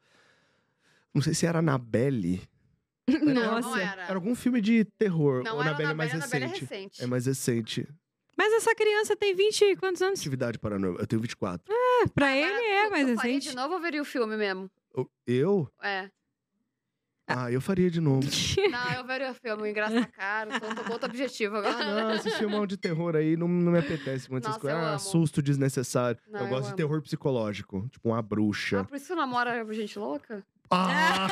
[SPEAKER 3] Não sei se era Anabelle.
[SPEAKER 2] Não, não é.
[SPEAKER 1] Nossa.
[SPEAKER 2] era.
[SPEAKER 3] Era algum filme de terror.
[SPEAKER 2] Não
[SPEAKER 3] ou
[SPEAKER 2] era
[SPEAKER 3] na Bela é mais
[SPEAKER 2] Anabelle, Anabelle é
[SPEAKER 3] recente.
[SPEAKER 2] recente.
[SPEAKER 3] É mais recente.
[SPEAKER 1] Mas essa criança tem 20 e quantos anos?
[SPEAKER 2] Tipo,
[SPEAKER 3] Atividade paranormal. Eu tenho 24.
[SPEAKER 1] É, pra
[SPEAKER 2] Agora,
[SPEAKER 1] ele é
[SPEAKER 2] tu-
[SPEAKER 1] mais
[SPEAKER 2] tu faria
[SPEAKER 1] recente.
[SPEAKER 2] de novo ou veria o filme mesmo?
[SPEAKER 3] Eu- Eu?
[SPEAKER 2] É.
[SPEAKER 3] Ah, eu faria de novo.
[SPEAKER 2] Não, eu veria o filme, engraça caro, tô, tô com um outro objetivo agora.
[SPEAKER 3] Ah, Não, esses filmão de terror aí não, não me apetece muito. essas
[SPEAKER 2] Nossa,
[SPEAKER 3] coisas.
[SPEAKER 2] eu
[SPEAKER 3] ah,
[SPEAKER 2] amo.
[SPEAKER 3] susto desnecessário.
[SPEAKER 2] Não,
[SPEAKER 3] eu
[SPEAKER 2] eu
[SPEAKER 3] gosto de
[SPEAKER 2] amo.
[SPEAKER 3] terror psicológico. Tipo, uma bruxa.
[SPEAKER 2] Ah, por isso que tu namora gente louca?
[SPEAKER 3] Ah!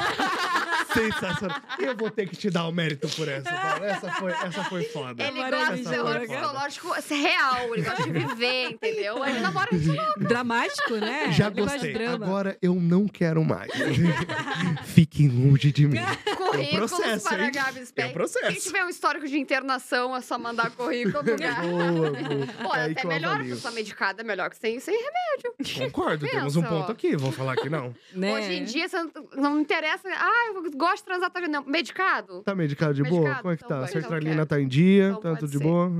[SPEAKER 3] Sensacional. Eu vou ter que te dar o mérito por essa, Paulo. Essa foi, essa foi foda.
[SPEAKER 2] Ele
[SPEAKER 1] Namora
[SPEAKER 2] gosta de
[SPEAKER 1] gente
[SPEAKER 2] terror
[SPEAKER 1] louca.
[SPEAKER 2] psicológico é real, ele gosta de viver, entendeu? Ele namora
[SPEAKER 3] um
[SPEAKER 2] gente louca.
[SPEAKER 1] Dramático, né?
[SPEAKER 3] Já
[SPEAKER 1] Ele gosta de
[SPEAKER 3] gostei.
[SPEAKER 1] drama.
[SPEAKER 3] Agora eu não quero mais. Fiquem longe de mim.
[SPEAKER 2] Currículos
[SPEAKER 3] processo,
[SPEAKER 2] para
[SPEAKER 3] hein?
[SPEAKER 2] Gabi
[SPEAKER 3] É
[SPEAKER 2] Speck.
[SPEAKER 3] o
[SPEAKER 2] Quem
[SPEAKER 3] processo.
[SPEAKER 2] tiver um histórico de internação, é só mandar currículo pro Gabi.
[SPEAKER 3] Boa, boa.
[SPEAKER 2] Pô,
[SPEAKER 3] É aí
[SPEAKER 2] até
[SPEAKER 3] que eu
[SPEAKER 2] melhor,
[SPEAKER 3] avalio.
[SPEAKER 2] tu tá medicada, é melhor que sem, sem remédio.
[SPEAKER 3] Concordo, temos um
[SPEAKER 2] Pensa, ó.
[SPEAKER 3] ponto aqui. Vou falar que não.
[SPEAKER 1] Né?
[SPEAKER 2] Hoje em dia, você não, não interessa. Ah, eu gosto de transar, tá não. Medicado?
[SPEAKER 3] Tá medicado de
[SPEAKER 2] Medicado,
[SPEAKER 3] boa? Como é que
[SPEAKER 2] então
[SPEAKER 3] tá?
[SPEAKER 2] vai,
[SPEAKER 3] A
[SPEAKER 2] então
[SPEAKER 3] sertralina
[SPEAKER 2] quero.
[SPEAKER 3] tá em dia?
[SPEAKER 2] Então
[SPEAKER 3] tá
[SPEAKER 2] pode
[SPEAKER 3] tudo de
[SPEAKER 2] ser.
[SPEAKER 3] boa?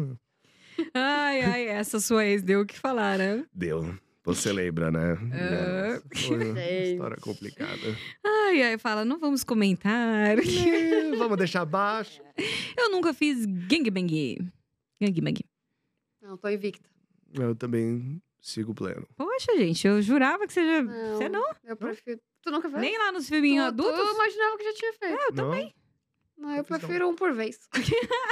[SPEAKER 1] Ai, ai, essa sua ex deu o que falar, né?
[SPEAKER 3] Deu. Você lembra, né? É, essa foi uma
[SPEAKER 2] Gente.
[SPEAKER 3] história complicada.
[SPEAKER 1] Ai, ai, fala, não vamos comentar.
[SPEAKER 3] Né, Vamos deixar baixo.
[SPEAKER 1] Eu nunca fiz gangbang. Gangbang.
[SPEAKER 2] Não, tô invicta.
[SPEAKER 3] Eu também sigo pleno.
[SPEAKER 1] Poxa, gente, eu jurava que você já... Você não?
[SPEAKER 2] Eu prefiro. Tu nunca fez?
[SPEAKER 1] Nem lá nos
[SPEAKER 2] tu,
[SPEAKER 1] filminhos
[SPEAKER 2] Tu
[SPEAKER 1] adultos?
[SPEAKER 2] imaginava que já tinha feito.
[SPEAKER 1] Eu
[SPEAKER 3] Não?
[SPEAKER 2] Não, eu
[SPEAKER 3] Eu fiz
[SPEAKER 2] prefiro um por vez.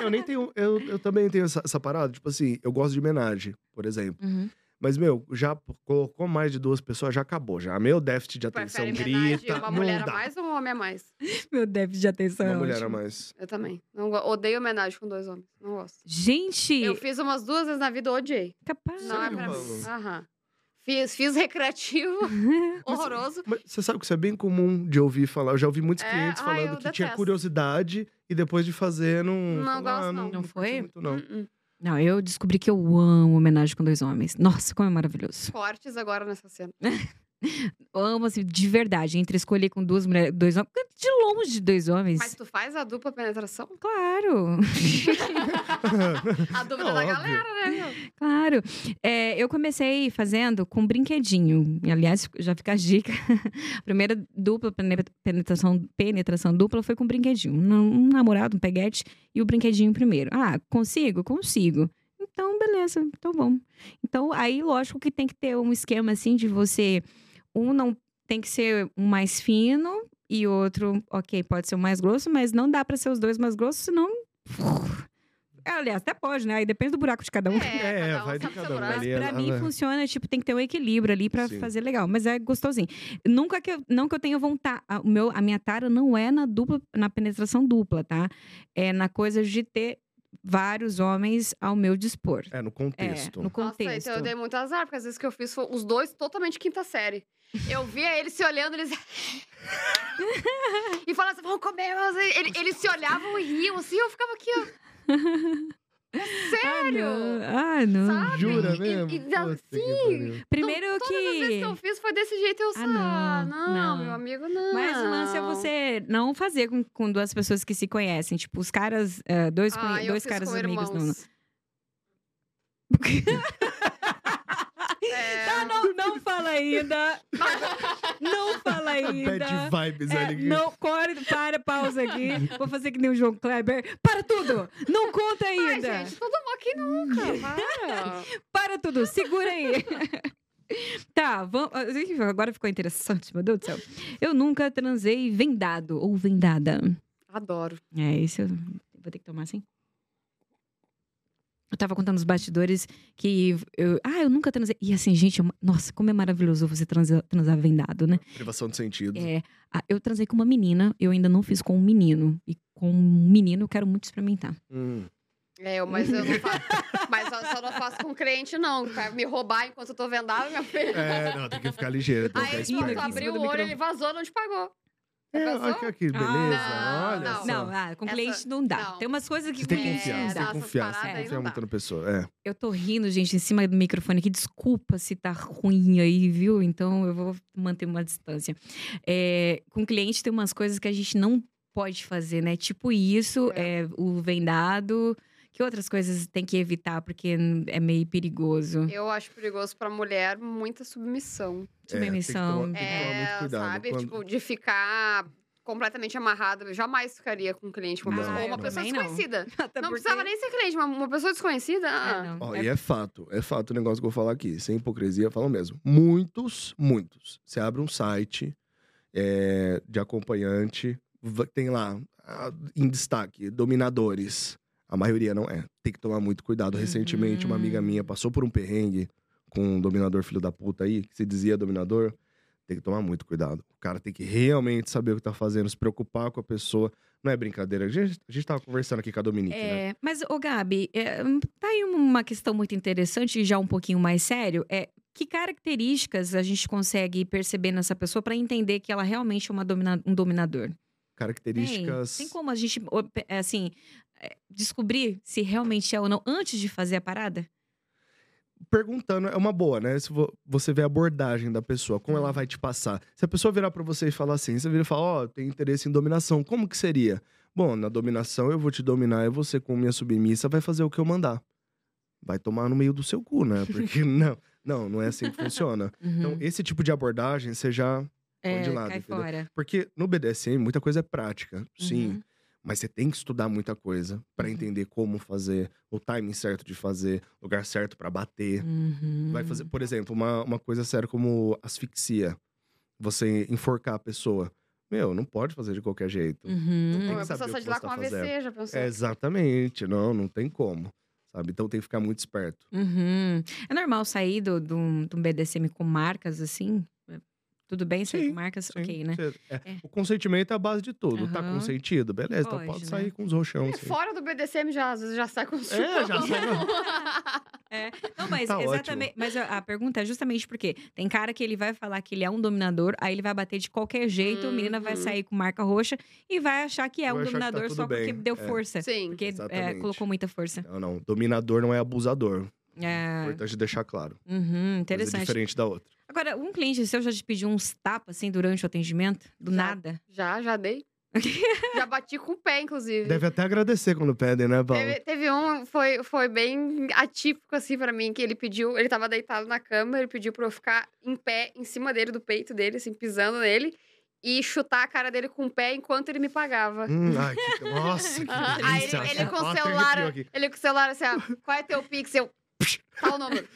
[SPEAKER 3] Eu nem tenho. Eu, eu também tenho essa, essa parada. Tipo assim, eu gosto de homenagem, por exemplo.
[SPEAKER 1] Uhum.
[SPEAKER 3] Mas, meu, já p- colocou mais de duas pessoas, já acabou. Já. Meu déficit de atenção
[SPEAKER 2] Prefere homenagem
[SPEAKER 3] grita.
[SPEAKER 2] a uma
[SPEAKER 3] não
[SPEAKER 2] mulher
[SPEAKER 3] dá.
[SPEAKER 2] a mais ou um homem a mais?
[SPEAKER 1] Meu déficit de atenção.
[SPEAKER 3] Uma
[SPEAKER 1] é
[SPEAKER 3] mulher a
[SPEAKER 1] ótimo.
[SPEAKER 3] mais.
[SPEAKER 2] Eu também. Não, go- odeio homenagem com dois homens. Não gosto.
[SPEAKER 1] Gente,
[SPEAKER 2] Eu fiz umas duas vezes na vida, odiei.
[SPEAKER 1] capaz.
[SPEAKER 2] Não é
[SPEAKER 3] Sério,
[SPEAKER 2] pra mim.
[SPEAKER 3] Paulo?
[SPEAKER 2] Aham. Fiz, fiz recreativo, horroroso.
[SPEAKER 3] Mas você sabe que isso é bem comum de ouvir falar. Eu já ouvi muitos
[SPEAKER 2] É,
[SPEAKER 3] clientes
[SPEAKER 2] ah,
[SPEAKER 3] falando
[SPEAKER 2] eu
[SPEAKER 3] que tinha
[SPEAKER 2] detesto.
[SPEAKER 3] curiosidade e depois de fazer não.
[SPEAKER 2] Não
[SPEAKER 3] falou,
[SPEAKER 2] gosto,
[SPEAKER 3] ah,
[SPEAKER 2] não.
[SPEAKER 1] Não
[SPEAKER 3] curti
[SPEAKER 1] foi?
[SPEAKER 3] muito, não.
[SPEAKER 2] Uh-uh.
[SPEAKER 1] Não, eu descobri que eu amo homenagem com dois homens. Nossa, como é maravilhoso.
[SPEAKER 2] Cortes agora nessa cena.
[SPEAKER 1] Eu amo, assim, de verdade. Entre escolher com duas mulheres, dois homens. De longe, dois homens.
[SPEAKER 2] Mas tu faz a dupla penetração?
[SPEAKER 1] Claro,
[SPEAKER 2] A dúvida
[SPEAKER 3] É
[SPEAKER 2] da
[SPEAKER 3] óbvio.
[SPEAKER 2] galera, né? meu?
[SPEAKER 1] claro. É, eu comecei fazendo com brinquedinho. E, aliás, já fica a dica. A primeira dupla, pene- penetração, penetração dupla foi com brinquedinho. Um um namorado, um peguete e o brinquedinho primeiro. Ah, consigo? Consigo. Então, beleza, então vamos. Então, aí, lógico que tem que ter um esquema assim de você. Um não tem que ser um mais fino e outro, ok, pode ser o mais grosso, mas não dá pra ser os dois mais grossos, senão. É, Aliás, até pode, né? Aí depende do buraco de cada um.
[SPEAKER 2] É,
[SPEAKER 3] É,
[SPEAKER 2] cada um
[SPEAKER 3] vai
[SPEAKER 2] sabe
[SPEAKER 3] de
[SPEAKER 2] seu
[SPEAKER 3] cada um
[SPEAKER 2] buraco.
[SPEAKER 3] ali.
[SPEAKER 1] Pra
[SPEAKER 3] ela-
[SPEAKER 1] mim
[SPEAKER 3] ela-
[SPEAKER 1] funciona, tipo, tem que ter um equilíbrio ali pra
[SPEAKER 3] Sim.
[SPEAKER 1] fazer legal, mas é gostosinho. Nunca que eu, não que eu tenha vontade, a, o meu, a minha tara não é na dupla, na penetração dupla, tá? É na coisa de ter vários homens ao meu dispor.
[SPEAKER 3] É, no
[SPEAKER 1] É,
[SPEAKER 3] contexto.
[SPEAKER 1] no
[SPEAKER 2] Nossa,
[SPEAKER 1] contexto.
[SPEAKER 2] então eu dei muito azar, porque às vezes que eu fiz foi os dois totalmente quinta série. Eu via eles se olhando, eles. e falavam assim, vamos comer. mas ele- Eles se olhavam e riam assim, eu ficava aqui, ó. Sério?
[SPEAKER 1] Ah, não.
[SPEAKER 2] Sabe?
[SPEAKER 3] Jura
[SPEAKER 2] E-
[SPEAKER 3] mesmo?
[SPEAKER 2] e- e-
[SPEAKER 3] Puta que pariu.
[SPEAKER 1] Primeiro
[SPEAKER 2] Então,
[SPEAKER 1] que.
[SPEAKER 2] Todas as vezes que eu fiz foi desse jeito, eu
[SPEAKER 1] Ah,
[SPEAKER 2] só. Ah,
[SPEAKER 1] não,
[SPEAKER 2] não,
[SPEAKER 1] não.
[SPEAKER 2] meu amigo, não.
[SPEAKER 1] Mas o lance é você não fazer com, com duas pessoas que se conhecem. Tipo, os caras. ah, dois conhe-
[SPEAKER 2] Ah, eu
[SPEAKER 1] dois
[SPEAKER 2] fiz
[SPEAKER 1] caras
[SPEAKER 2] com
[SPEAKER 1] amigos. Não, não.
[SPEAKER 2] irmãos. É.
[SPEAKER 1] Tá, não, não fala ainda. não fala ainda.
[SPEAKER 3] Tá Bad vibes
[SPEAKER 1] É,
[SPEAKER 3] ali.
[SPEAKER 1] não, corre, para, pausa aqui. Vou fazer que nem o João Kleber. Para tudo! Não conta
[SPEAKER 2] Ai,
[SPEAKER 1] ainda!
[SPEAKER 2] gente, todo mundo aqui nunca. para.
[SPEAKER 1] Para tudo, segura aí. tá, vamos. Agora ficou interessante, meu Deus do céu. Eu nunca transei vendado ou vendada.
[SPEAKER 2] Adoro.
[SPEAKER 1] É, isso eu vou ter que tomar assim. Eu tava contando nos bastidores que eu, ah, eu nunca transei. E assim, gente, eu- nossa, como é maravilhoso você transar, transar vendado, né?
[SPEAKER 3] Privação de sentido.
[SPEAKER 1] É, ah, eu transei com uma menina, eu ainda não fiz com um menino. E com um menino eu quero muito experimentar.
[SPEAKER 3] Hum.
[SPEAKER 2] É, eu- mas eu não faço. mas eu só não faço com crente, não. Pra me roubar enquanto eu tô vendada, minha filha.
[SPEAKER 3] É, não, tem que ficar ligeiro. Tem que
[SPEAKER 2] Aí
[SPEAKER 3] ficar
[SPEAKER 1] eu
[SPEAKER 2] ele
[SPEAKER 1] espera
[SPEAKER 2] quando
[SPEAKER 3] esperto.
[SPEAKER 1] aqui em cima
[SPEAKER 2] abriu
[SPEAKER 1] do
[SPEAKER 2] o olho,
[SPEAKER 1] microfone.
[SPEAKER 2] ele vazou, não te pagou. Já
[SPEAKER 3] É,
[SPEAKER 2] pensou?
[SPEAKER 3] olha que beleza.
[SPEAKER 1] Ah,
[SPEAKER 3] olha
[SPEAKER 2] não. é
[SPEAKER 3] só.
[SPEAKER 1] Não, ah, com
[SPEAKER 2] Essa-
[SPEAKER 1] cliente não dá.
[SPEAKER 2] não.
[SPEAKER 1] Tem umas coisas que
[SPEAKER 3] Você tem
[SPEAKER 1] com
[SPEAKER 3] que
[SPEAKER 1] cliente
[SPEAKER 3] confiar,
[SPEAKER 1] não
[SPEAKER 3] você tem
[SPEAKER 1] dá.
[SPEAKER 3] que
[SPEAKER 2] essas
[SPEAKER 3] confiar, você
[SPEAKER 2] paradas
[SPEAKER 3] tem que
[SPEAKER 2] aí
[SPEAKER 3] confiar
[SPEAKER 2] não
[SPEAKER 3] muito
[SPEAKER 2] dá.
[SPEAKER 3] na pessoa. É.
[SPEAKER 1] Eu tô rindo, gente, em cima do microfone aqui. Desculpa se tá ruim aí, viu? Então eu vou manter uma distância. É, com cliente tem umas coisas que a gente não pode fazer, né? Tipo isso, é. o vendado. Que outras coisas tem que evitar, porque é meio perigoso.
[SPEAKER 2] Eu acho perigoso pra mulher muita submissão.
[SPEAKER 3] É, tem que tomar-
[SPEAKER 1] Submissão.
[SPEAKER 3] tem que tomar
[SPEAKER 2] É,
[SPEAKER 3] muito cuidado.
[SPEAKER 2] sabe?
[SPEAKER 3] Quando-
[SPEAKER 2] Tipo, de ficar completamente amarrada. Eu jamais ficaria com um cliente, com uma
[SPEAKER 3] Não.
[SPEAKER 2] pessoa, ou uma
[SPEAKER 3] Ah, eu
[SPEAKER 2] pessoa
[SPEAKER 1] também não.
[SPEAKER 2] desconhecida.
[SPEAKER 1] Até
[SPEAKER 2] Não
[SPEAKER 1] porque-
[SPEAKER 2] precisava nem ser cliente, mas uma pessoa desconhecida. ah.
[SPEAKER 1] É, não.
[SPEAKER 3] Ó,
[SPEAKER 1] É-
[SPEAKER 3] E é fato, é fato o negócio que eu vou falar aqui, sem hipocrisia, eu falo mesmo. Muitos, muitos. Você abre um site é, de acompanhante, va- tem lá ah, em destaque, dominadores. A maioria não é. Tem que tomar muito cuidado. Recentemente, uma amiga
[SPEAKER 1] Uhum.
[SPEAKER 3] minha passou por um perrengue com um dominador filho da puta aí, que se dizia dominador. Tem que tomar muito cuidado. O cara tem que realmente saber o que tá fazendo, se preocupar com a pessoa. Não é brincadeira. A gente, a gente tava conversando aqui com a Dominique, né?
[SPEAKER 1] É, mas, ô Gabi, é, tá aí uma questão muito interessante e já um pouquinho mais sério. É, que características a gente consegue perceber nessa pessoa pra entender que ela realmente é uma domina- um dominador?
[SPEAKER 3] Características.
[SPEAKER 1] Tem, tem como a gente, ô, pe- é, assim, é, descobrir se realmente é ou não antes de fazer a parada?
[SPEAKER 3] perguntando é uma boa, né? Se vo- você vê a abordagem da pessoa, como ela vai te passar. Se a pessoa virar pra você e falar assim, você vira e fala, ó, tem interesse em dominação, como que seria? Bom, na dominação eu vou te dominar e você, com minha submissa, vai fazer o que eu mandar. Vai tomar no meio do seu cu, né? Porque não, não, não é assim que funciona. Então,
[SPEAKER 1] Uhum.
[SPEAKER 3] esse tipo de abordagem, você já.
[SPEAKER 1] é,
[SPEAKER 3] de lado,
[SPEAKER 1] cai
[SPEAKER 3] entendeu?
[SPEAKER 1] fora.
[SPEAKER 3] Porque no BDSM, muita coisa é prática. Sim,
[SPEAKER 1] Uhum.
[SPEAKER 3] mas você tem que estudar muita coisa pra
[SPEAKER 1] Uhum.
[SPEAKER 3] entender como fazer, o timing certo de fazer, lugar certo pra bater.
[SPEAKER 1] Uhum.
[SPEAKER 3] Vai fazer, por exemplo, uma, uma coisa séria como asfixia. Você enforcar a pessoa. Meu, não pode fazer de qualquer jeito.
[SPEAKER 1] Uhum.
[SPEAKER 3] então, Tem
[SPEAKER 2] Ou
[SPEAKER 3] que
[SPEAKER 2] a pessoa
[SPEAKER 3] saber
[SPEAKER 2] sai
[SPEAKER 3] o
[SPEAKER 2] de
[SPEAKER 3] que
[SPEAKER 2] lá
[SPEAKER 3] você
[SPEAKER 2] com
[SPEAKER 3] tá
[SPEAKER 2] AVC,
[SPEAKER 3] fazendo.
[SPEAKER 2] já pensou?
[SPEAKER 3] É, exatamente, não, não tem como. Sabe? Então tem que ficar muito esperto.
[SPEAKER 1] Uhum. É normal sair do, do, do BDSM com marcas, assim? Tudo bem sair
[SPEAKER 3] Sim,
[SPEAKER 1] com marcas?
[SPEAKER 3] Sim,
[SPEAKER 1] ok, né?
[SPEAKER 3] você- é,
[SPEAKER 1] É.
[SPEAKER 3] O consentimento é a base de tudo. Tá
[SPEAKER 1] Aham.
[SPEAKER 3] consentido? Beleza,
[SPEAKER 1] Pode,
[SPEAKER 3] então pode
[SPEAKER 1] né?
[SPEAKER 3] sair com os roxão.
[SPEAKER 2] É,
[SPEAKER 3] sim.
[SPEAKER 2] Fora do BDSM, já, às vezes já sai com o
[SPEAKER 3] É, já
[SPEAKER 1] Não, mas
[SPEAKER 3] Tá ótimo.
[SPEAKER 1] exatamente. Mas a a pergunta é justamente porque tem cara que ele vai falar que ele é um dominador, aí ele vai bater de qualquer jeito, a menina vai
[SPEAKER 2] Uhum.
[SPEAKER 1] sair com marca roxa e vai achar que é
[SPEAKER 3] Vai
[SPEAKER 1] um
[SPEAKER 3] achar que tá
[SPEAKER 1] dominador
[SPEAKER 3] tudo
[SPEAKER 1] só porque
[SPEAKER 3] bem,
[SPEAKER 1] deu
[SPEAKER 3] é.
[SPEAKER 1] força.
[SPEAKER 2] Sim.
[SPEAKER 1] Porque é,
[SPEAKER 3] Exatamente.
[SPEAKER 1] colocou muita força.
[SPEAKER 3] Não, não. Dominador não é abusador.
[SPEAKER 1] É,
[SPEAKER 3] Importante deixar claro.
[SPEAKER 1] uhum,
[SPEAKER 3] Coisa
[SPEAKER 1] interessante.
[SPEAKER 3] diferente da outra.
[SPEAKER 1] Agora, um cliente seu já te pediu uns tapas assim durante o atendimento? Do
[SPEAKER 2] Já.
[SPEAKER 1] nada?
[SPEAKER 2] Já, já dei. já bati com o pé, inclusive.
[SPEAKER 3] Deve até agradecer quando pedem, né, Paulo?
[SPEAKER 2] Teve, teve um, foi, foi bem atípico, assim, pra mim, que ele pediu, ele tava deitado na cama, ele pediu pra eu ficar em pé, em cima dele, do peito dele, assim, pisando nele, e chutar a cara dele com o pé enquanto ele me pagava.
[SPEAKER 3] Hum, ai, que... Nossa, que
[SPEAKER 1] Ah,
[SPEAKER 2] Aí
[SPEAKER 3] delícia.
[SPEAKER 2] ele, ele com o
[SPEAKER 3] Ó, até
[SPEAKER 2] celular,
[SPEAKER 3] arrepiou aqui.
[SPEAKER 2] ele com o celular, assim, ó, qual é teu pixel? Tal número,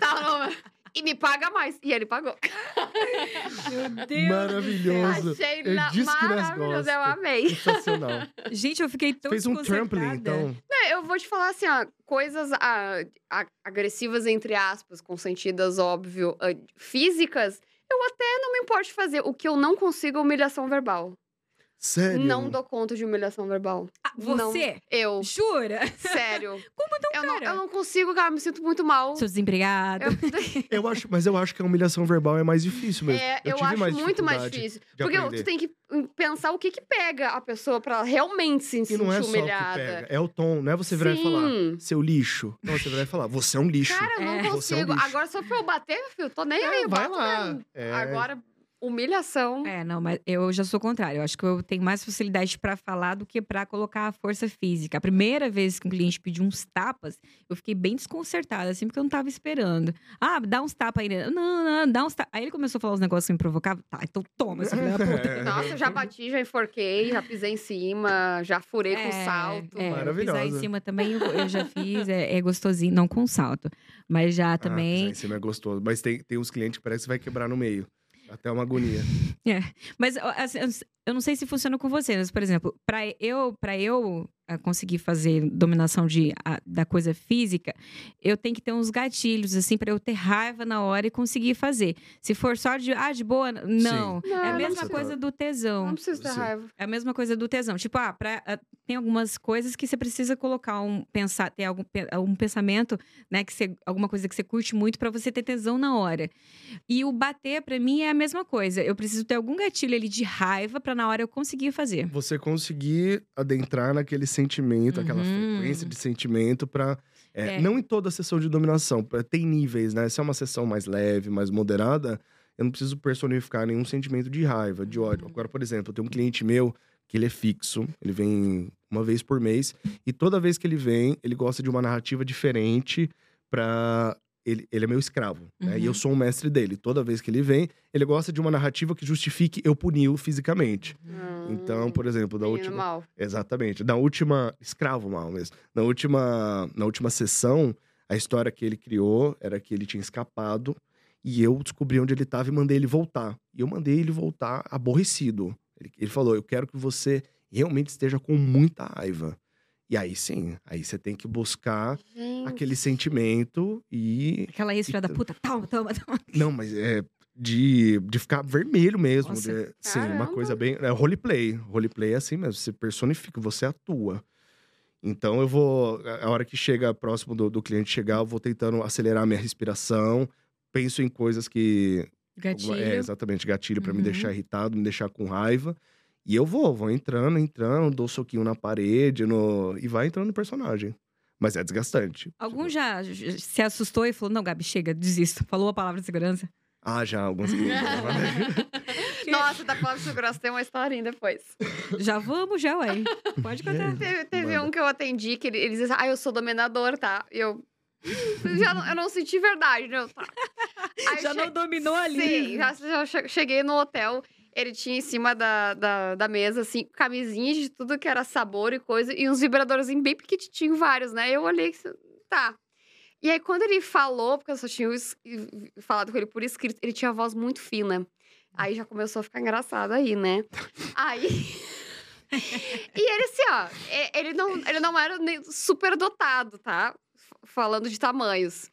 [SPEAKER 2] tal número. E me paga mais. E ele pagou.
[SPEAKER 1] Meu
[SPEAKER 3] Maravilhoso.
[SPEAKER 2] Achei
[SPEAKER 3] Eu
[SPEAKER 2] na-
[SPEAKER 3] disse que é nós
[SPEAKER 2] maravilhoso, eu
[SPEAKER 3] gosta.
[SPEAKER 2] amei.
[SPEAKER 3] Sensacional.
[SPEAKER 1] Gente, eu fiquei tão
[SPEAKER 3] Fez um trampling,
[SPEAKER 1] desconcertada.
[SPEAKER 3] então.
[SPEAKER 2] Eu vou te falar assim, ó, coisas ah, a- agressivas, entre aspas, consentidas, óbvio, ah, físicas, eu até não me importo de fazer. O que eu não consigo é humilhação verbal.
[SPEAKER 3] Sério?
[SPEAKER 2] Não dou conta de humilhação verbal.
[SPEAKER 1] Ah,
[SPEAKER 2] Não.
[SPEAKER 1] você?
[SPEAKER 2] Eu,
[SPEAKER 1] Jura?
[SPEAKER 2] sério.
[SPEAKER 1] Como então,
[SPEAKER 2] eu, não,
[SPEAKER 1] cara? é
[SPEAKER 2] eu não consigo, cara, me sinto muito mal.
[SPEAKER 1] Seu desempregado.
[SPEAKER 2] Eu,
[SPEAKER 3] Eu acho, mas eu acho que a humilhação verbal é mais difícil mesmo.
[SPEAKER 2] é,
[SPEAKER 3] eu
[SPEAKER 2] eu
[SPEAKER 3] tive
[SPEAKER 2] acho
[SPEAKER 3] mais
[SPEAKER 2] muito mais
[SPEAKER 3] dificuldade
[SPEAKER 2] difícil.
[SPEAKER 3] de
[SPEAKER 2] Porque
[SPEAKER 3] aprender.
[SPEAKER 2] tu tem que hum, pensar o que que pega a pessoa pra ela realmente se
[SPEAKER 3] E
[SPEAKER 2] sentir
[SPEAKER 3] não é só o que
[SPEAKER 2] humilhada.
[SPEAKER 3] pega, é o tom, né? Você virar e falar,
[SPEAKER 2] Sim.
[SPEAKER 3] seu lixo. Não, você virar e falar, você é um lixo.
[SPEAKER 2] Cara, eu não
[SPEAKER 1] É.
[SPEAKER 3] Você é um
[SPEAKER 2] consigo.
[SPEAKER 3] lixo.
[SPEAKER 2] Agora, só pra eu bater, meu filho, tô nem
[SPEAKER 3] É,
[SPEAKER 2] aí. eu
[SPEAKER 3] vai
[SPEAKER 2] bato
[SPEAKER 3] lá.
[SPEAKER 2] mesmo.
[SPEAKER 3] É,
[SPEAKER 2] Agora, humilhação.
[SPEAKER 1] É, não, mas eu já sou o contrário. Eu acho que eu tenho mais facilidade pra falar do que pra colocar a força física. A primeira vez que um cliente pediu uns tapas, eu fiquei bem desconcertada, assim, porque eu não tava esperando. Ah, dá uns tapas aí. né? Não, não, dá uns tapas. Aí ele começou a falar uns negócios que me provocavam. Tá, então toma, seu filho da puta.
[SPEAKER 3] É.
[SPEAKER 2] Nossa, eu já bati, já enforquei, já pisei em cima, já furei com salto.
[SPEAKER 1] É, eu pisar em
[SPEAKER 3] Maravilhosa.
[SPEAKER 1] cima também eu, eu já fiz, é, é gostosinho, não com salto. Mas já também.
[SPEAKER 3] Ah, isso é gostoso. Mas tem, tem uns clientes que parece que vai quebrar no meio. Até uma agonia.
[SPEAKER 1] Mas ó, assim, eu não sei- eu não sei se funciona com você, mas, por exemplo, pra eu, para eu ah, conseguir fazer dominação de, a- da coisa física, eu tenho que ter uns gatilhos assim pra eu ter raiva na hora e conseguir fazer. Se for só de ah, de boa, não.
[SPEAKER 2] Não,
[SPEAKER 3] Ah,
[SPEAKER 1] é a
[SPEAKER 2] não
[SPEAKER 1] mesma
[SPEAKER 2] precisa.
[SPEAKER 1] coisa do tesão.
[SPEAKER 2] Não precisa ter
[SPEAKER 3] Sim.
[SPEAKER 2] raiva.
[SPEAKER 1] É a mesma coisa do tesão. Tipo, ah, pra, ah, tem algumas coisas que você precisa colocar um pensar, ter algum pe- um pensamento, né, que você, alguma coisa que você curte muito pra você ter tesão na hora. E o bater pra mim é a mesma coisa. Eu preciso ter algum gatilho ali de raiva pra na hora eu conseguir fazer.
[SPEAKER 3] Você conseguir adentrar naquele sentimento, aquela
[SPEAKER 1] Uhum.
[SPEAKER 3] frequência de sentimento pra. é,
[SPEAKER 1] É.
[SPEAKER 3] Não em toda a sessão de dominação. pra- Tem níveis, né? Se é uma sessão mais leve, mais moderada, eu não preciso personificar nenhum sentimento de raiva, de
[SPEAKER 1] Uhum.
[SPEAKER 3] ódio. Agora, por exemplo, eu tenho um cliente meu que ele é fixo, ele vem uma vez por mês, e toda vez que ele vem, ele gosta de uma narrativa diferente pra. Ele, ele é meu escravo, né? E
[SPEAKER 1] Uhum.
[SPEAKER 3] eu sou um mestre dele. Toda vez que ele vem, ele gosta de uma narrativa que justifique eu puni-lo fisicamente. Então, por exemplo, da
[SPEAKER 2] menino
[SPEAKER 3] última.
[SPEAKER 2] mal.
[SPEAKER 3] Exatamente. Na última. Escravo mal mesmo. Na última, na última sessão, a história que ele criou era que ele tinha escapado e eu descobri onde ele estava e mandei ele voltar. E eu mandei ele voltar aborrecido. Ele, ele falou: Eu quero que você realmente esteja com muita raiva. E aí sim, aí você tem que buscar
[SPEAKER 2] Gente,
[SPEAKER 3] aquele sentimento e.
[SPEAKER 1] Aquela ex filha da puta, toma, toma, toma.
[SPEAKER 3] Não, mas é. De, de ficar vermelho mesmo.
[SPEAKER 1] Nossa,
[SPEAKER 3] de- sim, uma
[SPEAKER 2] caramba.
[SPEAKER 3] coisa bem. É roleplay. Roleplay é assim mesmo. Você personifica, você atua. Então eu vou. a- A hora que chega próximo do, do cliente chegar, eu vou tentando acelerar a minha respiração. Penso em coisas que.
[SPEAKER 1] Gatilho.
[SPEAKER 3] É, exatamente, gatilho pra me
[SPEAKER 1] Uhum.
[SPEAKER 3] deixar irritado, me deixar com raiva. E eu vou, vou entrando, entrando, dou soquinho na parede no, e vai entrando no personagem. Mas é desgastante.
[SPEAKER 1] Algum já j- se assustou e falou: Não, Gabi, chega, desisto. Falou a palavra de segurança.
[SPEAKER 3] Ah, já, alguns clientes. né?
[SPEAKER 2] Nossa, tá da Paula Segurança tem uma historinha depois.
[SPEAKER 1] Já vamos, já, ué. Pode contar.
[SPEAKER 2] Teve, teve
[SPEAKER 3] Manda.
[SPEAKER 2] um que eu atendi que ele, ele disse, ah, eu sou dominador, tá? E eu. "Hum, Já não, eu não senti verdade, né? Eu, tá. Aí
[SPEAKER 1] já
[SPEAKER 2] che-
[SPEAKER 1] não dominou ali.
[SPEAKER 2] Sim, já, já che- cheguei no hotel. Ele tinha em cima da, da, da mesa, assim, camisinhas de tudo que era sabor e coisa, e uns vibradorzinhos bem pequititinhos, vários, né? Eu olhei que tá. E aí, quando ele falou, porque eu só tinha es- falado com ele por escrito, ele tinha a voz muito fina. Aí já começou a ficar engraçado aí, né? Aí. e ele, assim, ó, e- ele não, ele não era nem super dotado, tá? F- Falando de tamanhos.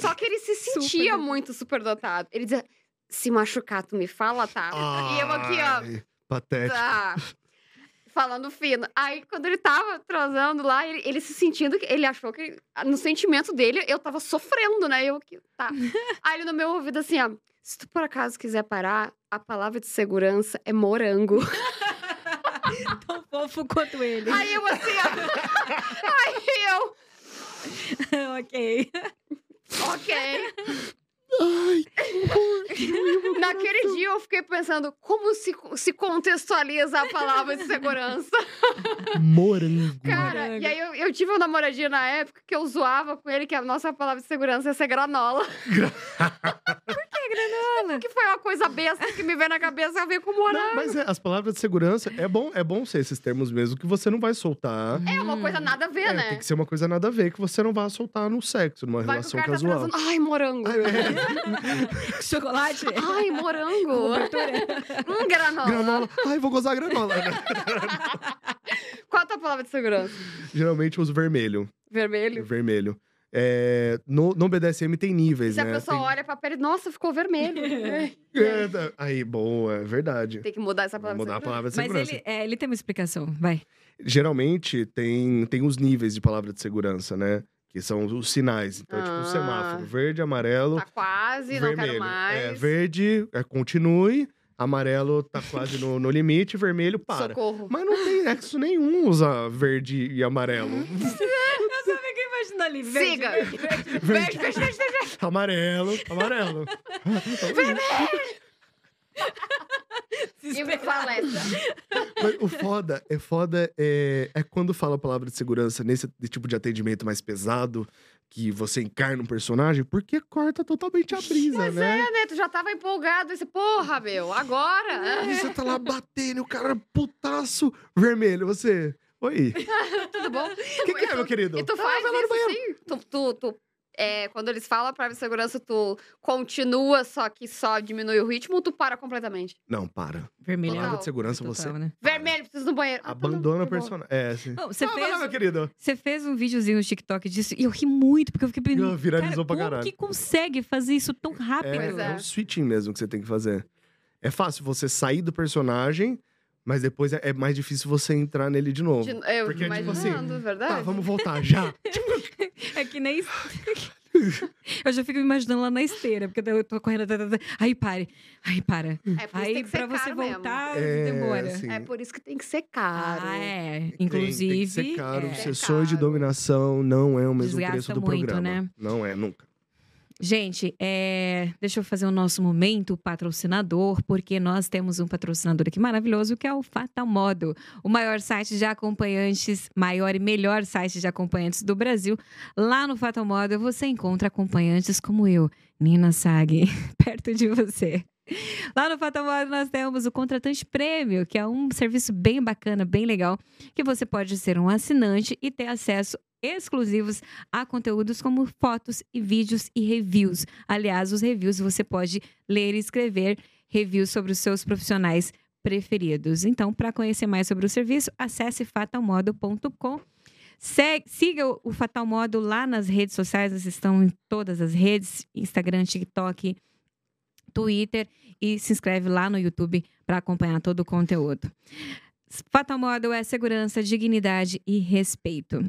[SPEAKER 2] Só que ele se sentia
[SPEAKER 1] Superdotado.
[SPEAKER 2] muito super dotado. Ele dizia: se machucar, tu me fala, tá? E eu aqui, ó.
[SPEAKER 3] Ai, Patético.
[SPEAKER 2] Tá. Falando fino. Aí, quando ele tava transando lá, ele, ele se sentindo. que- Ele achou que. No sentimento dele, eu tava sofrendo, né? Eu que. Tá. Aí ele no meu ouvido assim, ó. Se tu por acaso quiser parar, a palavra de segurança é morango.
[SPEAKER 1] Tão fofo quanto ele.
[SPEAKER 2] Aí eu assim, ó. Aí eu.
[SPEAKER 1] ok.
[SPEAKER 2] Ok.
[SPEAKER 3] Ai,
[SPEAKER 2] Naquele dia eu fiquei pensando como se, se contextualiza a palavra de segurança.
[SPEAKER 3] morango.
[SPEAKER 2] Cara,
[SPEAKER 1] Morango.
[SPEAKER 2] e aí eu, eu tive um namoradinho na época que eu zoava com ele que a nossa palavra de segurança ia ser granola. que foi uma coisa besta que me veio na cabeça, eu veio com moral.
[SPEAKER 3] Não, mas é, as palavras de segurança, é bom, é bom ser esses termos mesmo, que você não vai soltar.
[SPEAKER 2] É uma coisa nada a ver,
[SPEAKER 3] É,
[SPEAKER 2] né?
[SPEAKER 3] Tem que ser uma coisa nada a ver, que você não vai soltar no sexo, numa
[SPEAKER 2] Vai que o
[SPEAKER 3] relação
[SPEAKER 2] cara
[SPEAKER 3] casual.
[SPEAKER 2] tá pensando, ai, morango.
[SPEAKER 3] Ai, é,
[SPEAKER 1] Chocolate?
[SPEAKER 2] Ai, morango.
[SPEAKER 1] Cobertura?
[SPEAKER 2] hum, granola.
[SPEAKER 3] granola. Ai, vou gozar granola. né?
[SPEAKER 2] Qual a tua palavra de segurança?
[SPEAKER 3] Geralmente eu uso vermelho.
[SPEAKER 2] Vermelho.
[SPEAKER 3] Vermelho. É, no, no BDSM tem níveis,
[SPEAKER 2] Se a
[SPEAKER 3] né?
[SPEAKER 2] pessoa olha pra pele, nossa, ficou vermelho.
[SPEAKER 3] Tem- É, tá- Aí, boa, é verdade.
[SPEAKER 2] Tem que mudar essa
[SPEAKER 3] Vou
[SPEAKER 2] palavra.
[SPEAKER 3] mudar a
[SPEAKER 2] de segurança.
[SPEAKER 3] palavra de
[SPEAKER 1] Mas
[SPEAKER 3] segurança.
[SPEAKER 1] ele, é, ele tem uma explicação, vai.
[SPEAKER 3] geralmente tem, tem os níveis de palavra de segurança, né? Que são os sinais. Então, tipo,
[SPEAKER 2] Ah.
[SPEAKER 3] semáforo, verde, amarelo,
[SPEAKER 2] Tá quase,
[SPEAKER 3] vermelho.
[SPEAKER 2] não quero mais.
[SPEAKER 3] É, verde, é, continue, amarelo tá quase no, no limite, vermelho, para.
[SPEAKER 2] Socorro.
[SPEAKER 3] Mas não tem nexo nenhum usar verde e amarelo.
[SPEAKER 1] Eu só fiquei imaginando ali.
[SPEAKER 2] verde, Siga. verde, Verde, verde, verde, verde.
[SPEAKER 3] amarelo, amarelo.
[SPEAKER 2] E me fala essa.
[SPEAKER 3] Mas o foda, é foda, é, é quando fala a palavra de segurança nesse tipo de atendimento mais pesado, que você encarna um personagem, porque corta totalmente a brisa, né?
[SPEAKER 2] É, né? Tu já tava empolgado. Esse, porra, meu, agora?
[SPEAKER 3] Aí você tá lá batendo, e o cara putaço vermelho. Você. Oi.
[SPEAKER 2] Ah, Tudo bom?
[SPEAKER 3] O que, que é, meu querido?
[SPEAKER 1] Ah,
[SPEAKER 2] E tu faz isso assim? Tu, tu, tu- é, quando eles falam pra segurança, tu continua, só que só diminui o ritmo ou tu para completamente?
[SPEAKER 3] Não, para.
[SPEAKER 1] Vermelho.
[SPEAKER 3] Palavra
[SPEAKER 2] Total.
[SPEAKER 3] de segurança, você
[SPEAKER 1] Total, Então, né?
[SPEAKER 2] Vermelho, preciso do banheiro. Ah, tá, não,
[SPEAKER 3] abandona
[SPEAKER 2] tá
[SPEAKER 3] a
[SPEAKER 2] bom.
[SPEAKER 3] personagem. É, assim.
[SPEAKER 1] Bom, você
[SPEAKER 3] Ah, vai lá, meu
[SPEAKER 1] fez,
[SPEAKER 3] querido.
[SPEAKER 1] você fez um videozinho no TikTok disso e eu ri muito, porque eu fiquei pensando.
[SPEAKER 3] Ah,
[SPEAKER 1] cara,
[SPEAKER 3] Viralizou pra
[SPEAKER 1] como
[SPEAKER 3] caralho.
[SPEAKER 1] que tá consegue fazer isso tão
[SPEAKER 3] É,
[SPEAKER 1] rápido?
[SPEAKER 2] Pois
[SPEAKER 3] é
[SPEAKER 2] é.
[SPEAKER 3] um switching mesmo que você tem que fazer. É fácil você sair do personagem, mas depois é é mais difícil você entrar nele de novo.
[SPEAKER 2] De- Eu Porque,
[SPEAKER 3] Porque, tipo
[SPEAKER 2] imaginando, verdade?
[SPEAKER 3] Tá, vamos voltar já.
[SPEAKER 1] É que nem. eu já fico me imaginando lá na esteira, porque eu tô correndo. tá, tá, tá. Aí pare. Aí para.
[SPEAKER 2] É por isso que tem
[SPEAKER 1] Aí
[SPEAKER 2] que
[SPEAKER 1] pra
[SPEAKER 2] ser
[SPEAKER 1] você
[SPEAKER 2] caro mesmo.
[SPEAKER 1] voltar,
[SPEAKER 3] É,
[SPEAKER 1] demora.
[SPEAKER 3] assim,
[SPEAKER 2] É por isso que tem que ser caro.
[SPEAKER 1] Ah, é.
[SPEAKER 3] tem-
[SPEAKER 1] Inclusive.
[SPEAKER 3] Tem, que ser caro.
[SPEAKER 1] é.
[SPEAKER 3] Sessões de
[SPEAKER 2] caro.
[SPEAKER 3] dominação não é o mesmo
[SPEAKER 1] Desgasta
[SPEAKER 3] preço do
[SPEAKER 1] muito,
[SPEAKER 3] programa.
[SPEAKER 1] né?
[SPEAKER 3] Não é, nunca.
[SPEAKER 1] Gente, é, deixa eu fazer o nosso momento patrocinador, porque nós temos um patrocinador aqui maravilhoso que é o Fatal Modo, o maior site de acompanhantes, maior e melhor site de acompanhantes do Brasil. Lá no Fatal Modo você encontra acompanhantes como eu, Nina Sag, perto de você. Lá no Fatamore nós temos o Contratante Prêmio, que é um serviço bem bacana, bem legal, que você pode ser um assinante e ter acesso exclusivos a conteúdos como fotos e vídeos e reviews. Aliás, os reviews você pode ler e escrever reviews sobre os seus profissionais preferidos. Então, para conhecer mais sobre o serviço, acesse fatalmodo.com. Se- Siga o- o Fatal Modo lá nas redes sociais, elas estão em todas as redes: Instagram, TikTok, Twitter. E se inscreve lá no YouTube para acompanhar todo o conteúdo. Fatal Modo é segurança, dignidade e respeito.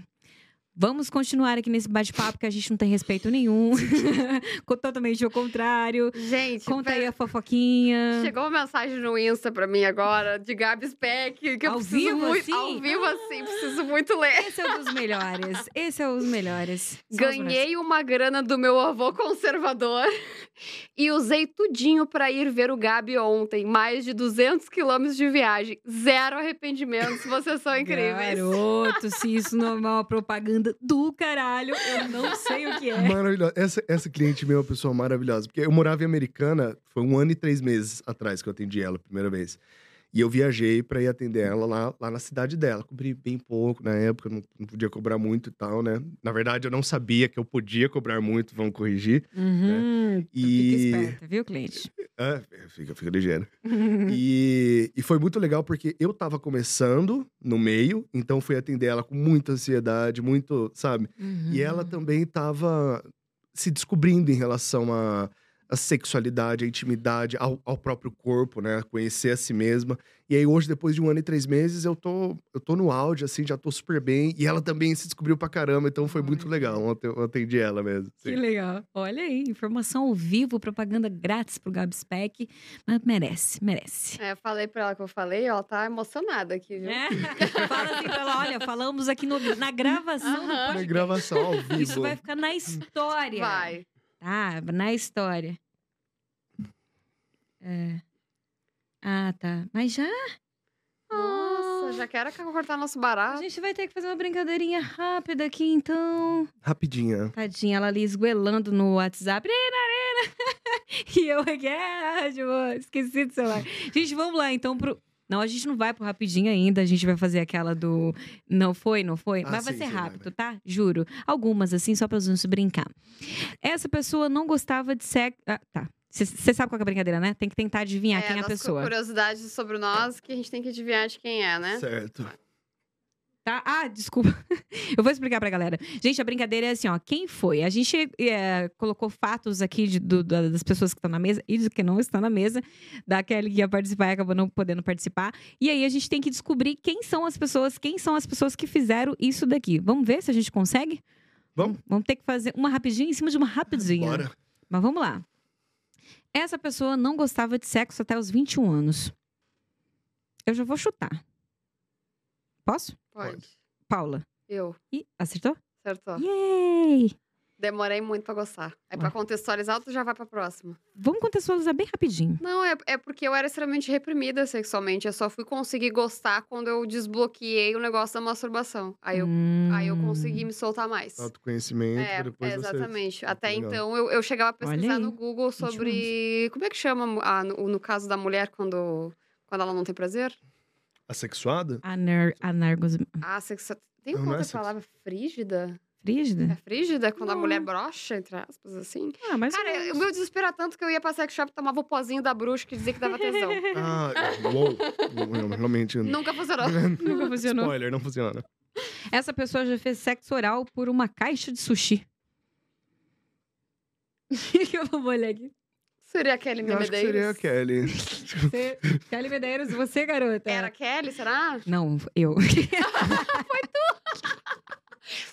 [SPEAKER 1] Vamos continuar aqui nesse bate-papo que a gente não tem respeito nenhum. Totalmente ao contrário.
[SPEAKER 2] Gente,
[SPEAKER 1] Conta aí
[SPEAKER 2] pera-
[SPEAKER 1] a fofoquinha.
[SPEAKER 2] Chegou uma mensagem no Insta pra mim agora, de Gabi Speck, que eu
[SPEAKER 1] Ao
[SPEAKER 2] preciso
[SPEAKER 1] vivo,
[SPEAKER 2] muito.
[SPEAKER 1] assim?
[SPEAKER 2] Ao vivo, assim, preciso muito ler.
[SPEAKER 1] Esse é um dos melhores. Esse é um dos melhores. São os melhores.
[SPEAKER 2] Ganhei uma grana do meu avô conservador e usei tudinho pra ir ver o Gabi ontem. Mais de 200 quilômetros de viagem. Zero arrependimentos. Vocês são incríveis.
[SPEAKER 1] Garoto, se isso não é uma propaganda do caralho, eu não sei o que é.
[SPEAKER 3] Maravilhosa. Essa, essa cliente minha é uma pessoa maravilhosa. Porque eu morava em Americana, foi um ano e três meses atrás que eu atendi ela a primeira vez. E eu viajei pra ir atender ela lá, lá na cidade dela. Cobri bem pouco na época, não, não podia cobrar muito e tal, né? Na verdade, eu não sabia que eu podia cobrar muito, vamos corrigir.
[SPEAKER 1] Uhum. Fica
[SPEAKER 3] E.
[SPEAKER 1] esperta, viu, cliente?
[SPEAKER 3] Ah, fica, fica ligeiro.
[SPEAKER 1] Uhum.
[SPEAKER 3] E, e foi muito legal porque eu tava começando no meio, então fui atender ela com muita ansiedade, muito, sabe?
[SPEAKER 1] Uhum.
[SPEAKER 3] E ela também tava se descobrindo em relação à à sexualidade, à intimidade, ao, ao próprio corpo, né? A Conhecer a si mesma. E aí, hoje, depois de um ano e três meses, eu tô, eu tô no áudio, assim, já tô super bem. E ela também se descobriu pra caramba, então foi muito
[SPEAKER 1] Olha.
[SPEAKER 3] legal. Ontem eu atendi ela mesmo.
[SPEAKER 1] Que
[SPEAKER 3] assim.
[SPEAKER 1] legal. Olha aí, informação ao vivo, propaganda grátis pro Gabi Speck. Mas merece, merece.
[SPEAKER 2] É, falei pra ela que eu falei, ela tá emocionada aqui, viu?
[SPEAKER 1] É. Fala assim pra ela, olha, falamos aqui no- na gravação do
[SPEAKER 2] Aham.
[SPEAKER 3] Na
[SPEAKER 1] podcast.
[SPEAKER 3] gravação ao vivo.
[SPEAKER 1] Isso vai ficar na história.
[SPEAKER 2] Vai.
[SPEAKER 1] Ah, na história. É. Ah, tá. Mas já?
[SPEAKER 2] Nossa, já quero cortar nosso
[SPEAKER 1] A
[SPEAKER 2] barato.
[SPEAKER 1] gente vai ter que fazer uma brincadeirinha rápida aqui, então.
[SPEAKER 3] Rapidinha.
[SPEAKER 1] Tadinha, ela ali esguelando no WhatsApp. Arena, arena! e eu aqui, é, tipo, esqueci do celular. Gente, vamos lá, então, pro... Não, a gente não vai pro rapidinho ainda, a gente vai fazer aquela do... Não foi, não foi?
[SPEAKER 3] Ah,
[SPEAKER 1] Mas vai
[SPEAKER 3] sim,
[SPEAKER 1] ser
[SPEAKER 3] sim, vai,
[SPEAKER 1] rápido, tá? Juro. Algumas, assim, só pra gente brincar. Essa pessoa não gostava de sexo... Ah, tá. Você sabe qual que é a brincadeira, né? Tem que tentar adivinhar quem é a
[SPEAKER 2] das
[SPEAKER 1] pessoa.
[SPEAKER 2] curiosidades sobre nós que a gente tem que adivinhar de quem é, né?
[SPEAKER 3] Certo.
[SPEAKER 1] Tá? Ah, desculpa. Eu vou explicar pra galera. Gente, a brincadeira é assim, ó. Quem foi? A gente é, colocou fatos aqui de- do- da- das pessoas que estão na mesa e do que não estão na mesa. Da Kelly que ia participar e acabou não podendo participar. E aí a gente tem que descobrir quem são as pessoas, quem são as pessoas que fizeram isso daqui. Vamos ver se a gente consegue?
[SPEAKER 3] Vamos.
[SPEAKER 1] Vamos ter que fazer uma rapidinha em cima de uma rapidinha.
[SPEAKER 3] Bora.
[SPEAKER 1] Mas vamos lá. Essa pessoa não gostava de sexo até os 21 anos. Eu já vou chutar. Posso?
[SPEAKER 2] Pode.
[SPEAKER 1] Paula.
[SPEAKER 2] Eu.
[SPEAKER 1] Ih, acertou?
[SPEAKER 2] Acertou.
[SPEAKER 1] Yay!
[SPEAKER 2] Demorei muito pra gostar. É pra
[SPEAKER 1] Ué.
[SPEAKER 2] contextualizar, tu já vai pra próxima.
[SPEAKER 1] Vamos contextualizar bem rapidinho.
[SPEAKER 2] Não, é, é porque eu era extremamente reprimida sexualmente. Eu só fui conseguir gostar quando eu desbloqueei o negócio da masturbação. Aí Ah, eu,
[SPEAKER 1] Hum.
[SPEAKER 2] aí eu consegui me soltar mais.
[SPEAKER 3] Autoconhecimento,
[SPEAKER 2] É,
[SPEAKER 3] pra depois
[SPEAKER 2] é,
[SPEAKER 3] você-
[SPEAKER 2] exatamente. Até
[SPEAKER 3] Legal.
[SPEAKER 2] então eu, eu chegava a pesquisar
[SPEAKER 1] aí,
[SPEAKER 2] no Google sobre. Como é que chama ah, no, no caso da mulher quando, quando ela não tem prazer?
[SPEAKER 3] Assexuada?
[SPEAKER 1] Anar anargos...
[SPEAKER 2] Ah, sexo... Tem
[SPEAKER 3] Não,
[SPEAKER 2] uma
[SPEAKER 3] não é
[SPEAKER 2] outra
[SPEAKER 3] sexo.
[SPEAKER 2] palavra frígida? É
[SPEAKER 1] Frígida?
[SPEAKER 2] frígida? Quando a
[SPEAKER 1] Não.
[SPEAKER 2] mulher brocha, entre aspas, assim.
[SPEAKER 1] Ah, mas...
[SPEAKER 2] Cara, eu- o meu desespero era tanto que eu ia pra sex shop e tomava o pozinho da bruxa que dizia que dava tesão.
[SPEAKER 3] Ah, uou. Não, Realmente.
[SPEAKER 2] Nunca funcionou.
[SPEAKER 1] Nunca é funcionou.
[SPEAKER 3] Spoiler, não funciona.
[SPEAKER 1] Essa pessoa já fez sexo oral por uma caixa de sushi. que eu vou olhar aqui.
[SPEAKER 2] Seria a Kelly
[SPEAKER 3] Eu acho que
[SPEAKER 2] Memedeiros?
[SPEAKER 3] seria a Kelly.
[SPEAKER 1] Você, Kelly Medeiros, você,
[SPEAKER 3] é.
[SPEAKER 1] garota.
[SPEAKER 2] Era a Kelly, será?
[SPEAKER 1] Não, eu.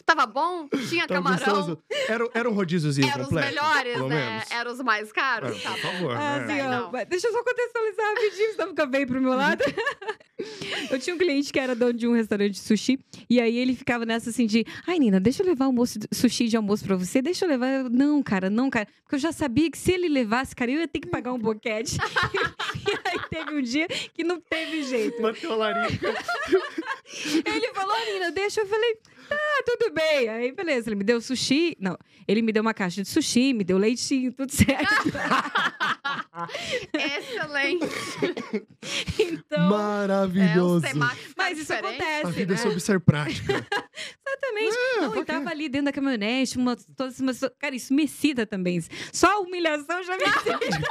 [SPEAKER 2] Tava bom? Tinha
[SPEAKER 3] Tava
[SPEAKER 2] É um camarão?
[SPEAKER 3] gostoso. Era, era um rodíziozinho
[SPEAKER 2] Eram os
[SPEAKER 3] completo.
[SPEAKER 2] melhores,
[SPEAKER 3] pelo
[SPEAKER 2] né?
[SPEAKER 3] menos.
[SPEAKER 2] Eram os mais
[SPEAKER 3] Ah,
[SPEAKER 2] caros?
[SPEAKER 3] por
[SPEAKER 2] Tá bom.
[SPEAKER 3] favor.
[SPEAKER 1] Ah,
[SPEAKER 3] né?
[SPEAKER 1] assim, ó,
[SPEAKER 2] Não.
[SPEAKER 1] mas deixa eu só contextualizar rapidinho, senão fica bem pro meu lado. eu tinha um cliente que era dono de um restaurante de sushi, e aí ele ficava nessa assim de, ai, Nina, deixa eu levar almoço, sushi de almoço pra você, deixa eu levar. Eu, não, cara, não, cara. Porque eu já sabia que se ele levasse, cara, eu ia ter que pagar um boquete. e aí teve um dia que não teve jeito.
[SPEAKER 3] Bateu a larica.
[SPEAKER 1] Ele falou, Nina, deixa. Eu falei, tá, tudo bem. Aí, beleza, ele me deu sushi. Não, ele me deu uma caixa de sushi, me deu leitinho, tudo certo.
[SPEAKER 2] Excelente.
[SPEAKER 1] Então,
[SPEAKER 3] Maravilhoso.
[SPEAKER 2] É, os temáticos
[SPEAKER 1] mas isso
[SPEAKER 2] diferentes.
[SPEAKER 3] a
[SPEAKER 1] acontece,
[SPEAKER 3] vida
[SPEAKER 1] né?
[SPEAKER 3] é sobre ser prática.
[SPEAKER 1] Exatamente.
[SPEAKER 3] É,
[SPEAKER 1] Não,
[SPEAKER 3] por
[SPEAKER 1] e
[SPEAKER 3] quê?
[SPEAKER 1] tava ali dentro da caminhonete, uma, todas umas... Cara, isso me excita também. Só a humilhação já me
[SPEAKER 3] Ah,
[SPEAKER 1] excita.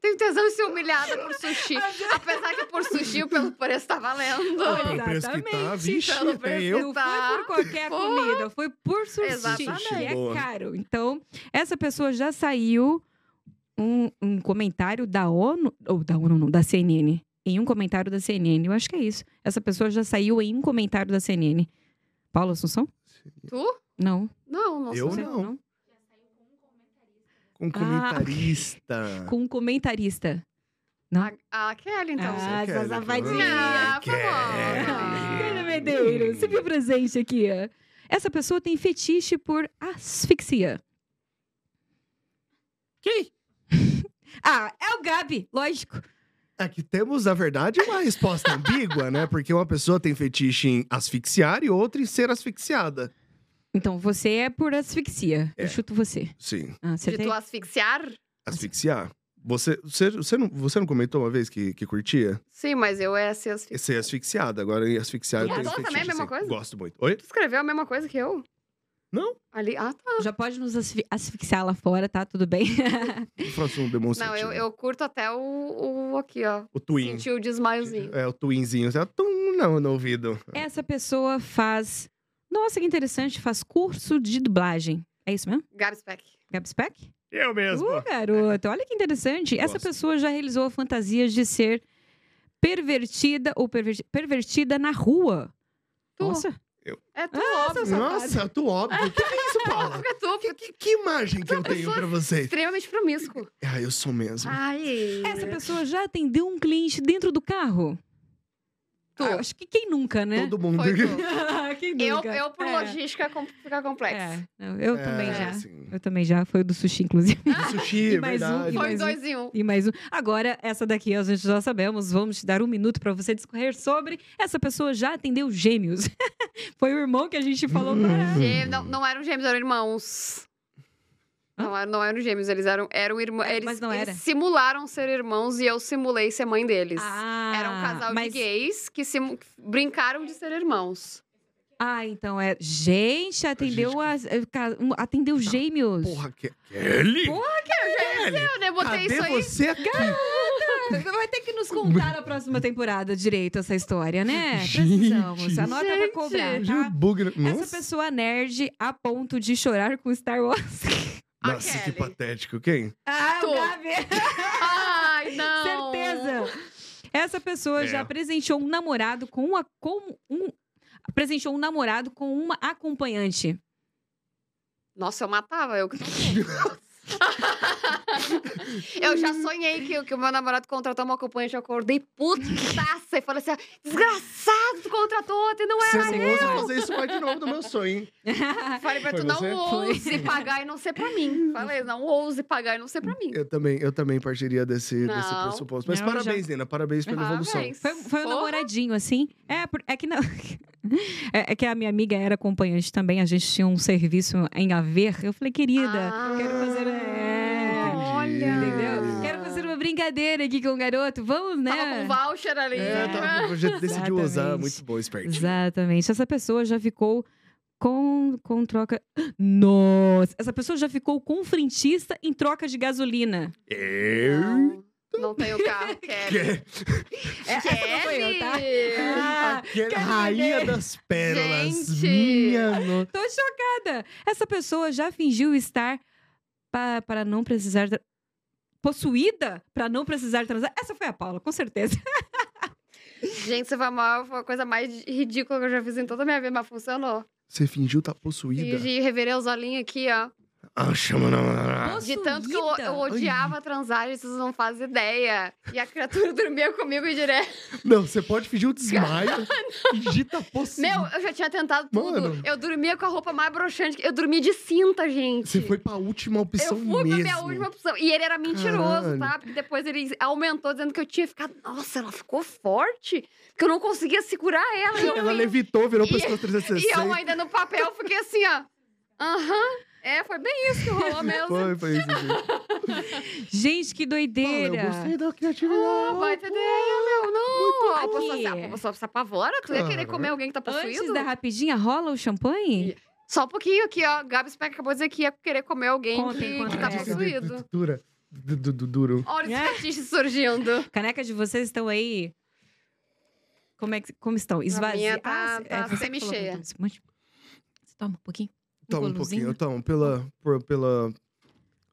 [SPEAKER 2] Tenho tesão em ser humilhada por sushi.
[SPEAKER 1] é.
[SPEAKER 2] Apesar que por sushi, pelo preço tá valendo.
[SPEAKER 1] Olha,
[SPEAKER 3] O preço que tá,
[SPEAKER 1] Exatamente.
[SPEAKER 3] vixe,
[SPEAKER 2] Pelo
[SPEAKER 3] até eu.
[SPEAKER 2] preço.
[SPEAKER 1] Não
[SPEAKER 2] Tá.
[SPEAKER 1] foi por qualquer
[SPEAKER 2] Porra.
[SPEAKER 1] comida, foi por sushi.
[SPEAKER 2] Exatamente.
[SPEAKER 1] E é
[SPEAKER 3] Boa.
[SPEAKER 1] caro. Então, essa pessoa já saiu um, um comentário da ONU, ou da ONU não, da CNN. Em um comentário da CNN, eu acho que é isso. Essa pessoa já saiu em um comentário da CNN. Paulo Assunção?
[SPEAKER 2] Tu?
[SPEAKER 1] Não.
[SPEAKER 2] Não, não
[SPEAKER 3] Eu
[SPEAKER 1] Você
[SPEAKER 2] sei.
[SPEAKER 3] não.
[SPEAKER 2] tá.
[SPEAKER 3] Com um comentarista.
[SPEAKER 1] Com um comentarista.
[SPEAKER 2] A, a Kelly, então.
[SPEAKER 1] Ah,
[SPEAKER 3] Você
[SPEAKER 1] essa
[SPEAKER 3] quer, né,
[SPEAKER 1] safadinha.
[SPEAKER 3] Kelly?
[SPEAKER 2] Ah, por
[SPEAKER 3] Kelly.
[SPEAKER 2] favor.
[SPEAKER 1] Ana Medeiros, se viu presente aqui. ó. Essa pessoa tem fetiche por asfixia.
[SPEAKER 3] Quem?
[SPEAKER 1] Ah, é o Gabi, lógico.
[SPEAKER 3] Aqui É temos, na verdade, uma resposta ambígua, né? Porque uma pessoa tem fetiche em asfixiar e outra em ser asfixiada.
[SPEAKER 1] Então, você é por asfixia.
[SPEAKER 3] É.
[SPEAKER 1] Eu chuto você.
[SPEAKER 3] Sim,
[SPEAKER 1] Ah, você
[SPEAKER 2] De
[SPEAKER 1] tem?
[SPEAKER 2] tu asfixiar?
[SPEAKER 3] asfixiar. Você, você, você, não, você não comentou uma vez que, que curtia?
[SPEAKER 2] Sim, mas eu é ser asfixiar.
[SPEAKER 3] É Ser asfixiada. Agora, em asfixiar, eu
[SPEAKER 2] Tu
[SPEAKER 3] tenho
[SPEAKER 2] gostou
[SPEAKER 3] fetiche.
[SPEAKER 2] também? é Mesma
[SPEAKER 3] sim.
[SPEAKER 2] coisa?
[SPEAKER 3] Gosto muito. Oi?
[SPEAKER 2] Tu escreveu a mesma coisa que eu?
[SPEAKER 3] Não.
[SPEAKER 2] Ali, ah, tá.
[SPEAKER 1] Já pode nos asfi- asfixiar lá fora, tá? Tudo bem?
[SPEAKER 3] Faço um
[SPEAKER 2] Não,
[SPEAKER 3] demonstrativo.
[SPEAKER 2] eu, eu curto até o, o aqui, ó.
[SPEAKER 3] O twin.
[SPEAKER 2] Senti um o desmaiozinho.
[SPEAKER 3] É, o twinzinho. Assim, ó, tum, não, no ouvido.
[SPEAKER 1] Essa pessoa faz. Nossa, que interessante, faz curso de dublagem. É isso mesmo?
[SPEAKER 2] Gabi Speck.
[SPEAKER 1] Gabi Speck?
[SPEAKER 3] Eu mesmo.
[SPEAKER 1] Uh, garoto, olha que interessante. Essa
[SPEAKER 3] Gosto.
[SPEAKER 1] pessoa já realizou fantasias de ser pervertida ou perverti- pervertida na rua.
[SPEAKER 2] Tu.
[SPEAKER 1] Nossa,
[SPEAKER 2] É tu,
[SPEAKER 1] Ah,
[SPEAKER 2] óbvio.
[SPEAKER 1] seu
[SPEAKER 3] Nossa, tu óbvio. O que é isso, Paula?
[SPEAKER 2] Óbvio é tu,
[SPEAKER 3] Que,
[SPEAKER 2] porque tu
[SPEAKER 3] que, que imagem que eu tenho pra
[SPEAKER 2] é
[SPEAKER 3] vocês?
[SPEAKER 2] extremamente promíscuo.
[SPEAKER 3] Ah, eu sou mesmo.
[SPEAKER 2] Ai.
[SPEAKER 1] essa pessoa já atendeu um cliente dentro do carro?
[SPEAKER 2] Tu.
[SPEAKER 1] Ah, acho que quem nunca, né?
[SPEAKER 3] Todo mundo.
[SPEAKER 2] Foi tu.
[SPEAKER 1] quem
[SPEAKER 2] Eu,
[SPEAKER 1] nunca?
[SPEAKER 2] eu por
[SPEAKER 1] É.
[SPEAKER 2] logística, com- fica complexo.
[SPEAKER 1] É, não, eu também
[SPEAKER 3] É,
[SPEAKER 1] já.
[SPEAKER 3] assim,
[SPEAKER 1] Eu também já, foi o do sushi, inclusive.
[SPEAKER 2] Ah,
[SPEAKER 3] do sushi,
[SPEAKER 1] E
[SPEAKER 3] é
[SPEAKER 1] mais um,
[SPEAKER 3] verdade.
[SPEAKER 1] e
[SPEAKER 2] Foi
[SPEAKER 1] mais um.
[SPEAKER 2] dois em um.
[SPEAKER 1] E mais um. Agora, essa daqui a gente já sabemos. Vamos te dar um minuto para você discorrer sobre. Essa pessoa já atendeu gêmeos. Foi o irmão que a gente falou
[SPEAKER 3] Hum.
[SPEAKER 1] para.
[SPEAKER 2] Gê- Não, não eram gêmeos, eram irmãos.
[SPEAKER 1] Hã?
[SPEAKER 2] Não, eram- não eram gêmeos, eles eram, eram irmãos.
[SPEAKER 1] É,
[SPEAKER 2] Eles,
[SPEAKER 1] mas não
[SPEAKER 2] eles
[SPEAKER 1] era.
[SPEAKER 2] simularam ser irmãos e eu simulei ser mãe deles.
[SPEAKER 1] Ah,
[SPEAKER 2] Era um casal
[SPEAKER 1] mas...
[SPEAKER 2] de gays que simu- brincaram de ser irmãos.
[SPEAKER 1] Ah, então é. Gente, atendeu, as- eh, ca- um- atendeu gêmeos.
[SPEAKER 3] Tá, Porra, Ke- Kelly?
[SPEAKER 1] Porra,
[SPEAKER 3] Kelly!
[SPEAKER 2] Eu, né, botei
[SPEAKER 3] Cadê
[SPEAKER 2] isso aí.
[SPEAKER 3] você aqui?
[SPEAKER 1] Vai ter que nos contar na próxima temporada direito essa história, né?
[SPEAKER 3] Gente.
[SPEAKER 1] Precisamos. Anota pra
[SPEAKER 2] Gente.
[SPEAKER 1] cobrar,
[SPEAKER 3] Viu o
[SPEAKER 1] tá?
[SPEAKER 3] bug na-
[SPEAKER 1] Essa
[SPEAKER 3] Nossa,
[SPEAKER 1] pessoa nerd a ponto de chorar com Star Wars.
[SPEAKER 2] A
[SPEAKER 3] Nossa, que
[SPEAKER 2] Ah, Kelly.
[SPEAKER 3] patético. Quem?
[SPEAKER 1] Ah,
[SPEAKER 2] Tô.
[SPEAKER 1] Gabi!
[SPEAKER 2] Ai, não.
[SPEAKER 1] Certeza! Essa pessoa
[SPEAKER 3] É.
[SPEAKER 1] já presenteou um namorado com uma. Com um, presenteou um namorado com uma acompanhante.
[SPEAKER 2] Nossa, eu matava eu. que não sei. eu já sonhei que, que o meu namorado contratou uma acompanhante. Eu acordei putaça e falei assim: desgraçado, tu contratou outra e não é
[SPEAKER 3] Você
[SPEAKER 2] era.
[SPEAKER 3] não ousa fazer isso mais de novo do meu sonho, hein?
[SPEAKER 2] Falei pra
[SPEAKER 3] Foi
[SPEAKER 2] tu, não
[SPEAKER 3] você?
[SPEAKER 2] ouse pagar e não ser pra mim. Falei, não ouse pagar e não ser pra mim.
[SPEAKER 3] Eu também, eu também partiria desse, desse
[SPEAKER 2] Não. Ah,
[SPEAKER 3] pressuposto. Mas
[SPEAKER 1] Não, eu
[SPEAKER 3] parabéns, Nina. Parabéns pela evolução.
[SPEAKER 2] Parabéns.
[SPEAKER 1] Ah, Foi, foi um
[SPEAKER 2] Porra.
[SPEAKER 1] namoradinho, assim. É, por- é que não. É, é que a minha amiga era acompanhante também, a gente tinha um serviço em haver. Eu falei, querida,
[SPEAKER 2] Ah,
[SPEAKER 1] quero fazer. É,
[SPEAKER 2] Olha.
[SPEAKER 1] entendeu? Quero fazer uma brincadeira aqui com o garoto. Vamos, né?
[SPEAKER 2] Tava com um voucher ali.
[SPEAKER 3] É, tá, já decidiu usar.
[SPEAKER 1] Exatamente.
[SPEAKER 3] Muito bom, espertinho.
[SPEAKER 1] Exatamente. Essa pessoa já ficou com, com troca. Nossa! Essa pessoa já ficou com frentista em troca de gasolina.
[SPEAKER 3] Eu...
[SPEAKER 2] Não, não tenho carro, Kelly.
[SPEAKER 3] Que-
[SPEAKER 1] É, essa não foi eu, tá? Ah,
[SPEAKER 3] Aquela
[SPEAKER 1] Kelly
[SPEAKER 3] rainha
[SPEAKER 1] Medeiros.
[SPEAKER 3] das pérolas.
[SPEAKER 2] Gente.
[SPEAKER 3] Minha no...
[SPEAKER 1] tô chocada! Essa pessoa já fingiu estar pa- para não precisar. tra- Possuída para não precisar transar. Essa foi a Paula, com certeza.
[SPEAKER 2] Gente, você foi uma, foi a coisa mais ridícula que eu já fiz em toda a minha vida, mas funcionou.
[SPEAKER 3] Você fingiu estar
[SPEAKER 2] E
[SPEAKER 3] possuída.
[SPEAKER 2] de reverei os olhinhos aqui, ó.
[SPEAKER 3] Ah, chama na...
[SPEAKER 1] Possuída?
[SPEAKER 2] De tanto que eu, eu odiava transar, e vocês não fazem ideia. E a criatura dormia comigo e direto.
[SPEAKER 3] Não, você pode fingir o desmaio. fingir tá possuída.
[SPEAKER 2] Meu, eu já tinha tentado tudo.
[SPEAKER 3] Mano.
[SPEAKER 2] Eu dormia com a roupa mais broxante. que- Eu dormia de cinta, gente.
[SPEAKER 3] Você foi pra última
[SPEAKER 2] Eu
[SPEAKER 3] opção
[SPEAKER 2] fui pra
[SPEAKER 3] mesmo.
[SPEAKER 2] minha última opção. E ele era mentiroso,
[SPEAKER 3] Caralho.
[SPEAKER 2] tá? Porque depois ele aumentou, dizendo que eu tinha ficado. Nossa, ela ficou forte. Que eu não conseguia segurar ela. E eu,
[SPEAKER 3] Ela levitou, virou
[SPEAKER 2] E-
[SPEAKER 3] pessoa
[SPEAKER 2] e eu
[SPEAKER 3] 360.
[SPEAKER 2] ainda no papel fiquei assim, ó. Aham. É, foi bem isso que rolou mesmo.
[SPEAKER 3] Foi, foi isso. gente.
[SPEAKER 1] Gente, que
[SPEAKER 3] Fala, eu
[SPEAKER 1] doideira!
[SPEAKER 3] gostei da criatividade.
[SPEAKER 2] Ah, baita ideia, meu. Não, a
[SPEAKER 1] Muito
[SPEAKER 2] pessoa,
[SPEAKER 1] aqui.
[SPEAKER 2] se, a pessoa se apavora. Tu ia querer
[SPEAKER 3] Cara.
[SPEAKER 2] comer alguém que tá possuído?
[SPEAKER 1] Antes da rapidinha, rola o champanhe?
[SPEAKER 2] Só um pouquinho aqui, ó. Gabi Speck acabou de dizer que ia querer comer alguém
[SPEAKER 1] Contem,
[SPEAKER 2] que, que
[SPEAKER 1] contem.
[SPEAKER 2] tá
[SPEAKER 3] Artista de- de- de-
[SPEAKER 2] possuído.
[SPEAKER 3] Dura. Du- du- du- Duro.
[SPEAKER 2] Olha os
[SPEAKER 1] É.
[SPEAKER 2] fetiches surgindo.
[SPEAKER 1] Caneca de vocês estão aí? Como, é que, como estão?
[SPEAKER 2] minha
[SPEAKER 1] Esvaziadas?
[SPEAKER 2] tá- tá
[SPEAKER 1] você que
[SPEAKER 2] semi-cheia.
[SPEAKER 1] falou com esse monte. Você toma um pouquinho?
[SPEAKER 3] Toma um
[SPEAKER 1] golosinho?
[SPEAKER 3] pouquinho. Eu tomo pela, por- pela...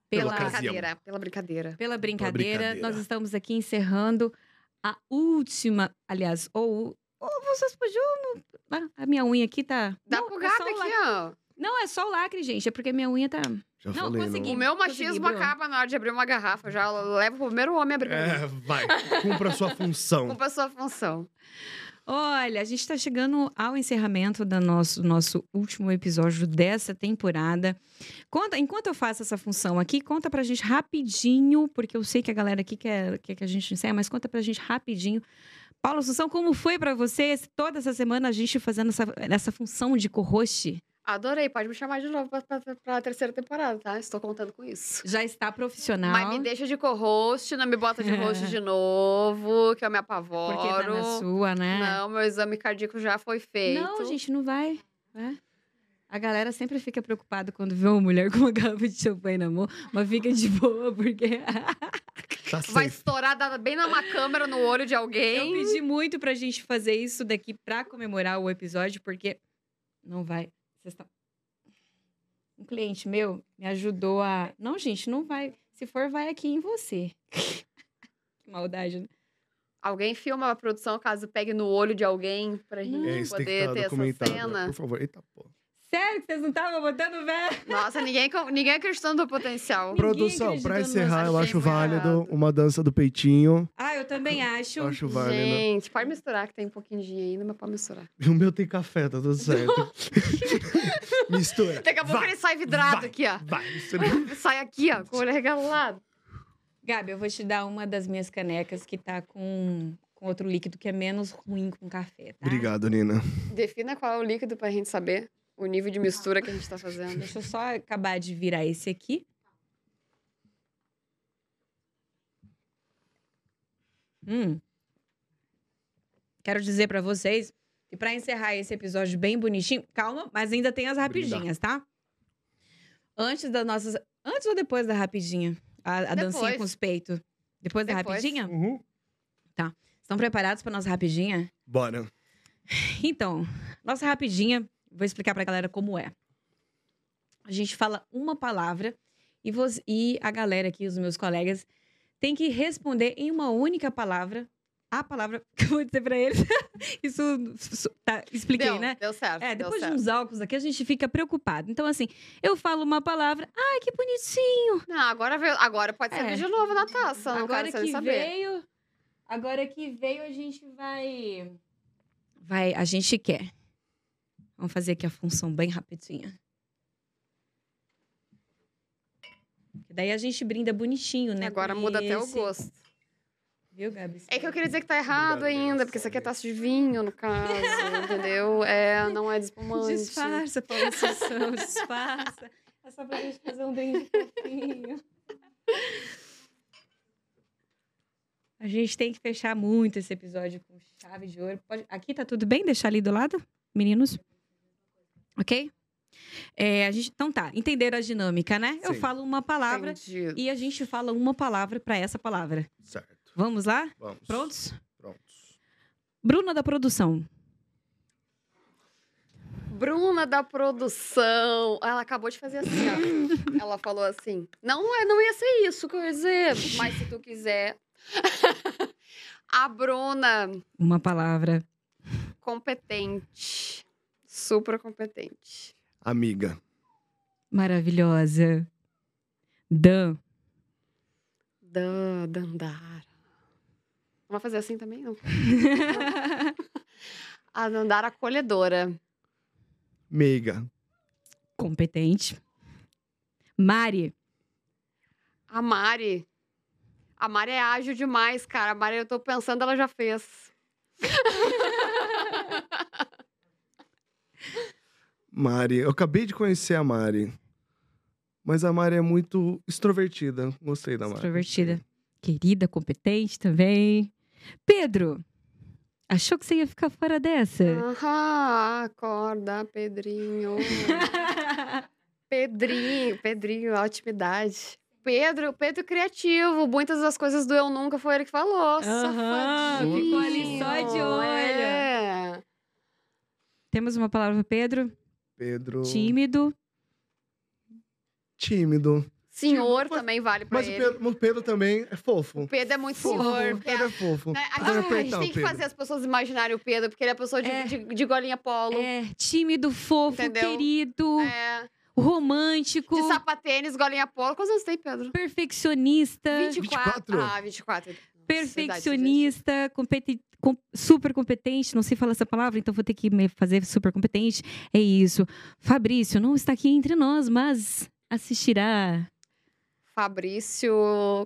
[SPEAKER 1] Pela,
[SPEAKER 3] Pela
[SPEAKER 1] pela,
[SPEAKER 3] ocasião.
[SPEAKER 2] brincadeira, pela brincadeira.
[SPEAKER 1] brincadeira,
[SPEAKER 3] brincadeira.
[SPEAKER 1] nós estamos aqui encerrando a última, aliás, ou... Ou vocês podiam... Ah, A minha unha aqui tá...
[SPEAKER 2] Dá
[SPEAKER 1] não,
[SPEAKER 2] pro
[SPEAKER 1] é
[SPEAKER 2] Gabi
[SPEAKER 1] só o
[SPEAKER 2] aqui,
[SPEAKER 1] lacre.
[SPEAKER 2] ó.
[SPEAKER 1] Não, é só o lacre, gente. É porque minha unha tá...
[SPEAKER 3] Já
[SPEAKER 1] Não,
[SPEAKER 3] falei,
[SPEAKER 1] consegui.
[SPEAKER 2] O
[SPEAKER 1] Hum,
[SPEAKER 2] meu
[SPEAKER 1] consegui,
[SPEAKER 2] machismo
[SPEAKER 1] Bruno.
[SPEAKER 2] acaba na hora de abrir uma garrafa. Eu Já levo o primeiro homem a abrir.
[SPEAKER 3] É, vai. Cumpra a sua função.
[SPEAKER 2] Cumpra a sua função.
[SPEAKER 1] Olha, a gente está chegando ao encerramento do nosso, nosso último episódio dessa temporada. Conta, enquanto eu faço essa função aqui, conta pra gente rapidinho, porque eu sei que a galera aqui quer, quer que a gente encerre, mas conta pra gente rapidinho. Paulo Assunção, como foi pra vocês toda essa semana a gente fazendo essa, essa função de co-host?
[SPEAKER 2] Adorei, pode me chamar de novo pra, pra, pra terceira temporada, tá? Estou contando com isso.
[SPEAKER 1] Já está profissional.
[SPEAKER 2] Mas me deixa de co-host, não me bota de host de novo, que eu me apavoro.
[SPEAKER 1] porque tá na sua, né?
[SPEAKER 2] Não, meu exame cardíaco já foi feito.
[SPEAKER 1] Não, gente, não vai. né? A galera sempre fica preocupada quando vê uma mulher com uma garrafa de champanhe na mão, mas fica de boa, porque.
[SPEAKER 3] Tá
[SPEAKER 2] Vai
[SPEAKER 3] safe.
[SPEAKER 2] estourar dar bem na uma câmera no olho de
[SPEAKER 1] Eu
[SPEAKER 2] alguém.
[SPEAKER 1] pedi muito pra gente fazer isso daqui pra comemorar o episódio, porque não vai. Vocês tão- Um cliente meu me ajudou a. Não, gente, não vai. Se for, vai aqui em você. que maldade, né?
[SPEAKER 2] Alguém filma a produção caso pegue no olho de alguém pra gente
[SPEAKER 1] Não.
[SPEAKER 3] É, isso tem que
[SPEAKER 2] poder
[SPEAKER 3] estar
[SPEAKER 2] ter essa
[SPEAKER 3] documentado. né?
[SPEAKER 2] cena.
[SPEAKER 3] Por favor. Eita, pô.
[SPEAKER 1] Sério que vocês não estavam botando velho?
[SPEAKER 2] Nossa, ninguém, co- ninguém acreditando no potencial.
[SPEAKER 1] Ninguém
[SPEAKER 3] Produção,
[SPEAKER 1] acreditou
[SPEAKER 3] pra
[SPEAKER 1] no nosso
[SPEAKER 3] encerrar, eu
[SPEAKER 2] achei
[SPEAKER 3] acho
[SPEAKER 2] muito
[SPEAKER 3] válido
[SPEAKER 2] errado.
[SPEAKER 3] uma dança do peitinho.
[SPEAKER 1] Ah, eu também acho.
[SPEAKER 3] Eu acho válido.
[SPEAKER 2] Gente, pode misturar, que tem um pouquinho de gin ainda, mas pode misturar.
[SPEAKER 3] E o meu tem café, tá tudo certo. Mistura.
[SPEAKER 2] Daqui a pouco
[SPEAKER 3] Vai,
[SPEAKER 2] ele sai vidrado
[SPEAKER 3] vai,
[SPEAKER 2] aqui, ó.
[SPEAKER 3] Vai, mistura.
[SPEAKER 2] Sai aqui, ó, com o olho regalado.
[SPEAKER 1] Gabi, eu vou te dar uma das minhas canecas que tá com, com outro líquido que é menos ruim com café, tá?
[SPEAKER 3] Obrigado, Nina.
[SPEAKER 2] Defina qual é o líquido pra gente saber o nível de mistura que a gente tá fazendo.
[SPEAKER 1] Deixa eu só acabar de virar esse aqui. Hum. Quero dizer pra vocês que pra encerrar esse episódio bem bonitinho, calma, mas ainda tem as rapidinhas, tá? Antes das nossas, antes ou depois da rapidinha, a, a dancinha
[SPEAKER 2] Depois.
[SPEAKER 1] com os peitos. Depois da
[SPEAKER 2] Depois.
[SPEAKER 1] rapidinha?
[SPEAKER 3] Uhum.
[SPEAKER 1] Estão preparados pra nossa rapidinha?
[SPEAKER 3] Bora.
[SPEAKER 1] Então, nossa rapidinha, vou explicar pra galera como é. A gente fala uma palavra e, vos- e a galera aqui, os meus colegas, tem que responder em uma única palavra a palavra que eu vou dizer pra eles. Isso su- tá, expliquei,
[SPEAKER 2] deu,
[SPEAKER 1] né?
[SPEAKER 2] deu certo.
[SPEAKER 1] É,
[SPEAKER 2] deu
[SPEAKER 1] depois de
[SPEAKER 2] certo.
[SPEAKER 1] uns álcools aqui, a gente fica preocupado. Então, assim, eu falo uma palavra, ai, que bonitinho.
[SPEAKER 2] Não, agora, veio- agora pode servir
[SPEAKER 1] É.
[SPEAKER 2] de novo na taça. Não
[SPEAKER 1] agora
[SPEAKER 2] quero
[SPEAKER 1] que
[SPEAKER 2] saber. saber.
[SPEAKER 1] veio, agora que veio a gente vai, vai, a gente quer. Vamos fazer aqui a função bem rapidinha. Daí a gente brinda bonitinho, né?
[SPEAKER 2] Agora
[SPEAKER 1] com
[SPEAKER 2] muda até o
[SPEAKER 1] esse.
[SPEAKER 2] gosto.
[SPEAKER 1] Viu, Gabi?
[SPEAKER 2] É que eu queria dizer que tá errado
[SPEAKER 3] Obrigado,
[SPEAKER 2] ainda,
[SPEAKER 3] Deus,
[SPEAKER 2] porque isso aqui é
[SPEAKER 3] sabe?
[SPEAKER 2] taça de vinho, no caso, entendeu? É, não é de espumante.
[SPEAKER 1] Disfarça, Paulo Assunção, disfarça. É só pra gente fazer um brinde fofinho. A gente tem que fechar muito esse episódio com chave de ouro. Pode- Aqui tá tudo bem? Deixar ali do lado, meninos? Ok? É, a gente... Então tá, entenderam a dinâmica, né? Eu
[SPEAKER 3] Sim.
[SPEAKER 1] falo uma palavra
[SPEAKER 2] Entendido.
[SPEAKER 1] e a gente fala uma palavra pra essa palavra.
[SPEAKER 3] Certo.
[SPEAKER 1] Vamos lá?
[SPEAKER 3] Vamos.
[SPEAKER 1] Prontos?
[SPEAKER 3] Prontos.
[SPEAKER 1] Bruna da produção.
[SPEAKER 2] Bruna da produção. Ela acabou de fazer assim, ó. Ela falou assim: não, não é- não ia ser isso que eu ia dizer, mas se tu quiser. A Bruna,
[SPEAKER 1] Uma palavra.
[SPEAKER 2] competente. Super competente.
[SPEAKER 3] Amiga.
[SPEAKER 1] Maravilhosa. Dan.
[SPEAKER 2] Da, Dandara. Vamos fazer assim também? Não. A Dandara acolhedora.
[SPEAKER 3] Meiga.
[SPEAKER 1] competente. Mari,
[SPEAKER 2] A Mari. A Mari é ágil demais, cara. A Mari, eu tô pensando, ela já fez.
[SPEAKER 3] Mari. Eu acabei de conhecer a Mari. Mas a Mari é muito extrovertida. Gostei da Mari.
[SPEAKER 1] Extrovertida. Querida, competente também. Pedro, achou que você ia ficar fora dessa?
[SPEAKER 2] Aham, acorda, Pedrinho. Pedrinho, Pedrinho, ótima idade. Pedro, Pedro criativo. Muitas das coisas do Eu Nunca foi ele que falou.
[SPEAKER 1] Aham,
[SPEAKER 2] safadinho.
[SPEAKER 1] ficou ali só de olho.
[SPEAKER 2] É.
[SPEAKER 1] Temos uma palavra, Pedro.
[SPEAKER 3] Pedro.
[SPEAKER 1] Tímido.
[SPEAKER 3] Tímido.
[SPEAKER 2] Senhor
[SPEAKER 1] Tipo,
[SPEAKER 3] Mas-
[SPEAKER 2] também vale pra
[SPEAKER 3] Mas o
[SPEAKER 2] ele.
[SPEAKER 3] Pedro, mas o Pedro também é fofo.
[SPEAKER 2] Pedro é muito
[SPEAKER 1] Fofo.
[SPEAKER 2] senhor.
[SPEAKER 3] O Pedro é fofo.
[SPEAKER 2] Né? A,
[SPEAKER 3] Pedro
[SPEAKER 2] gente- a
[SPEAKER 3] é
[SPEAKER 2] gente
[SPEAKER 3] apertar o
[SPEAKER 2] tem que
[SPEAKER 3] Pedro.
[SPEAKER 2] fazer as pessoas imaginarem o Pedro, porque ele é pessoa de,
[SPEAKER 1] É.
[SPEAKER 2] de, de golinha polo. É.
[SPEAKER 1] É, tímido, fofo,
[SPEAKER 2] Entendeu? É.
[SPEAKER 1] querido, romântico,
[SPEAKER 2] De sapatênis, golinha polo. Quantos anos tem, Pedro?
[SPEAKER 3] Ah,
[SPEAKER 1] perfeccionista.
[SPEAKER 2] 24.
[SPEAKER 3] 24?
[SPEAKER 2] Ah, 24. Nossa, idade,
[SPEAKER 1] perfeccionista, competi- com- super competente, não sei falar essa palavra, então vou ter que me fazer super competente. É isso. Fabrício não está aqui entre nós, mas assistirá.
[SPEAKER 2] gente. Fabrício.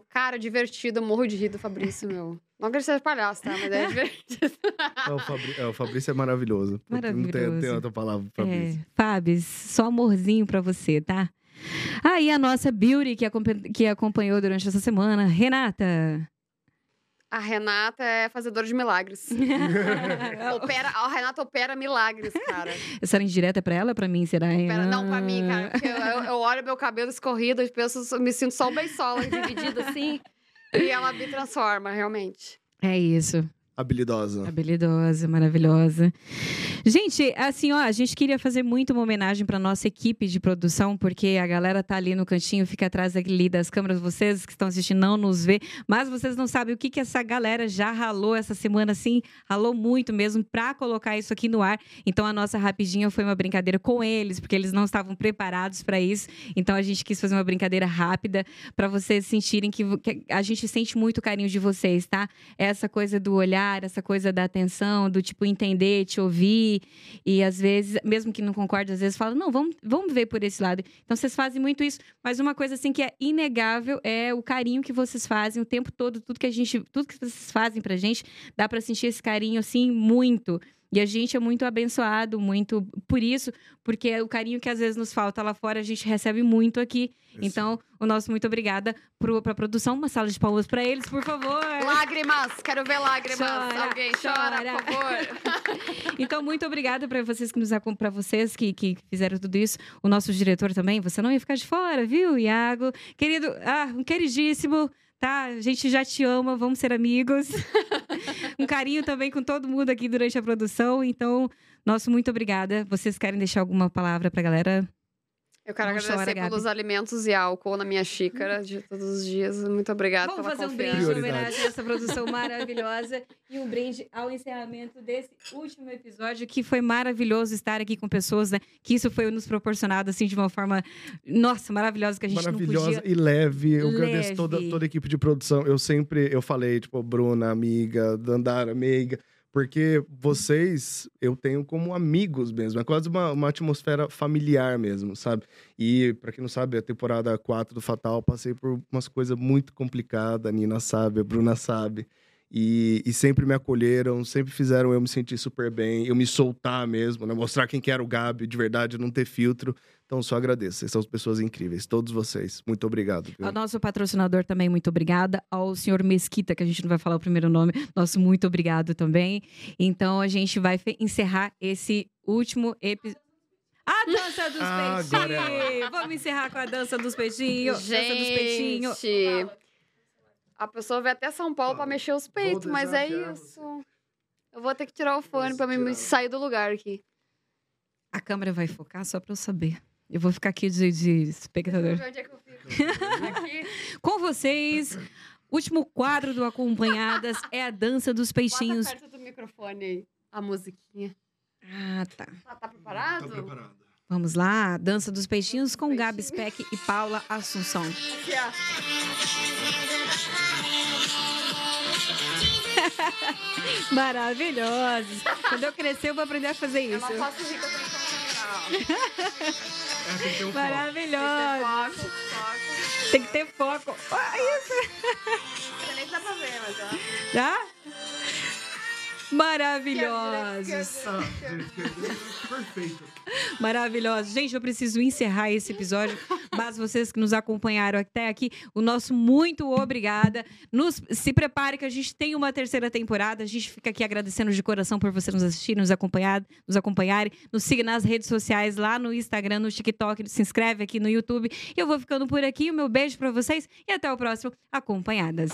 [SPEAKER 2] Cara, divertido. eu Morro de rir do Fabrício, meu. Não quero ser palhaço, tá? Mas é divertido.
[SPEAKER 3] É, o, Fabri- é, o Fabrício é maravilhoso. Não tem, tem
[SPEAKER 1] Maravilhoso.
[SPEAKER 3] outra palavra pra
[SPEAKER 1] É,
[SPEAKER 3] Fabrício.
[SPEAKER 1] Fabs, só amorzinho pra você, tá? Ah, e a nossa Beauty que, acompa- que acompanhou durante essa semana, Renata.
[SPEAKER 2] A Renata é fazedora de milagres. opera, a Renata opera milagres, cara.
[SPEAKER 1] Essa era indireta pra ela, pra mim, será? Ah.
[SPEAKER 2] Opera, não pra mim, cara. Porque eu, eu- eu olho meu cabelo escorrido e penso, eu me sinto só o beisola dividido assim. E ela me transforma, realmente.
[SPEAKER 1] É isso.
[SPEAKER 3] Habilidosa.
[SPEAKER 1] Habilidosa, maravilhosa. Gente, assim, ó, a gente queria fazer muito uma homenagem pra nossa equipe de produção, porque a galera tá ali no cantinho, fica atrás ali das câmeras. Vocês que estão assistindo não nos vê, mas vocês não sabem o que, que essa galera já ralou essa semana, assim, ralou muito mesmo pra colocar isso aqui no ar. Então a nossa rapidinha foi uma brincadeira com eles, porque eles não estavam preparados pra isso. Então a gente quis fazer uma brincadeira rápida pra vocês sentirem que vo- que a gente sente muito o carinho de vocês, tá? essa coisa do olhar, essa coisa da atenção, do tipo entender, te ouvir. E às vezes, mesmo que não concorde, às vezes fala, não, vamos, vamos ver por esse lado. Então vocês fazem muito isso, mas uma coisa assim que é inegável é o carinho que vocês fazem o tempo todo, tudo que a gente, tudo que vocês fazem pra gente, dá pra sentir esse carinho assim muito. E a gente é muito abençoado, muito por isso, porque é o carinho que às vezes nos falta lá fora, a gente recebe muito aqui. Então, o nosso muito obrigada pro, pra produção. Uma sala de palmas pra eles, por favor.
[SPEAKER 2] Lágrimas, quero ver lágrimas.
[SPEAKER 1] Chora,
[SPEAKER 2] Alguém chora,
[SPEAKER 1] chora.
[SPEAKER 2] por favor.
[SPEAKER 1] Então, muito obrigada para vocês que nos para vocês que, que fizeram tudo isso. O nosso diretor também, você não ia ficar de fora, viu, Iago? Querido, ah, um queridíssimo, tá? A gente já te ama, vamos ser amigos. um carinho também com todo mundo aqui durante a produção. Então, nosso muito obrigada. Vocês querem deixar alguma palavra pra galera?
[SPEAKER 2] Eu quero
[SPEAKER 1] Não chora,
[SPEAKER 2] agradecer
[SPEAKER 1] Gabi.
[SPEAKER 2] pelos alimentos e álcool na minha xícara de todos os dias. Muito obrigada
[SPEAKER 1] vamos
[SPEAKER 2] pela
[SPEAKER 1] fazer um
[SPEAKER 2] confiança.
[SPEAKER 1] brinde em
[SPEAKER 3] Prioridade.
[SPEAKER 1] homenagem a essa produção maravilhosa e um brinde ao encerramento desse último episódio, que foi maravilhoso estar aqui com pessoas, né? Que isso foi nos proporcionado, assim, de uma forma, nossa, maravilhosa, que a gente não
[SPEAKER 3] Maravilhosa
[SPEAKER 1] podia.
[SPEAKER 3] e leve. Eu agradeço
[SPEAKER 1] Leve.
[SPEAKER 3] toda, toda a equipe de produção. Eu sempre eu falei, tipo, Bruna, amiga, Dandara, amiga. Porque vocês eu tenho como amigos mesmo. É quase uma, uma atmosfera familiar mesmo, sabe? E, pra quem não sabe, a temporada 4 do Fatal, eu passei por umas coisas muito complicadas. A Nina sabe, a Bruna sabe. E, e sempre me acolheram, sempre fizeram eu me sentir super bem, eu me soltar mesmo, né? Mostrar quem que era o Gabi, de verdade, não ter filtro. Então, só agradeço. Vocês são pessoas incríveis, todos vocês. Muito obrigado. viu?
[SPEAKER 1] Ao nosso patrocinador também, muito obrigada. Ao senhor Mesquita, que a gente não vai falar o primeiro nome, nosso muito obrigado também. Então a gente vai fe- encerrar esse último episódio. A dança dos
[SPEAKER 3] Ah, agora é
[SPEAKER 1] peixinhos! Vamos encerrar com a dança dos peixinhos. Dança dos peixinhos.
[SPEAKER 2] Gente, a pessoa veio até São Paulo pra mexer os peitos, mas é
[SPEAKER 3] desafiar
[SPEAKER 2] isso. Eu vou ter que tirar o fone
[SPEAKER 3] se
[SPEAKER 2] pra me
[SPEAKER 3] tirar.
[SPEAKER 2] sair do lugar aqui.
[SPEAKER 1] A câmera vai focar só pra eu saber. Eu vou ficar aqui de, de espectador.
[SPEAKER 2] Onde é que eu fico? Aqui.
[SPEAKER 1] Com vocês, último quadro do Acompanhadas é a dança dos
[SPEAKER 2] Bota
[SPEAKER 1] peixinhos.
[SPEAKER 2] perto do microfone aí. A musiquinha.
[SPEAKER 1] Ah, tá.
[SPEAKER 2] Tá, tá preparado?
[SPEAKER 1] Vamos lá, dança dos peixinhos com Gabi Speck e Paula Assunção.
[SPEAKER 2] Aqui, ó.
[SPEAKER 1] Maravilhosos. Quando eu crescer, eu vou aprender a fazer
[SPEAKER 2] Eu
[SPEAKER 1] isso.
[SPEAKER 2] não posso rir que eu tenho que É, um
[SPEAKER 1] Maravilhosos.
[SPEAKER 2] concentrar. ó. Tem que ter
[SPEAKER 1] Tem que
[SPEAKER 2] foco, foco.
[SPEAKER 1] ter foco. Ah, Ai,
[SPEAKER 2] Não sei nem se dá pra ver, mas ó.
[SPEAKER 1] Tá?
[SPEAKER 2] é
[SPEAKER 1] Maravilhosos.
[SPEAKER 3] Perfeito.
[SPEAKER 1] Maravilhosos. Gente, eu preciso encerrar esse episódio, mas vocês que nos acompanharam até aqui, o nosso muito obrigada. Nos- se prepare que a gente tem uma terceira temporada. A gente fica aqui agradecendo de coração por você nos assistir, nos acompanhar, nos acompanharem. Nos siga nas redes sociais, lá no Instagram, no TikTok, se inscreve aqui no YouTube. Eu vou ficando por aqui. O meu beijo pra vocês e até o próximo Acompanhadas.